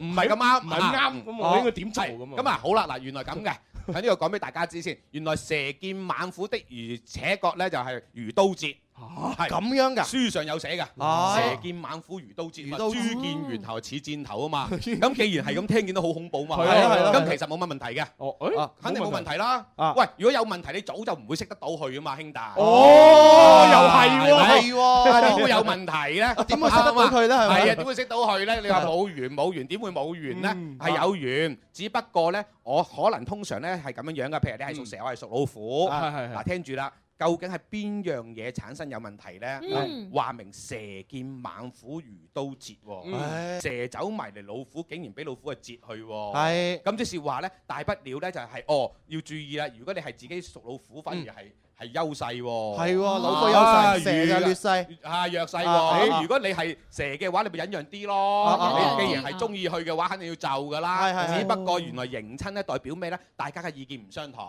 Speaker 5: 唔係咁啱，嗯
Speaker 2: 唔係咁啱。咁我應該點做
Speaker 5: 係
Speaker 2: 咁啊？
Speaker 5: 咁啊，好啦，嗱，原來咁嘅，喺呢度講俾大家知先。原來蛇劍猛虎的而且確咧就係如刀折。係
Speaker 3: 咁樣㗎
Speaker 5: 書上有寫
Speaker 3: 哦
Speaker 5: 㗎，蛇劍猛虎如刀折，嘛
Speaker 3: 刀
Speaker 5: 珠
Speaker 3: 折
Speaker 5: 劍源頭似箭頭啊
Speaker 2: (laughs)
Speaker 5: 嘛。咁既然係咁聽見都好恐怖嘛，
Speaker 3: 係啊係啊
Speaker 5: 咁其實冇乜問題嘅。
Speaker 2: 哦，
Speaker 5: 誒，肯定冇問題啦。喂，如果有問題，你早就唔會識得到佢啊嘛，兄弟。
Speaker 3: 哦又係喎
Speaker 5: 咪
Speaker 3: 係喎
Speaker 5: 點會有問題
Speaker 3: (laughs)
Speaker 5: 咧？
Speaker 3: 點會識得到佢咧係咪
Speaker 5: 係啊，點會識到佢咧？你話冇緣冇緣，點會冇緣咧？係有緣，只不過咧，我可能通常咧係咁樣樣嘅。譬如你係屬蛇，我係屬老虎。
Speaker 2: 係係係
Speaker 5: 嗱，聽住啦。究竟係邊樣嘢產生有問題呢
Speaker 6: 嗯？
Speaker 5: 話明蛇見猛虎如刀截
Speaker 6: 唉
Speaker 5: 喎，蛇走埋嚟，老虎竟然俾老虎啊截去喎。
Speaker 6: 係
Speaker 5: 咁即是話呢，大不了呢就係哦，要注意啦。如果你係自己屬老虎，反而係係優勢喎。
Speaker 3: 係喎老虎優勢
Speaker 5: 啊
Speaker 3: 蛇就
Speaker 5: 如
Speaker 3: 劣勢
Speaker 5: 啊弱勢
Speaker 3: 啊啊
Speaker 5: 喎。如果你係蛇嘅話，你咪忍讓啲
Speaker 3: 啊啊
Speaker 5: 咯。
Speaker 3: 啊
Speaker 5: 你既然係中意去嘅話，肯定要就㗎
Speaker 3: 係係
Speaker 5: 啦。
Speaker 3: 係
Speaker 5: 只不過原來迎親呢代表咩呢？大家嘅意見唔相同。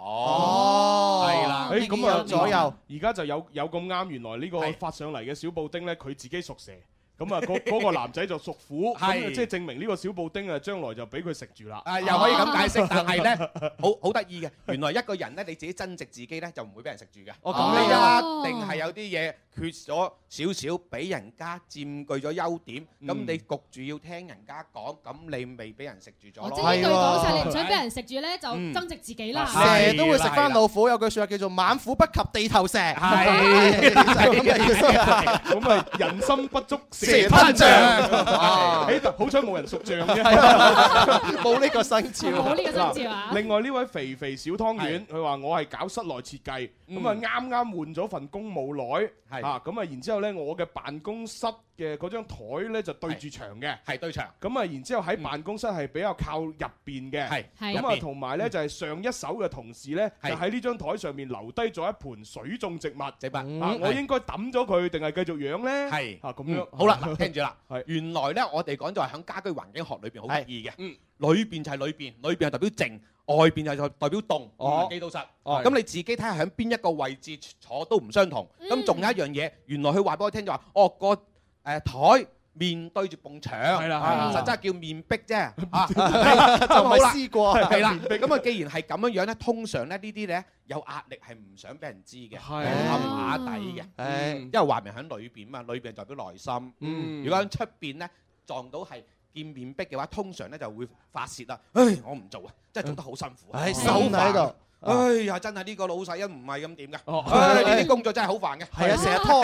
Speaker 2: 哦
Speaker 5: 係啦。
Speaker 2: 誒咁啊
Speaker 3: 左右，
Speaker 2: 而家就有有咁啱，原來呢個發上嚟嘅小布丁呢，佢自己屬蛇。咁
Speaker 5: (laughs)
Speaker 2: 啊，嗰嗰個男仔就屬虎，咁啊
Speaker 5: 係
Speaker 2: 即係證明呢個小布丁啊，將來就俾佢食住啦。
Speaker 5: 啊，又可以咁解釋，但
Speaker 2: (laughs)
Speaker 5: 係咧，好好得意嘅。原來一個人咧，你自己增值自己咧，就唔會俾人食住嘅。
Speaker 3: 哦咁
Speaker 5: 你
Speaker 3: 樣
Speaker 5: 一定係有啲嘢缺咗少少，俾人家佔據咗優點，咁
Speaker 3: 嗯
Speaker 5: 你焗住要聽人家講，咁你咪俾人食住咗
Speaker 4: 我
Speaker 5: 咯。
Speaker 4: 即係一句講晒，你唔想俾人食住咧，就
Speaker 5: 嗯
Speaker 4: 增值自己
Speaker 5: 啊
Speaker 4: 啦。
Speaker 3: 蛇都會食翻老虎，有句説話叫做猛虎不及地頭蛇，係咁嘅意思啊。
Speaker 2: 咁啊，人心不足
Speaker 3: 蛇
Speaker 2: 蛇
Speaker 3: 吞
Speaker 2: 吞
Speaker 3: 象
Speaker 2: 象。 (laughs)
Speaker 3: 啊
Speaker 2: 誒，好彩冇人屬象啫，
Speaker 5: 啊
Speaker 2: (laughs)
Speaker 3: 冇呢個生肖冇呢個生肖啊
Speaker 2: 嗱另外呢位肥肥小湯圓，佢話我係搞室內設計，咁啊
Speaker 3: 嗯
Speaker 2: 啱啱換咗份工冇耐，啊咁啊，然之後呢，我嘅辦公室嘅嗰張台呢就對住牆嘅，
Speaker 5: 係對牆。嗯
Speaker 2: 咁啊，然之後喺辦公室係比較靠入邊嘅，係
Speaker 5: 係
Speaker 2: 咁
Speaker 5: 入
Speaker 2: 啊，
Speaker 5: 邊嗯
Speaker 2: 同埋呢，就係上一手嘅同事呢，就
Speaker 5: 係
Speaker 2: 喺呢張台上面留低咗一盆水種植物，
Speaker 5: 植物嗯
Speaker 2: 啊，我
Speaker 5: 係
Speaker 2: 應該抌咗佢定係繼續養呢？
Speaker 5: 係
Speaker 2: 啊咁樣
Speaker 5: 嗯，好啦，嗱聽住啦。原來咧，我哋講就係喺家居環境學裏邊好得意嘅。
Speaker 2: 嗯，
Speaker 5: 裏邊就係裏邊，裏邊係代表靜，外邊就係代表動。
Speaker 3: 哦
Speaker 5: 記到實。
Speaker 3: 哦
Speaker 5: 啊咁你自己睇下喺邊一個位置坐都唔相同。
Speaker 3: 嗯
Speaker 5: 咁仲有一樣嘢，原來佢話俾我聽就話，哦個誒台。面對住埲牆，係
Speaker 3: 啦係啦
Speaker 5: 實質係叫面壁啫，
Speaker 3: (laughs)
Speaker 5: 啊，
Speaker 3: 就唔
Speaker 5: (laughs)
Speaker 3: 係
Speaker 5: 好啦
Speaker 3: 試過
Speaker 5: 係啦
Speaker 3: 面。壁
Speaker 5: 咁啊，既然係咁樣樣咧，通常咧呢啲咧有壓力係唔想俾人知嘅，暗下底嘅。嗯
Speaker 3: 誒
Speaker 5: 因為話明喺裏邊嘛，裏邊代表內心。
Speaker 3: 嗯
Speaker 5: 如果喺出邊咧撞到係見面壁嘅話，通常咧就會發泄啦。唉，我唔做啊，真係做得好辛苦啊。
Speaker 3: 唉
Speaker 5: 手
Speaker 3: 手
Speaker 5: 煩啊
Speaker 3: 喺度
Speaker 5: 唉呀，真係呢個老細一唔係咁點
Speaker 2: 嘅。
Speaker 5: 唉，呢啲工作真係好煩嘅。
Speaker 3: 哦 (laughs) 係啊，成日拖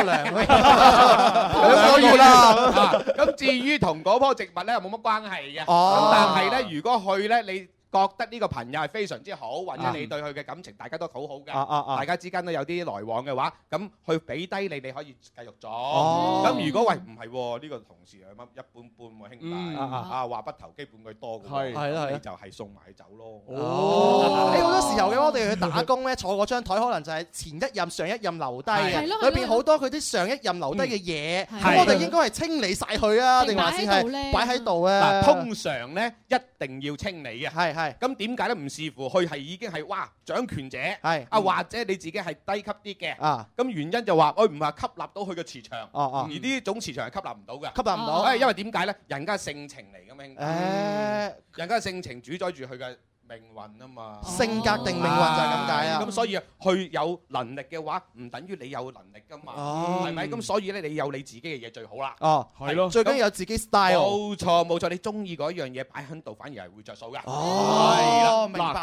Speaker 5: (laughs) 兩
Speaker 3: 糧，兩
Speaker 5: 個
Speaker 3: 個
Speaker 5: 月
Speaker 3: 月 (laughs)
Speaker 5: 啦。
Speaker 3: 啦。
Speaker 5: 啊咁至於同嗰棵植物咧冇乜關係嘅。咁
Speaker 3: 哦
Speaker 5: 但係咧，如果去咧，你覺得呢個朋友係非常之好，或者你對佢嘅感情大家都好好
Speaker 3: 啊啊啊
Speaker 5: 嘅，大家之間都有啲來往嘅話，咁佢俾低你，你可以繼續做。
Speaker 3: 哦
Speaker 5: 咁如果喂唔係喎，呢個同事係乜一般般喎，兄
Speaker 3: 嗯
Speaker 5: 弟
Speaker 3: 啊啊
Speaker 5: 啊話不投機半句多嘅
Speaker 3: 係
Speaker 5: 喎，
Speaker 3: 係啦
Speaker 5: 咁
Speaker 3: 係啦
Speaker 5: 你就係送埋走咯。
Speaker 3: 哦，誒好多時候嘅話，我哋去打工咧，坐嗰張台可能就係前一任、上一任留低嘅，
Speaker 5: 係咯係咯
Speaker 3: 裏邊好多佢啲上一任留低嘅嘢，
Speaker 5: 嗯
Speaker 3: 咁
Speaker 5: 係
Speaker 3: 我哋應該係清理晒佢啊，定還是係擺喺度啊？
Speaker 5: 嗱，通常咧一定要清理嘅。
Speaker 3: 係係。
Speaker 5: 咁點解咧？唔視乎佢係已經係哇掌權者，
Speaker 3: 係嗯
Speaker 5: 啊或者你自己係低級啲嘅。
Speaker 3: 啊
Speaker 5: 咁原因就話，我唔係吸納到佢嘅磁場，
Speaker 3: 哦哦
Speaker 5: 而呢種磁場係吸納唔到嘅，
Speaker 3: 吸納唔到
Speaker 5: 誒，因為點解咧？人家係性情嚟嘅嘛，兄弟
Speaker 3: 誒
Speaker 5: 人家係性情主宰住佢嘅命運啊嘛，
Speaker 3: 性格定命運就係咁解啊
Speaker 5: 咁所以佢有能力嘅話，唔等於你有能力噶嘛，
Speaker 3: 哦
Speaker 5: 係咪？咁所以咧，你有你自己嘅嘢最好啦。
Speaker 3: 哦，
Speaker 2: 係咯
Speaker 3: 最緊要有自己 style。
Speaker 5: 冇錯冇錯，你中意嗰樣嘢擺喺度，反而係會着數噶。係
Speaker 2: 哦
Speaker 5: 啦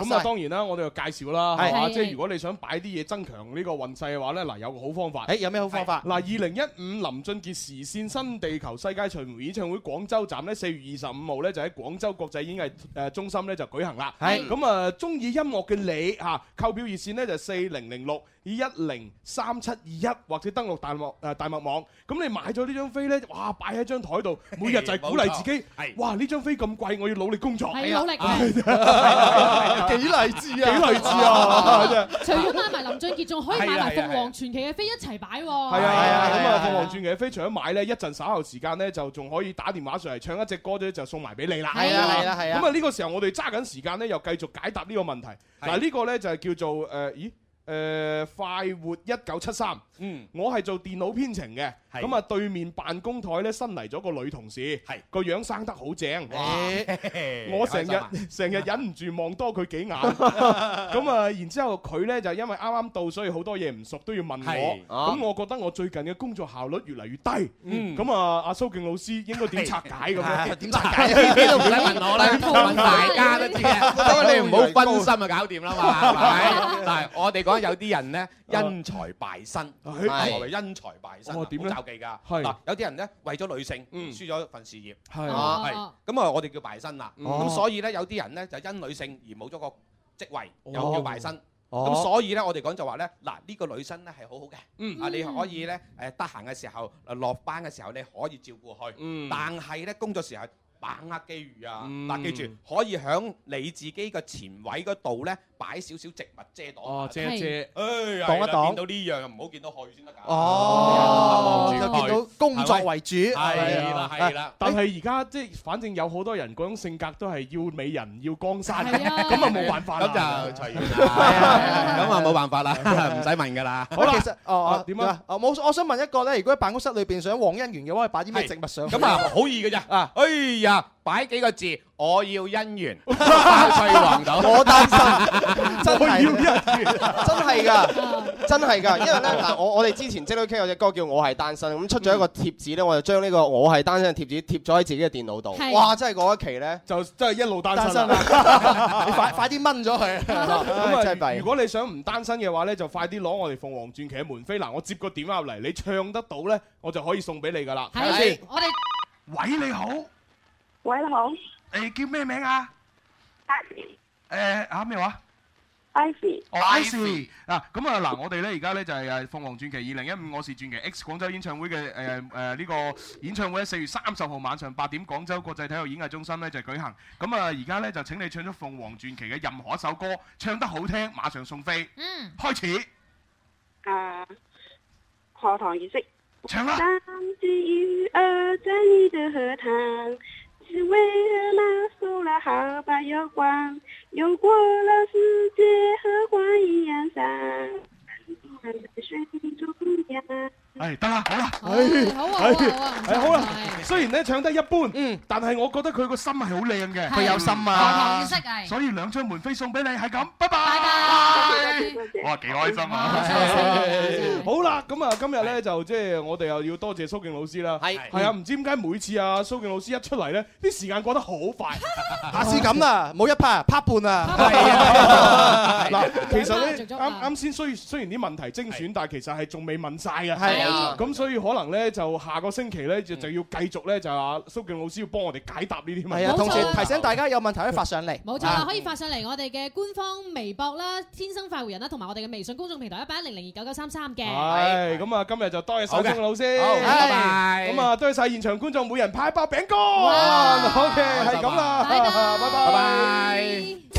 Speaker 2: 嗱，咁啊，當然啦，我哋就介紹啦，
Speaker 5: 係
Speaker 2: 係嘛？
Speaker 5: 係
Speaker 2: 即係如果你想擺啲嘢增強呢個運勢嘅話咧，嗱，有個好方法。
Speaker 3: 誒有咩好方法
Speaker 2: 係
Speaker 3: (laughs)
Speaker 2: 嗱，二零一五林俊傑時線新地球世界巡迴演唱會廣州站咧，四月二十五號咧就喺廣州國際演藝誒中心咧就舉行啦。
Speaker 3: 係
Speaker 2: 咁啊，中意音樂嘅你嚇，購票熱線咧就四零零六一零三七二一，或者登錄大幕誒大麥網。咁你買咗呢張飛咧，哇，擺喺張
Speaker 3: (laughs)
Speaker 2: 台度，每日就係鼓勵自己
Speaker 5: 冇錯係，
Speaker 2: 哇，呢張飛咁貴，我要努力工作。
Speaker 4: 係努力嘅
Speaker 2: 啊
Speaker 3: (laughs) 幾勵志啊
Speaker 2: 幾勵志啊！真係。
Speaker 4: (laughs)
Speaker 2: (laughs)
Speaker 4: 除咗買埋林俊傑，仲可以買埋
Speaker 2: 係啊係啊
Speaker 4: 鳳凰傳奇嘅飛一齊擺喎。
Speaker 3: 哦
Speaker 2: 係啊，係啊，咁啊，鳳凰傳奇嘅飛除咗買咧，一陣稍後時間咧就仲可以打電話上嚟唱一隻歌咧，就送埋俾你啦。
Speaker 3: 係啊係啊係啊
Speaker 2: 咁啊，呢個時候我哋揸緊時間咧，又繼續解答呢個問題。嗱，呢個咧就係叫做誒，咦？誒、快活一九七三，
Speaker 5: 嗯，
Speaker 2: 我係做電腦編程嘅，咁啊對面辦公台咧新嚟咗個女同事，個樣生得好正，哇！我
Speaker 5: 開
Speaker 2: 成
Speaker 5: 心啊
Speaker 2: 日成日忍唔住望多佢幾
Speaker 5: (laughs)
Speaker 2: 眼，咁啊，然之後佢呢就因為啱啱到，所以好多嘢唔熟都要問
Speaker 5: 係
Speaker 2: 我。咁我覺得我最近嘅工作效率越嚟越低，
Speaker 5: 嗯
Speaker 2: 咁啊，阿蘇敬老師應該點拆
Speaker 5: (laughs)
Speaker 2: 解咁樣？
Speaker 3: 係點拆
Speaker 5: 解呢啲都唔使問我啦問大家都知嘅不過你唔好分心啊搞掂啦嘛
Speaker 2: (laughs)
Speaker 5: 係咪但係我哋講有啲人
Speaker 3: (laughs)
Speaker 5: 咧
Speaker 3: 哦
Speaker 5: 因財敗身，
Speaker 3: 啊
Speaker 2: 係
Speaker 5: 何為因財敗身啊？
Speaker 2: 哦點咧
Speaker 5: 好忌㗎。
Speaker 2: 係
Speaker 5: 嗱，有啲人咧為咗女性輸咗份事業，
Speaker 2: 係
Speaker 5: 啊係
Speaker 2: 哦
Speaker 5: 咁啊，我哋叫敗身啦。
Speaker 2: 哦
Speaker 5: 咁所以咧，有啲人咧就因女性而冇咗個職位，又叫敗身。咁、
Speaker 3: 哦
Speaker 5: 所以咧，我哋講就話咧，嗱呢、個女生咧係好好嘅，
Speaker 3: 嗯
Speaker 5: 啊你可以咧誒得閒嘅時候，誒落班嘅時候你可以照顧佢，但係咧工作時候把握機遇啊，嗱、記住可以響你自己嘅前位嗰度咧擺少少植物遮擋，
Speaker 2: 哦遮一遮
Speaker 5: 係哎呀，
Speaker 3: 擋一
Speaker 5: 係啦
Speaker 3: 擋
Speaker 5: 見到呢樣唔好見到佢先得㗎，
Speaker 3: 哦，
Speaker 2: 係
Speaker 3: 就
Speaker 2: 啊
Speaker 3: 見到工作為主，
Speaker 2: 係
Speaker 3: 係
Speaker 2: 啦
Speaker 3: 啊
Speaker 2: 係啦，但
Speaker 3: 誒
Speaker 2: 係而家即係反正有好多人嗰種性格都係要美人要江山，
Speaker 5: 係啊
Speaker 2: 咁啊冇辦法啦。
Speaker 5: 咁就隨緣啦，咁啊冇辦 (laughs) 法啦，唔使問㗎啦。
Speaker 3: 好啦，其實哦哦
Speaker 5: 點啊？
Speaker 3: 我我想問一個咧，如果喺辦公室裏邊想黃姻緣嘅話，可以擺啲咩
Speaker 5: 係
Speaker 3: 植物上去？
Speaker 5: 咁啊，好易嘅咋
Speaker 3: 啊！
Speaker 5: 哎呀，擺幾個字，我要姻緣，翠雲到。
Speaker 3: (laughs) 我擔
Speaker 5: (laughs)
Speaker 3: 心，真係
Speaker 10: 真係㗎，真係㗎，因為咧嗱，我我哋之前 J K 有隻歌叫《我係單身》，咁出咗一個貼紙咧，我就將呢個我係單身嘅貼紙貼咗喺自己嘅電腦度
Speaker 3: 係。
Speaker 10: 哇！真係嗰一期咧，
Speaker 2: 就真係一路單
Speaker 3: 身啦你快快啲掹咗佢，
Speaker 2: 咁啊
Speaker 3: (laughs) 唉真係
Speaker 2: 如
Speaker 3: 弊。
Speaker 2: 果你想唔單身嘅話咧，就快啲攞我哋鳳凰傳奇嘅門飛嗱，我接個電話入嚟，你唱得到咧，我就可以送俾你噶啦。
Speaker 4: 係
Speaker 2: 先？
Speaker 4: 我哋
Speaker 8: 喂，你好。
Speaker 15: 喂，你好。
Speaker 8: 誒，叫咩名啊？誒啊咩話？
Speaker 15: Ivy，
Speaker 8: 哦，Icy 嗱，咁啊嗱，我哋咧而家咧就係誒呃鳳凰傳奇二零一五我是傳奇 X 廣州演唱會嘅誒誒呢個演唱會喺四月三十號晚上八點廣州國際體育演藝中心咧就舉行。咁啊而家咧就請你唱出鳳凰傳奇嘅任何一首歌，唱得好聽馬上送飛。
Speaker 15: 嗯，
Speaker 8: 開始。
Speaker 15: 啊，荷塘月色。
Speaker 8: 唱啦。
Speaker 15: 三只鱼儿在你的荷塘，只为了那受了好把月光，游过了世界和光一样闪，在水中央。
Speaker 8: 係得啦，好啦，
Speaker 2: 哎
Speaker 15: 好啊嗯
Speaker 2: 哎
Speaker 15: 好啊好啊
Speaker 2: 哎好啦。雖然咧唱得一般，但係我覺得佢個心係好靚嘅，
Speaker 8: 佢有心啊，所
Speaker 2: 以
Speaker 8: 以兩張門飛送俾你，係咁，拜拜。哇，幾開心
Speaker 3: (laughs)
Speaker 8: 啊！
Speaker 2: 好啦，咁啊，今日咧就即係我哋又要多謝蘇敬老師啦。係係啊，唔知點解每次啊蘇敬老師一出嚟咧，啲時間過得好
Speaker 3: (laughs)
Speaker 2: 快。啊
Speaker 3: 下次 (laughs) 咁啦，冇一拍，拍半啊。
Speaker 2: 嗱，其實咧，啱啱先雖雖然啲問題精選，但係其實係仲未問晒嘅。
Speaker 3: 係啊
Speaker 2: 咁所以可能咧就下個星期咧就就要繼續咧就阿蘇敬老師要幫我哋解答呢啲問題。
Speaker 3: 係啊，同時提醒大家有問題可以發上嚟。
Speaker 4: 冇錯
Speaker 2: 啊
Speaker 4: 啦，可以發上嚟我哋嘅官方微博啦、天生快活人啦，同埋我哋嘅微信公眾平台一八一零零二九九三三嘅。
Speaker 2: 係咁啊！今日就多謝晒
Speaker 3: 好嘅
Speaker 2: 蘇敬老師，
Speaker 3: 好拜
Speaker 2: 係咁啊，多謝晒現場觀眾，每人派一包餅乾。
Speaker 3: 哇
Speaker 2: OK，係咁啦，拜拜，拜拜。
Speaker 14: 哎哎